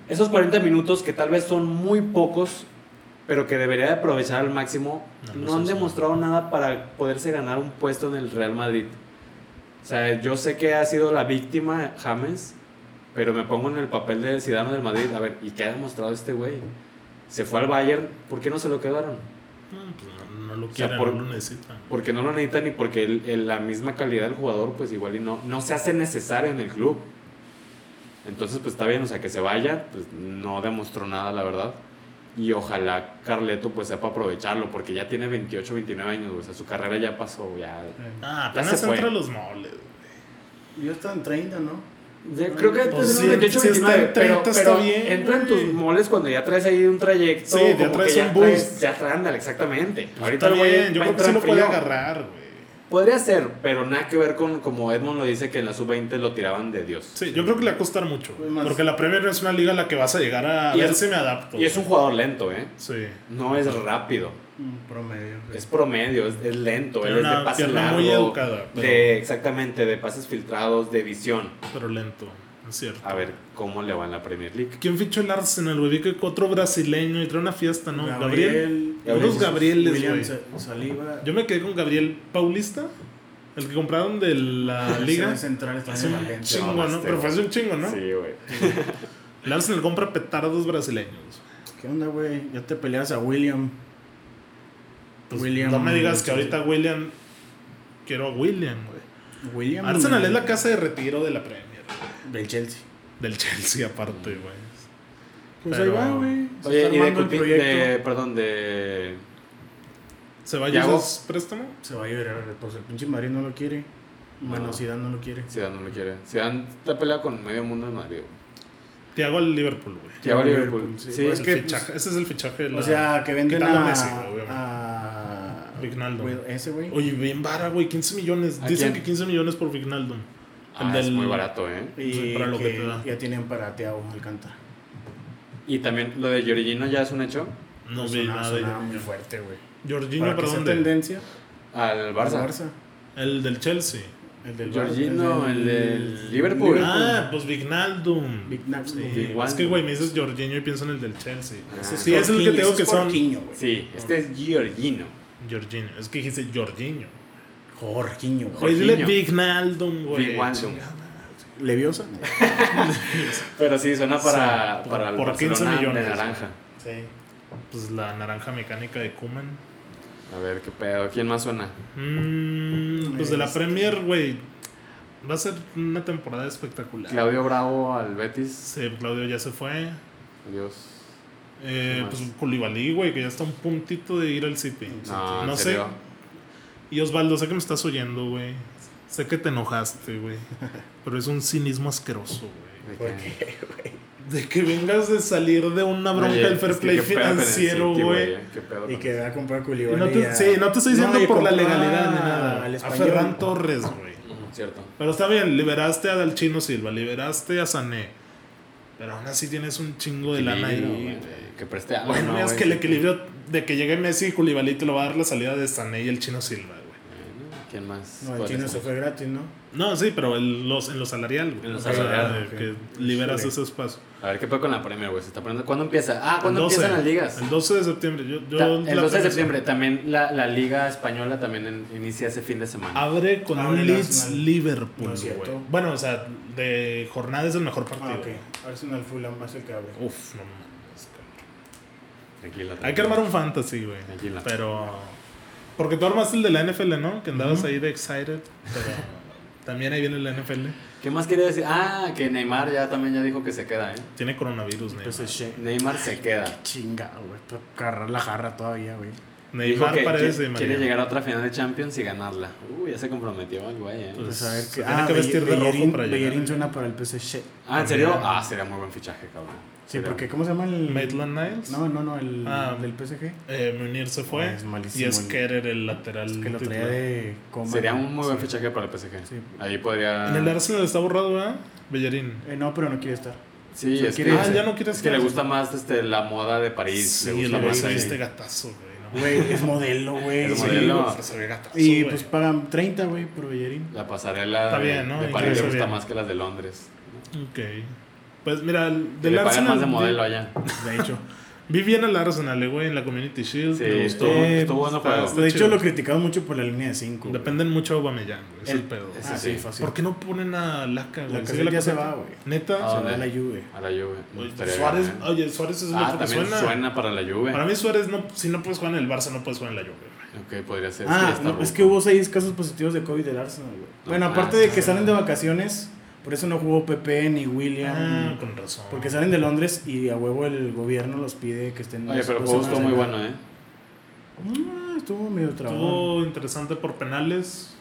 Speaker 3: Esos 40 minutos que tal vez son muy pocos, pero que debería de aprovechar al máximo,
Speaker 1: No,
Speaker 3: no,
Speaker 1: no
Speaker 3: han
Speaker 1: sé, sí.
Speaker 3: demostrado nada para poderse ganar un puesto en el Real Madrid. O sea, yo sé que ha sido la víctima James, pero me pongo en el papel de ciudadano del Madrid. A ver, ¿y qué ha demostrado este güey? Se fue al Bayern, ¿por qué no se lo quedaron?
Speaker 1: No, pues no, no lo
Speaker 3: O sea,
Speaker 1: quieren,
Speaker 3: por-
Speaker 1: no lo necesitan.
Speaker 3: Porque no lo necesitan y porque el- el- la misma calidad del jugador, pues igual y no, no se hace necesario en el club. Entonces, pues está bien, o sea, que se vaya, pues no demostró nada, la verdad. Y ojalá Carleto, pues sepa aprovecharlo, porque ya tiene 28, 29 años, o sea, su carrera ya pasó, ya.
Speaker 2: Eh,
Speaker 1: Ah,
Speaker 3: Ya
Speaker 1: apenas
Speaker 3: se fue.
Speaker 1: entra a los moles. güey.
Speaker 2: Yo estaba en 30, ¿no?
Speaker 3: Ya creo que
Speaker 1: Pues
Speaker 3: tendrá
Speaker 1: sí,
Speaker 3: 28,
Speaker 1: si está
Speaker 3: 29,
Speaker 1: en
Speaker 3: pero,
Speaker 1: 30
Speaker 3: pero
Speaker 1: está bien,
Speaker 3: entra en
Speaker 1: güey.
Speaker 3: tus moles cuando ya traes ahí un trayecto.
Speaker 1: Sí, ya
Speaker 3: como
Speaker 1: traes
Speaker 3: que
Speaker 1: un boost.
Speaker 3: Ya traes, ándale, exactamente.
Speaker 1: Ahorita
Speaker 3: el güey
Speaker 1: bien, yo
Speaker 3: va a
Speaker 1: creo que sí
Speaker 3: entrar
Speaker 1: lo puede
Speaker 3: frío.
Speaker 1: agarrar, güey.
Speaker 3: Podría ser, pero nada que ver con como Edmond lo dice que en la sub-20 lo tiraban de Dios.
Speaker 1: Sí, yo creo que le va a costar mucho.
Speaker 2: Pues más-
Speaker 1: Porque la Premier no es una liga a la que vas a llegar a
Speaker 3: Y
Speaker 1: ver
Speaker 3: es-
Speaker 1: si me adapto.
Speaker 3: Y es un jugador lento, ¿eh?
Speaker 1: Sí.
Speaker 3: No es rápido,
Speaker 2: Un promedio. güey.
Speaker 3: es promedio, es, es lento,
Speaker 1: Tiene
Speaker 3: él es
Speaker 1: una
Speaker 3: de pase
Speaker 1: pierna
Speaker 3: largo,
Speaker 1: muy educada, pero-
Speaker 3: de exactamente de pases filtrados, de visión.
Speaker 1: Pero lento, es cierto.
Speaker 3: A ver cómo le va en la Premier League.
Speaker 1: ¿Quién fichó el Arsenal, güey? Vi que otro brasileño y trae una fiesta, ¿no? Gabriel.
Speaker 3: Gabriel.
Speaker 1: Unos Gabrieles,
Speaker 2: William
Speaker 1: güey.
Speaker 2: Sa- Saliba.
Speaker 1: Yo me quedé con Gabriel Paulista, el que compraron de la liga.
Speaker 2: Selección Ah, Central está
Speaker 1: Hace
Speaker 2: en la este,
Speaker 1: un
Speaker 2: lente.
Speaker 1: chingo, ¿no?
Speaker 3: mamaste,
Speaker 1: Pero fue hace un chingo, ¿no?
Speaker 3: Sí, güey.
Speaker 1: El Arsenal compra petardos brasileños.
Speaker 2: ¿Qué onda, güey? Ya te peleas a William.
Speaker 1: Pues,
Speaker 2: William-
Speaker 1: no me digas que ahorita William. Quiero a William, güey.
Speaker 2: William.
Speaker 1: Arsenal es la casa de retiro de la Premier.
Speaker 2: Del Chelsea.
Speaker 1: Del Chelsea, aparte, güey.
Speaker 2: Pues
Speaker 1: Pero-
Speaker 2: ahí va, güey. Se está
Speaker 3: Oye, y de,
Speaker 2: armando el
Speaker 3: Coutinho-
Speaker 2: proyecto.
Speaker 3: de- perdón, de
Speaker 1: ¿Se va a
Speaker 3: Thiago.
Speaker 1: Jesús préstamo?
Speaker 2: Se va a llorar, pues el pinche Madrid no lo quiere. Bueno,
Speaker 3: No.
Speaker 2: Zidane no lo quiere.
Speaker 3: Zidane no lo quiere. Zidane está peleado con medio mundo de Madrid. güey.
Speaker 1: Thiago al Liverpool, güey.
Speaker 3: Thiago
Speaker 2: Liverpool,
Speaker 3: Liverpool.
Speaker 2: sí.
Speaker 3: Sí,
Speaker 2: Pues
Speaker 3: pues,
Speaker 1: Es
Speaker 2: que,
Speaker 1: el fichaje- ese es el fichaje de la...
Speaker 2: O sea, que venden
Speaker 1: Quitando
Speaker 2: a,
Speaker 1: a Messi, güey, obviamente.
Speaker 2: a
Speaker 1: Wijnaldum.
Speaker 2: güey, Ese güey.
Speaker 1: Oye, bien vara, güey. 15 millones.
Speaker 3: ¿A
Speaker 1: Dicen
Speaker 3: quién?
Speaker 1: que 15 millones por Vignaldum.
Speaker 3: Ah,
Speaker 1: El
Speaker 3: es
Speaker 1: del-
Speaker 3: muy barato, ¿eh?
Speaker 2: Y
Speaker 1: para lo que te da.
Speaker 2: ya tienen para Thiago Alcántara.
Speaker 3: Y también lo de Giorgino ya es un hecho
Speaker 1: No
Speaker 2: Pues
Speaker 1: vi
Speaker 2: sonaba-
Speaker 1: nada de
Speaker 2: sonaba muy fuerte, güey.
Speaker 1: Jorginho,
Speaker 2: Para
Speaker 1: ¿para
Speaker 2: que sea
Speaker 1: dónde?
Speaker 2: tendencia.
Speaker 3: al
Speaker 2: el
Speaker 3: Barça.
Speaker 2: Barça.
Speaker 1: El del Chelsea.
Speaker 2: El del
Speaker 3: Jorginho,
Speaker 2: Barça,
Speaker 3: el del Liverpool.
Speaker 1: Ah, pues Vignaldum.
Speaker 2: Big Naps,
Speaker 1: Sí,
Speaker 2: güey.
Speaker 1: Es que, güey, me dices Jorginho y pienso en el del Chelsea.
Speaker 3: Ah.
Speaker 2: Ese
Speaker 1: Sí, es el que
Speaker 2: Jorginho,
Speaker 1: tengo
Speaker 2: ese
Speaker 1: que
Speaker 2: es
Speaker 1: son-
Speaker 2: Jorginho, güey.
Speaker 3: Sí, este es Giorgino.
Speaker 1: Jorginho. Es que dijiste Jorginho.
Speaker 2: Jorginho,
Speaker 1: Oye,
Speaker 2: güey.
Speaker 1: dile
Speaker 3: Jorginho.
Speaker 1: Vignaldum, güey.
Speaker 3: Wijnaldum.
Speaker 2: Leviosa.
Speaker 3: Pero sí, suena para,
Speaker 1: Sí,
Speaker 3: para el
Speaker 1: por- por 15
Speaker 3: Barcelona
Speaker 1: millones.
Speaker 3: de naranja.
Speaker 2: Sí.
Speaker 1: Pues la naranja mecánica de Kuman.
Speaker 3: A ver, qué pedo. ¿Quién más suena?
Speaker 1: Mm, pues de la Premier, güey. Va a ser una temporada espectacular.
Speaker 3: Claudio Bravo al Betis.
Speaker 1: Sí, Claudio ya se fue.
Speaker 3: Adiós.
Speaker 1: Eh,
Speaker 3: ¿Qué
Speaker 1: pues
Speaker 3: más?
Speaker 1: Koulibaly, güey, que ya está a un puntito de ir al City.
Speaker 3: No, en
Speaker 1: No sé.
Speaker 3: serio.
Speaker 1: Y Osvaldo, sé que me estás oyendo, güey. Sé que te enojaste, güey. Pero es un cinismo asqueroso, güey.
Speaker 3: ¿De
Speaker 2: ¿Por
Speaker 3: qué?
Speaker 1: De que vengas de salir de una bronca
Speaker 3: Oye,
Speaker 1: del fair
Speaker 3: es que
Speaker 1: play
Speaker 3: qué pedo con el
Speaker 1: financiero,
Speaker 3: City,
Speaker 1: güey.
Speaker 3: Qué pedo.
Speaker 2: Y
Speaker 3: con-
Speaker 2: que va a comprar Culibán.
Speaker 1: Y no te- sí, no te estoy diciendo por la legalidad ni nada.
Speaker 2: Al
Speaker 1: A
Speaker 2: español.
Speaker 1: Ferran Torres, güey.
Speaker 3: Ujú, Cierto.
Speaker 1: Pero está bien, liberaste a Dalchino Silva, liberaste a Sané. Pero aún así tienes un chingo de lana ahí,
Speaker 3: Dinero,
Speaker 1: güey.
Speaker 3: güey, Que preste algo.
Speaker 1: Bueno,
Speaker 3: ¿no,
Speaker 1: veas
Speaker 3: güey?
Speaker 1: que el equilibrio de que llegue Messi y Koulibaly te lo va a dar la salida de Sané y el Chino Silva, güey.
Speaker 3: ¿Quién más?
Speaker 2: No, el
Speaker 3: ¿Cuáles
Speaker 2: chino
Speaker 3: son?
Speaker 2: se fue gratis, ¿no?
Speaker 1: No, sí, pero el- los, en lo salarial, güey.
Speaker 3: En lo
Speaker 1: O sea,
Speaker 3: salarial,
Speaker 1: de
Speaker 2: ok.
Speaker 1: Que liberas
Speaker 2: Sí.
Speaker 1: ese espacio.
Speaker 3: A ver, ¿qué pedo con la Premier, güey? Se está poniendo... ¿Cuándo empieza? Ah, ¿cuándo
Speaker 1: El 12,
Speaker 3: empiezan las ligas?
Speaker 1: El 12 de septiembre. Yo, yo
Speaker 3: Ta-
Speaker 1: la
Speaker 3: el 12 de
Speaker 1: primera-
Speaker 3: septiembre. También la, la Liga Española también en- inicia ese fin de semana.
Speaker 1: Abre con
Speaker 2: Abre
Speaker 1: un
Speaker 2: el
Speaker 1: Leeds
Speaker 2: Arsenal.
Speaker 1: Liverpool,
Speaker 2: No es cierto.
Speaker 1: güey. Bueno, o sea, de jornada es el mejor partido.
Speaker 2: Ah, ok. Arsenal Fulham más el que abre.
Speaker 1: Uf, no mames, cabrón.
Speaker 3: Tranquila.
Speaker 1: Hay que
Speaker 3: tranquila.
Speaker 1: armar un fantasy, güey.
Speaker 3: Tranquila.
Speaker 1: Pero. Porque tú armaste el de la NFL, ¿no? Que andabas ahí de excited. Pero también ahí viene la NFL.
Speaker 3: ¿Qué más quería decir? Ah, que Neymar ya también ya dijo que se queda, ¿eh?
Speaker 1: Tiene coronavirus, Neymar.
Speaker 2: Pues el Shea-
Speaker 3: Neymar se queda.
Speaker 2: Chinga, güey. Para agarrar la jarra todavía, güey.
Speaker 3: Dijo
Speaker 1: Neymar
Speaker 3: que
Speaker 1: parece de
Speaker 3: qui-
Speaker 1: María.
Speaker 3: quiere llegar a otra final de Champions y ganarla. Uy, ya se comprometió el güey, ¿eh?
Speaker 1: Pues,
Speaker 2: Pues a ver
Speaker 1: se
Speaker 2: qué.
Speaker 1: tiene que vestir de rojo
Speaker 2: Bellerín-
Speaker 1: para llegar.
Speaker 2: Bellerín suena para el PSG.
Speaker 3: ah, ¿en serio? Ah, sería muy buen fichaje, cabrón.
Speaker 2: Sí,
Speaker 3: Sería-
Speaker 2: porque ¿cómo se llama el.
Speaker 1: Maitland Niles.
Speaker 2: No, no, no, el
Speaker 1: Ah.
Speaker 2: del PSG.
Speaker 1: Eh, Munir se fue.
Speaker 2: Ah, es malísimo
Speaker 1: y es
Speaker 2: el-
Speaker 1: Kerer el lateral.
Speaker 2: Que lo traía
Speaker 1: titular.
Speaker 2: de coma.
Speaker 3: Sería un muy buen fichaje para el PSG.
Speaker 2: Sí.
Speaker 3: Ahí podría...
Speaker 1: En el Arsenal está borrado, ¿verdad? Bellerín.
Speaker 2: Eh, no, pero no quiere estar.
Speaker 3: Sí,
Speaker 2: Se
Speaker 3: es que,
Speaker 2: quiere-
Speaker 1: Ah, ya no quiere
Speaker 3: es que
Speaker 1: estar.
Speaker 3: le gusta más este, la moda de París. le
Speaker 1: Sí,
Speaker 3: gusta
Speaker 1: el
Speaker 3: más
Speaker 1: Bellerín
Speaker 3: ahí.
Speaker 1: este gatazo, güey. no mames.
Speaker 2: Güey, es modelo, güey.
Speaker 3: Es
Speaker 2: Sí.
Speaker 3: modelo.
Speaker 1: güey, se ve gatazo,
Speaker 2: Y
Speaker 1: güey.
Speaker 2: pues pagan 30, güey, por Bellerín.
Speaker 3: La pasarela
Speaker 1: Está
Speaker 3: de-
Speaker 1: bien, ¿no?
Speaker 3: de
Speaker 1: Y que
Speaker 3: París le
Speaker 1: se
Speaker 3: gusta
Speaker 1: vea.
Speaker 3: más que las de Londres.
Speaker 1: Ok. Pues mira, el
Speaker 3: Que
Speaker 1: del
Speaker 3: le pagan
Speaker 1: Arsenal.
Speaker 3: más de
Speaker 1: vi-
Speaker 3: modelo allá.
Speaker 2: De hecho.
Speaker 1: Vi bien al Arsenal, eh, güey, en la Community Shield.
Speaker 3: Sí,
Speaker 1: me gustó.
Speaker 3: estuvo- estuvo bueno
Speaker 1: Eh, Está-
Speaker 3: juego.
Speaker 1: está
Speaker 2: De hecho,
Speaker 1: chido.
Speaker 2: lo criticaban mucho por la línea de 5.
Speaker 1: Dependen mucho de Aubameyang, güey, es el,
Speaker 3: El-
Speaker 1: pedo.
Speaker 3: es-
Speaker 2: Ah,
Speaker 3: Sí,
Speaker 2: sí,
Speaker 3: sí.
Speaker 2: fácil.
Speaker 1: ¿Por qué no ponen a Laca, güey?
Speaker 2: La
Speaker 1: ¿Sigue
Speaker 2: Casilla ya se
Speaker 1: Lacazette?
Speaker 2: va, güey.
Speaker 1: Neta.
Speaker 3: Ah,
Speaker 2: Se
Speaker 3: ¿dónde?
Speaker 2: va a la Juve.
Speaker 3: A la Juve. me
Speaker 1: Oye, pues,
Speaker 3: gustaría
Speaker 1: Suárez,
Speaker 3: ganar.
Speaker 1: oye, Suárez es
Speaker 3: Ah,
Speaker 1: mejor que
Speaker 3: también
Speaker 1: suena.
Speaker 3: suena. para la Juve.
Speaker 1: Para mí Suárez, no, si no puedes jugar en el Barça, no puedes jugar en la Juve. güey.
Speaker 3: Ok, podría ser. sí,
Speaker 2: Ah,
Speaker 3: está
Speaker 2: no, es
Speaker 3: rudo.
Speaker 2: que hubo 6 casos positivos de COVID del Arsenal, güey. Bueno,
Speaker 3: Ah,
Speaker 2: aparte
Speaker 3: sí,
Speaker 2: de que
Speaker 3: sí.
Speaker 2: salen de vacaciones, por eso no jugó Pepe ni
Speaker 1: Ah,
Speaker 2: William.
Speaker 1: con razón.
Speaker 2: Porque salen de Londres y a huevo el gobierno los pide que estén.
Speaker 3: Oye,
Speaker 2: dos-
Speaker 3: pero el
Speaker 2: dos
Speaker 3: juego estuvo muy
Speaker 2: semanas
Speaker 3: bueno, ¿eh?
Speaker 2: en la- Ah, estuvo medio trabado.
Speaker 1: Estuvo interesante por penales.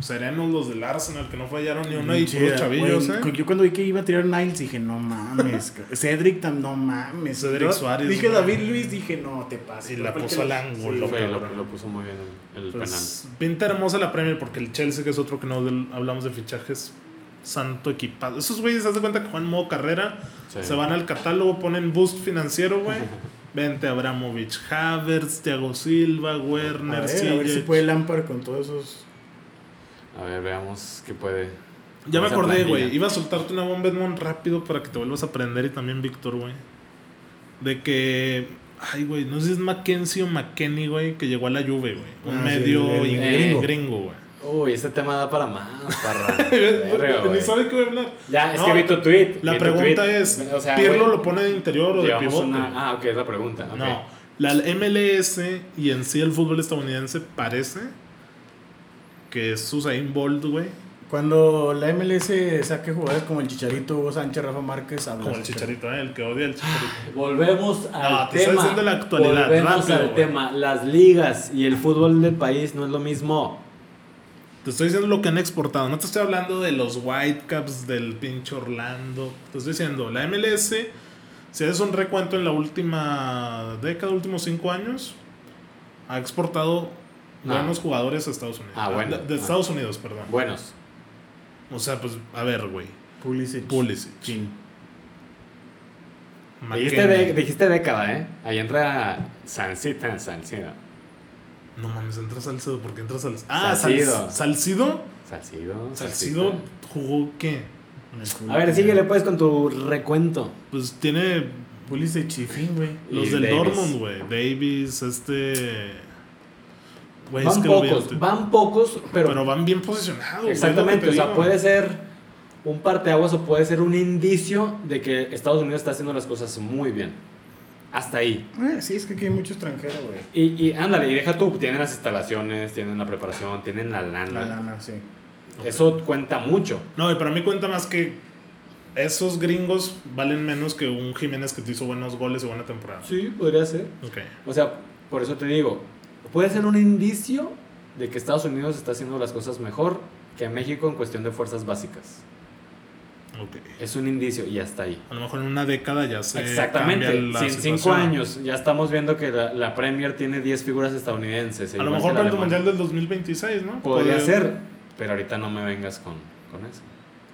Speaker 1: Serenos los del Arsenal, que no fallaron ni una y
Speaker 2: Sí,
Speaker 1: puros chavillos,
Speaker 2: güey,
Speaker 1: ¿eh?
Speaker 2: Yo cuando vi que iba a tirar Niles dije, no mames. ca- Cedric tam, no mames.
Speaker 1: Cedric
Speaker 2: Yo
Speaker 1: Suárez,
Speaker 2: Dije
Speaker 1: güey.
Speaker 2: David Luis, dije, no, te pases.
Speaker 1: Y la
Speaker 2: Porque
Speaker 1: puso
Speaker 2: le-
Speaker 1: al ángulo,
Speaker 2: Sí,
Speaker 3: Fue- Lo,
Speaker 1: cabrón.
Speaker 3: lo puso muy bien el, el
Speaker 1: Pues, pinta hermosa la Premier porque el Chelsea, que es otro que no del- hablamos de fichajes, santo equipado. Esos güeyes, haz de cuenta que juegan modo carrera,
Speaker 3: Sí.
Speaker 1: se van al catálogo, ponen boost financiero, güey. Vente Abramovich, Havertz, Thiago Silva,
Speaker 2: A
Speaker 1: Werner,
Speaker 2: ver, a ver si
Speaker 1: Ziyech.
Speaker 2: puede Lampard con todos esos.
Speaker 3: penal. A ver, veamos qué puede.
Speaker 1: Ya me
Speaker 3: esa
Speaker 1: acordé,
Speaker 3: plantilla.
Speaker 1: güey. Iba a soltarte una bomba, Edmond, rápido para que te vuelvas a aprender. Y también Víctor, güey. De que. Ay, güey. No sé si es Mackenzie o McKenny, güey. Que llegó a la Juve, güey. Un
Speaker 2: Ah, sí,
Speaker 1: medio
Speaker 2: el- el
Speaker 1: ingre-
Speaker 3: gringo.
Speaker 1: gringo, güey.
Speaker 3: Uy, este tema da para más, parra. Verga,
Speaker 1: Ni
Speaker 3: güey.
Speaker 1: sabe qué voy a hablar.
Speaker 3: Ya, es
Speaker 1: No,
Speaker 3: que vi tu tweet.
Speaker 1: La
Speaker 3: vi tu
Speaker 1: pregunta
Speaker 3: tweet.
Speaker 1: es:
Speaker 3: O sea,
Speaker 1: ¿Pirlo
Speaker 3: güey,
Speaker 1: lo pone de interior o de
Speaker 3: llevamos
Speaker 1: pivote?
Speaker 3: una- Ah, ok, es la pregunta. ok.
Speaker 1: No. La MLS y en sí el fútbol estadounidense parece que es Usain Bolt, güey.
Speaker 2: Cuando la MLS saque jugadores como el Chicharito, Hugo Sánchez, Rafa Márquez, hablas.
Speaker 1: Como el chicharito, ¿eh? El que odia el chicharito.
Speaker 3: Volvemos al
Speaker 1: No, te estoy
Speaker 3: tema.
Speaker 1: diciendo la actualidad,
Speaker 3: Volvemos
Speaker 1: rápido,
Speaker 3: al
Speaker 1: güey.
Speaker 3: tema. Las ligas y el fútbol del país no es lo mismo.
Speaker 1: Te estoy diciendo lo que han exportado. No te estoy hablando de los Whitecaps, del pinche Orlando. Te estoy diciendo, la MLS, si haces un recuento en la última década, últimos cinco años, ha exportado
Speaker 3: Ah.
Speaker 1: buenos jugadores a Estados Unidos.
Speaker 3: Ah, bueno.
Speaker 1: De, de
Speaker 3: Ah.
Speaker 1: Estados Unidos, perdón.
Speaker 3: Buenos.
Speaker 1: O sea, pues, a ver, güey.
Speaker 2: Pulisic.
Speaker 1: Pulisic.
Speaker 2: Chin.
Speaker 3: Dijiste,
Speaker 1: McKennie.
Speaker 3: de- dijiste década, ¿eh? Ahí entra Sancita, Sancido.
Speaker 1: No mames, entra Salcedo. ¿Por qué entra Salcedo? Ah,
Speaker 3: Salcido.
Speaker 1: Sal- Salcido.
Speaker 3: Salcido.
Speaker 1: Salcido
Speaker 3: Salsita.
Speaker 1: jugó qué?
Speaker 3: A ver, síguele pues con tu recuento.
Speaker 1: Pues tiene
Speaker 2: Pulisic chifín, güey.
Speaker 1: los
Speaker 3: Y
Speaker 1: del
Speaker 3: Davis.
Speaker 1: Dortmund, güey. Davis, este. Güey, Pues, es
Speaker 3: Van
Speaker 1: que lo
Speaker 3: pocos,
Speaker 1: vi-
Speaker 3: van pocos, pero,
Speaker 1: Pero van bien posicionados. güey,
Speaker 3: exactamente.
Speaker 1: es lo que
Speaker 3: O
Speaker 1: te
Speaker 3: sea,
Speaker 1: digo.
Speaker 3: puede ser un parteaguas o puede ser un indicio de que Estados Unidos está haciendo las cosas muy bien. Hasta ahí.
Speaker 2: Ah, sí, es que aquí hay mucho extranjero, güey.
Speaker 3: Y, y ándale, y deja tú, tienen las instalaciones, tienen la preparación, tienen la lana.
Speaker 2: La lana, sí.
Speaker 3: Eso cuenta mucho.
Speaker 1: No, y para mí cuenta más que esos gringos valen menos que un Jiménez que te hizo buenos goles y buena temporada.
Speaker 3: Sí, podría ser.
Speaker 1: Ok.
Speaker 3: O sea, por eso te digo, puede ser un indicio de que Estados Unidos está haciendo las cosas mejor que México en cuestión de fuerzas básicas.
Speaker 1: Ok.
Speaker 3: Es un indicio y hasta ahí.
Speaker 1: A lo mejor en una década ya se.
Speaker 3: Exactamente.
Speaker 1: cambia la
Speaker 3: Si en cinco
Speaker 1: situación.
Speaker 3: años ya estamos viendo que la, la Premier tiene 10 figuras estadounidenses.
Speaker 1: A lo
Speaker 3: igual
Speaker 1: mejor
Speaker 3: que
Speaker 1: para
Speaker 3: la
Speaker 1: el
Speaker 3: alemana.
Speaker 1: mundial del 2026, ¿no?
Speaker 3: Podría
Speaker 1: Puede-
Speaker 3: ser, pero ahorita no me vengas con, con eso.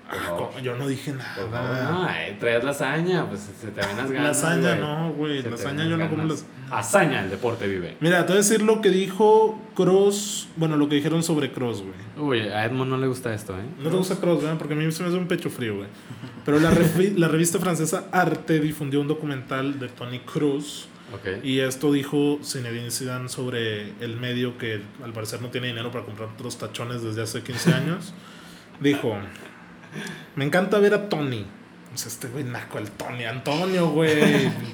Speaker 3: Por
Speaker 1: Ah,
Speaker 3: favor.
Speaker 1: co- Yo no dije
Speaker 3: Por favor,
Speaker 1: nada.
Speaker 3: no, eh, traes lasaña, pues se te ven las ganas.
Speaker 1: Lasaña,
Speaker 3: güey.
Speaker 1: no, güey.
Speaker 3: Se te
Speaker 1: Lasaña
Speaker 3: ven
Speaker 1: yo no
Speaker 3: las
Speaker 1: como
Speaker 3: ganas.
Speaker 1: las.
Speaker 3: Hazaña, el deporte vive.
Speaker 1: Mira, te voy a decir lo que dijo Cross. Bueno, lo que dijeron sobre Cross, güey.
Speaker 3: Uy, a Edmond no le gusta esto, ¿eh?
Speaker 1: No te gusta Cross, ¿verdad? Porque a mí se me hace un pecho frío, güey. Pero la, revi- la revista francesa Arte difundió un documental de Tony Cruz.
Speaker 3: Ok.
Speaker 1: Y esto dijo Zinedine Zidane sobre el medio que al parecer no tiene dinero para comprar otros tachones desde hace 15 años. Dijo, me encanta ver a Tony. O sea, este güey naco, el Tony. Antonio, güey.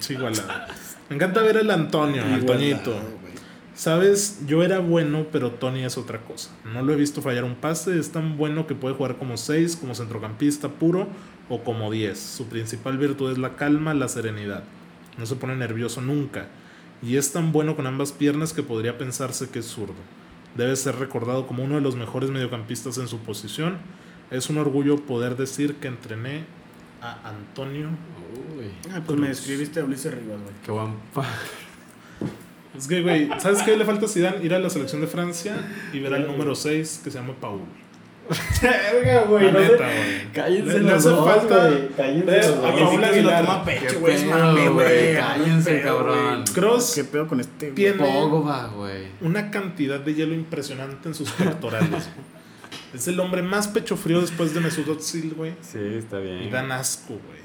Speaker 1: Sí, igualado. Me encanta ver al Antonio, al Toñito.
Speaker 2: Igualdad, ah, güey.
Speaker 1: Sabes, yo era bueno, pero Tony es otra cosa. No lo he visto fallar un pase, es tan bueno que puede jugar como 6, como centrocampista puro o como 10. Su principal virtud es la calma, la serenidad. No se pone nervioso nunca. Y es tan bueno con ambas piernas que podría pensarse que es zurdo. Debe ser recordado como uno de los mejores mediocampistas en su posición. Es un orgullo poder decir que entrené a Antonio.
Speaker 3: Uy,
Speaker 2: Ah, pues me describiste a Ulises Rivas, güey.
Speaker 3: qué buen.
Speaker 1: Es que, güey, ¿sabes qué le falta a Zidane? Ir a la selección de Francia y ver al número 6 que se llama Paul.
Speaker 4: Verga,
Speaker 1: La
Speaker 4: güey. no sé-
Speaker 1: neta, güey.
Speaker 4: Cállense
Speaker 1: Le- le
Speaker 4: los
Speaker 1: hace
Speaker 4: dos,
Speaker 1: falta-
Speaker 4: güey, Cállense los
Speaker 1: Pero- a
Speaker 4: dos.
Speaker 1: Paul
Speaker 2: Paula
Speaker 1: le
Speaker 2: se la
Speaker 1: ganaron.
Speaker 2: toma a pecho,
Speaker 3: Qué
Speaker 2: güey. Es
Speaker 3: pedo,
Speaker 2: mame,
Speaker 3: güey,
Speaker 2: güey.
Speaker 3: cállense,
Speaker 2: Qué pedo,
Speaker 3: cabrón.
Speaker 2: güey.
Speaker 1: Cross
Speaker 2: ¿Qué pedo con este, güey?
Speaker 1: tiene
Speaker 3: Pogba, güey.
Speaker 1: una cantidad de hielo impresionante en sus pectorales. güey. es el hombre más pecho frío después de Mesut Özil, güey.
Speaker 3: Sí, está
Speaker 1: Y
Speaker 3: bien.
Speaker 1: dan asco, güey.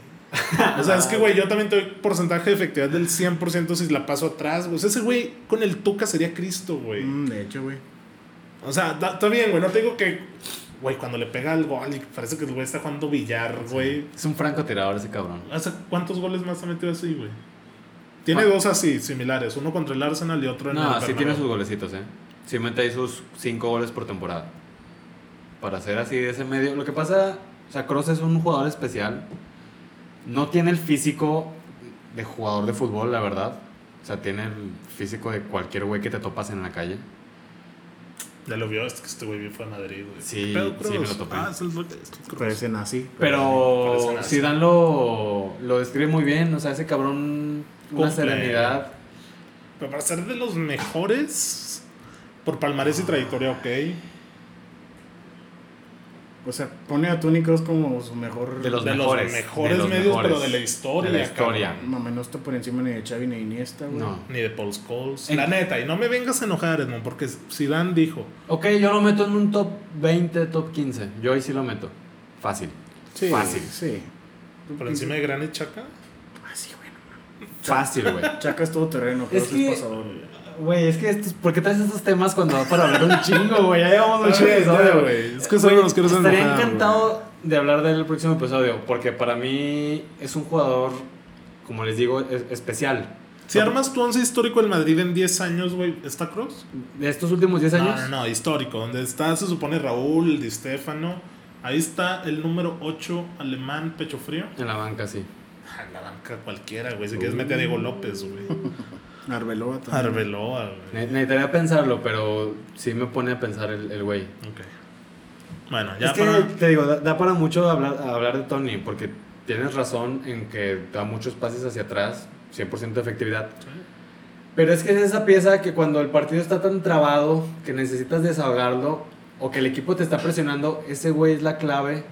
Speaker 1: O sea, es que, güey, yo también tengo porcentaje de efectividad del 100% si la paso atrás, güey. O sea, ese güey con el Tuca sería Cristo, güey.
Speaker 2: Mm, de hecho, güey.
Speaker 1: O sea, da- está bien, güey. No te digo que, güey, cuando le pega el gol y parece que el güey está jugando billar, güey.
Speaker 3: Es un francotirador ese cabrón.
Speaker 1: ¿Hace cuántos goles más ha metido así, güey? Tiene dos así, similares. Uno contra el Arsenal y otro en el
Speaker 3: Ah. No, sí
Speaker 1: Bernabéu.
Speaker 3: tiene sus golecitos, ¿eh? Sí mete ahí sus 5 goles por temporada. Para ser así de ese medio. Lo que pasa, o sea, Kroos es un jugador especial. No tiene el físico de jugador de fútbol, la verdad. O sea, tiene el físico de cualquier güey que te topas en la calle.
Speaker 1: Ya lo vio, es que este güey fue a Madrid, güey.
Speaker 3: Sí,
Speaker 1: ¿Qué pedo,
Speaker 3: sí,
Speaker 1: Cruz?
Speaker 3: me lo topé. Pues
Speaker 1: Ah, es el es el Cruz.
Speaker 2: Parecen así.
Speaker 1: Parece
Speaker 3: Pero
Speaker 1: nada.
Speaker 3: Zidane lo, lo describe muy bien. O sea, ese cabrón, una
Speaker 1: Cumple.
Speaker 3: serenidad.
Speaker 1: Pero para ser de los mejores, por palmarés y trayectoria, ok.
Speaker 2: O sea, pone a Tony Cross como su mejor.
Speaker 3: De los
Speaker 1: de
Speaker 3: mejores,
Speaker 1: los mejores
Speaker 3: de los
Speaker 1: medios,
Speaker 3: mejores.
Speaker 1: pero de la historia.
Speaker 3: De la historia.
Speaker 1: cabrón.
Speaker 2: Mame, no está por encima ni de Xavi ni de Iniesta, güey.
Speaker 3: No.
Speaker 1: Ni de Paul Scholes.
Speaker 3: En-
Speaker 1: La neta, y no me vengas a enojar, Edmond, porque Zidane dijo,
Speaker 3: Ok, yo lo meto en un top 20, top 15. Yo ahí sí lo meto. Fácil.
Speaker 2: Sí,
Speaker 3: Fácil.
Speaker 2: Sí.
Speaker 1: por encima de Granit Chaka.
Speaker 2: Ah, sí, güey. no mames.
Speaker 3: Fácil, güey.
Speaker 2: Chaca es todo terreno, Cross es,
Speaker 3: que-
Speaker 2: pasador, güey.
Speaker 4: Güey, es que, estos- ¿por qué traes estos temas cuando va para hablar un chingo, güey? Ya llevamos mucho
Speaker 1: Ah, ya,
Speaker 4: episodio, güey.
Speaker 1: güey. Es que solo los quiero
Speaker 3: Estaría
Speaker 1: enojar,
Speaker 3: encantado de hablar del próximo episodio, porque para mí es un jugador, como les digo, es- especial.
Speaker 1: güey. Si armas tu once histórico del Madrid en 10 años, güey, ¿está Cross?
Speaker 3: De estos últimos 10 años,
Speaker 1: No, no, no, histórico. Donde está, se supone Raúl, Di Stefano. Ahí está el número 8 alemán, pecho frío.
Speaker 3: en la banca sí.
Speaker 1: A la banca cualquiera, güey. Si quieres meter a Diego López, güey.
Speaker 2: Arbeloa también.
Speaker 1: Arbeloa, güey.
Speaker 3: Ne- necesitaría pensarlo, pero sí me pone a pensar el el güey.
Speaker 1: Ok. Bueno, ya
Speaker 3: es que
Speaker 1: para.
Speaker 3: te digo, da, da para mucho hablar, hablar de Tony, porque tienes razón en que da muchos pases hacia atrás, 100% de efectividad. Pero es que es esa pieza que cuando el partido está tan trabado, que necesitas desahogarlo, o que el equipo te está presionando, ese güey es la clave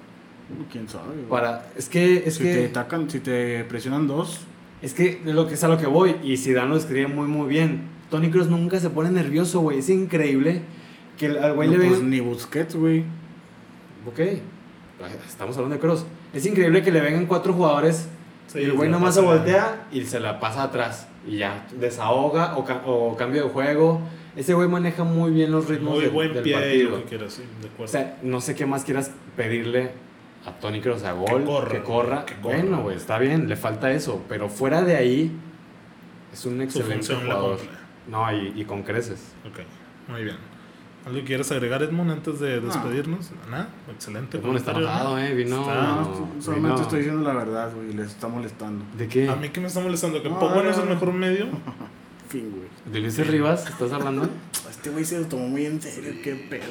Speaker 2: ¿Quién sabe? güey?
Speaker 3: para... Es que... Es
Speaker 2: si
Speaker 3: que...
Speaker 2: te atacan, si te presionan dos,
Speaker 3: Es que de lo que es a lo que voy, y Zidane lo escribe muy muy bien. Tony Cruz nunca se pone nervioso, güey. Es increíble que el- al güey
Speaker 2: no,
Speaker 3: le
Speaker 2: pues
Speaker 3: ven-
Speaker 2: ni Busquets, güey.
Speaker 3: Ok, estamos hablando de Cross. Es increíble que le vengan cuatro jugadores
Speaker 1: Sí,
Speaker 3: y el
Speaker 1: se
Speaker 3: güey
Speaker 1: la
Speaker 3: nomás se
Speaker 1: pasa bien.
Speaker 3: voltea y se la pasa atrás y ya desahoga o, ca- o cambio de juego. Ese güey maneja muy bien los ritmos
Speaker 1: Muy
Speaker 3: de-
Speaker 1: buen
Speaker 3: del
Speaker 1: pie y
Speaker 3: partido.
Speaker 1: lo que quieras, sí, de acuerdo.
Speaker 3: O sea, no sé qué más quieras pedirle a Tony Kroos a gol, que
Speaker 1: corra,
Speaker 3: corra.
Speaker 1: que corra.
Speaker 3: Bueno, güey, está bien, le falta eso, pero fuera de ahí Es un
Speaker 1: Su
Speaker 3: excelente
Speaker 1: función la
Speaker 3: jugador.
Speaker 1: cumple.
Speaker 3: No, y, y con creces.
Speaker 1: Ok, muy bien. ¿Algo que quieras agregar, Edmund, antes de
Speaker 2: No.
Speaker 1: despedirnos? Nada, excelente.
Speaker 3: Edmund está
Speaker 1: comentario,
Speaker 3: enojado,
Speaker 1: ¿no?
Speaker 3: eh. Vino.
Speaker 1: Está-
Speaker 2: No, solamente
Speaker 3: vino-
Speaker 2: estoy diciendo la verdad, güey. Les está molestando.
Speaker 3: ¿De qué?
Speaker 1: A mí que me está molestando, que
Speaker 2: No,
Speaker 1: Pogba no
Speaker 2: no,
Speaker 1: es el
Speaker 2: no.
Speaker 1: mejor medio.
Speaker 2: Fin, güey.
Speaker 3: ¿De Luis Rivas? ¿Estás hablando?
Speaker 2: Este güey se lo tomó muy en serio. Qué pedo,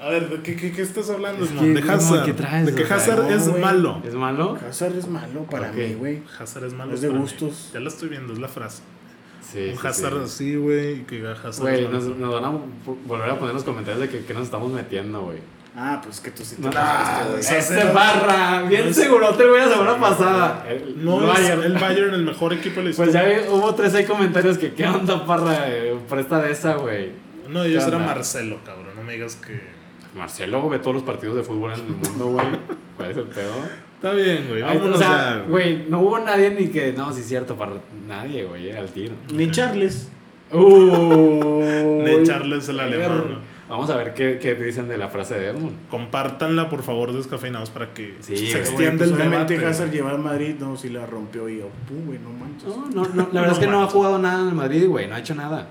Speaker 2: güey.
Speaker 1: A ver, ¿de qué, qué- qué estás hablando,
Speaker 3: Es
Speaker 1: Edmund?
Speaker 3: que,
Speaker 1: De
Speaker 3: ¿cómo
Speaker 1: Hazard.
Speaker 3: que traes,
Speaker 1: de que
Speaker 3: o sea,
Speaker 1: Hazard
Speaker 2: no,
Speaker 1: es
Speaker 2: güey.
Speaker 1: malo.
Speaker 3: ¿Es malo?
Speaker 2: Hazard es malo para
Speaker 3: Ok.
Speaker 2: mí, güey.
Speaker 1: Hazard es malo.
Speaker 2: Es de
Speaker 1: para mí.
Speaker 2: gustos.
Speaker 1: Ya la estoy viendo, es la frase.
Speaker 3: Sí.
Speaker 1: Un
Speaker 3: sí,
Speaker 1: Hazard
Speaker 3: sí.
Speaker 1: así, güey, que Hazard.
Speaker 3: Güey,
Speaker 1: es
Speaker 3: nos,
Speaker 1: malo.
Speaker 3: nos van a vo- volver a poner los comentarios de que, que nos estamos metiendo, güey.
Speaker 2: Ah, pues que tú sí te
Speaker 3: No,
Speaker 2: pasaste, güey.
Speaker 1: esa-
Speaker 3: ¡Este barra! Bien seguro te voy a la semana pasada. El,
Speaker 1: No, es
Speaker 3: Bayern.
Speaker 1: el Bayern el mejor equipo de la
Speaker 3: Pues ya
Speaker 1: historia.
Speaker 3: vi- hubo tres seis comentarios que qué onda, parra, eh, presta de esa, güey.
Speaker 1: no, ellos
Speaker 3: ¿Qué
Speaker 1: era
Speaker 3: onda?
Speaker 1: Marcelo, cabrón. No me digas que.
Speaker 3: Marcelo ve todos los partidos de fútbol en el mundo, güey. ¿Cuál es el pedo?
Speaker 1: Está bien, güey.
Speaker 3: Ay,
Speaker 1: Vámonos
Speaker 3: o sea,
Speaker 1: ya,
Speaker 3: güey, no hubo nadie ni que, no, sí es cierto, para nadie, güey, era el tiro.
Speaker 2: Ni Charles.
Speaker 3: Uh,
Speaker 1: De Charles el alemán. ¿no?
Speaker 3: Vamos a ver qué, qué dicen de la frase de Edmund.
Speaker 1: Compártanla, por favor, descafeinados para que se
Speaker 3: Sí, güey, pues
Speaker 1: extienda el
Speaker 2: Solamente
Speaker 1: debate.
Speaker 2: Hazard llevar a Madrid, no, si la rompió y yo, "Pu, güey, no manches.
Speaker 3: No, no, no, la verdad es que no ha jugado nada en el Madrid, güey, no ha hecho nada.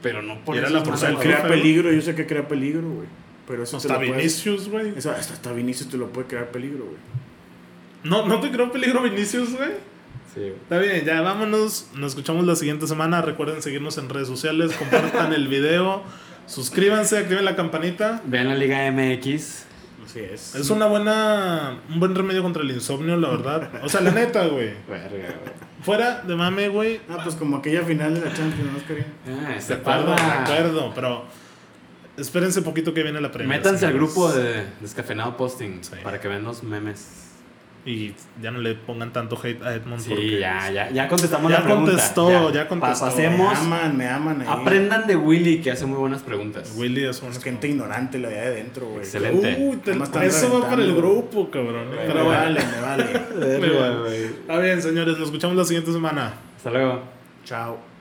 Speaker 3: Pero Ah, no por
Speaker 1: Y era
Speaker 3: eso
Speaker 1: la
Speaker 3: es
Speaker 1: portada
Speaker 3: malo,
Speaker 1: del
Speaker 3: güey.
Speaker 2: crea
Speaker 1: Rafa,
Speaker 2: peligro, yo sé que crea peligro, güey. Pero eso te
Speaker 1: Hasta
Speaker 2: lo puedes-
Speaker 1: Vinicius, güey.
Speaker 2: Eso, hasta, hasta Vinicius te lo puede crear peligro, güey.
Speaker 1: No, no te creo peligro Vinicius, güey.
Speaker 3: Sí, güey.
Speaker 1: Está bien, ya vámonos. Nos escuchamos la siguiente semana. Recuerden seguirnos en redes sociales, compartan el video, suscríbanse, activen la campanita.
Speaker 3: Vean la Liga MX.
Speaker 2: Así es.
Speaker 1: Es una buena, un buen remedio contra el insomnio, la verdad. O sea, la neta, güey.
Speaker 3: Verga, güey.
Speaker 1: Fuera de mame, güey.
Speaker 2: Ah, pues como aquella final de la Champions, ¿no, Oscarín?
Speaker 3: Ah, este
Speaker 1: De acuerdo, de
Speaker 3: parra.
Speaker 1: acuerdo, pero espérense poquito que viene la premia.
Speaker 3: Métanse al
Speaker 1: señores.
Speaker 3: grupo de Descafeinado Posting
Speaker 1: Sí.
Speaker 3: para que vean los memes.
Speaker 1: Y ya no le pongan tanto hate a Edmond.
Speaker 3: Sí,
Speaker 1: porque-
Speaker 3: ya, ya, ya contestamos
Speaker 1: Ya
Speaker 3: la pregunta.
Speaker 1: contestó, ya contestó.
Speaker 2: Me
Speaker 3: Pasemos.
Speaker 2: aman, me aman ahí.
Speaker 3: Aprendan de Willy que hace muy buenas preguntas.
Speaker 1: Willy es un...
Speaker 2: Es gente ignorante la de adentro, güey.
Speaker 3: Excelente.
Speaker 1: Uy, te-
Speaker 2: Nomás están
Speaker 1: eso va para el
Speaker 2: reventando.
Speaker 1: grupo, cabrón.
Speaker 2: Me
Speaker 1: Pero bueno,
Speaker 2: vale, me vale.
Speaker 1: Muy bueno. Está bien, señores. Nos escuchamos la siguiente semana.
Speaker 3: Hasta luego.
Speaker 2: Chao.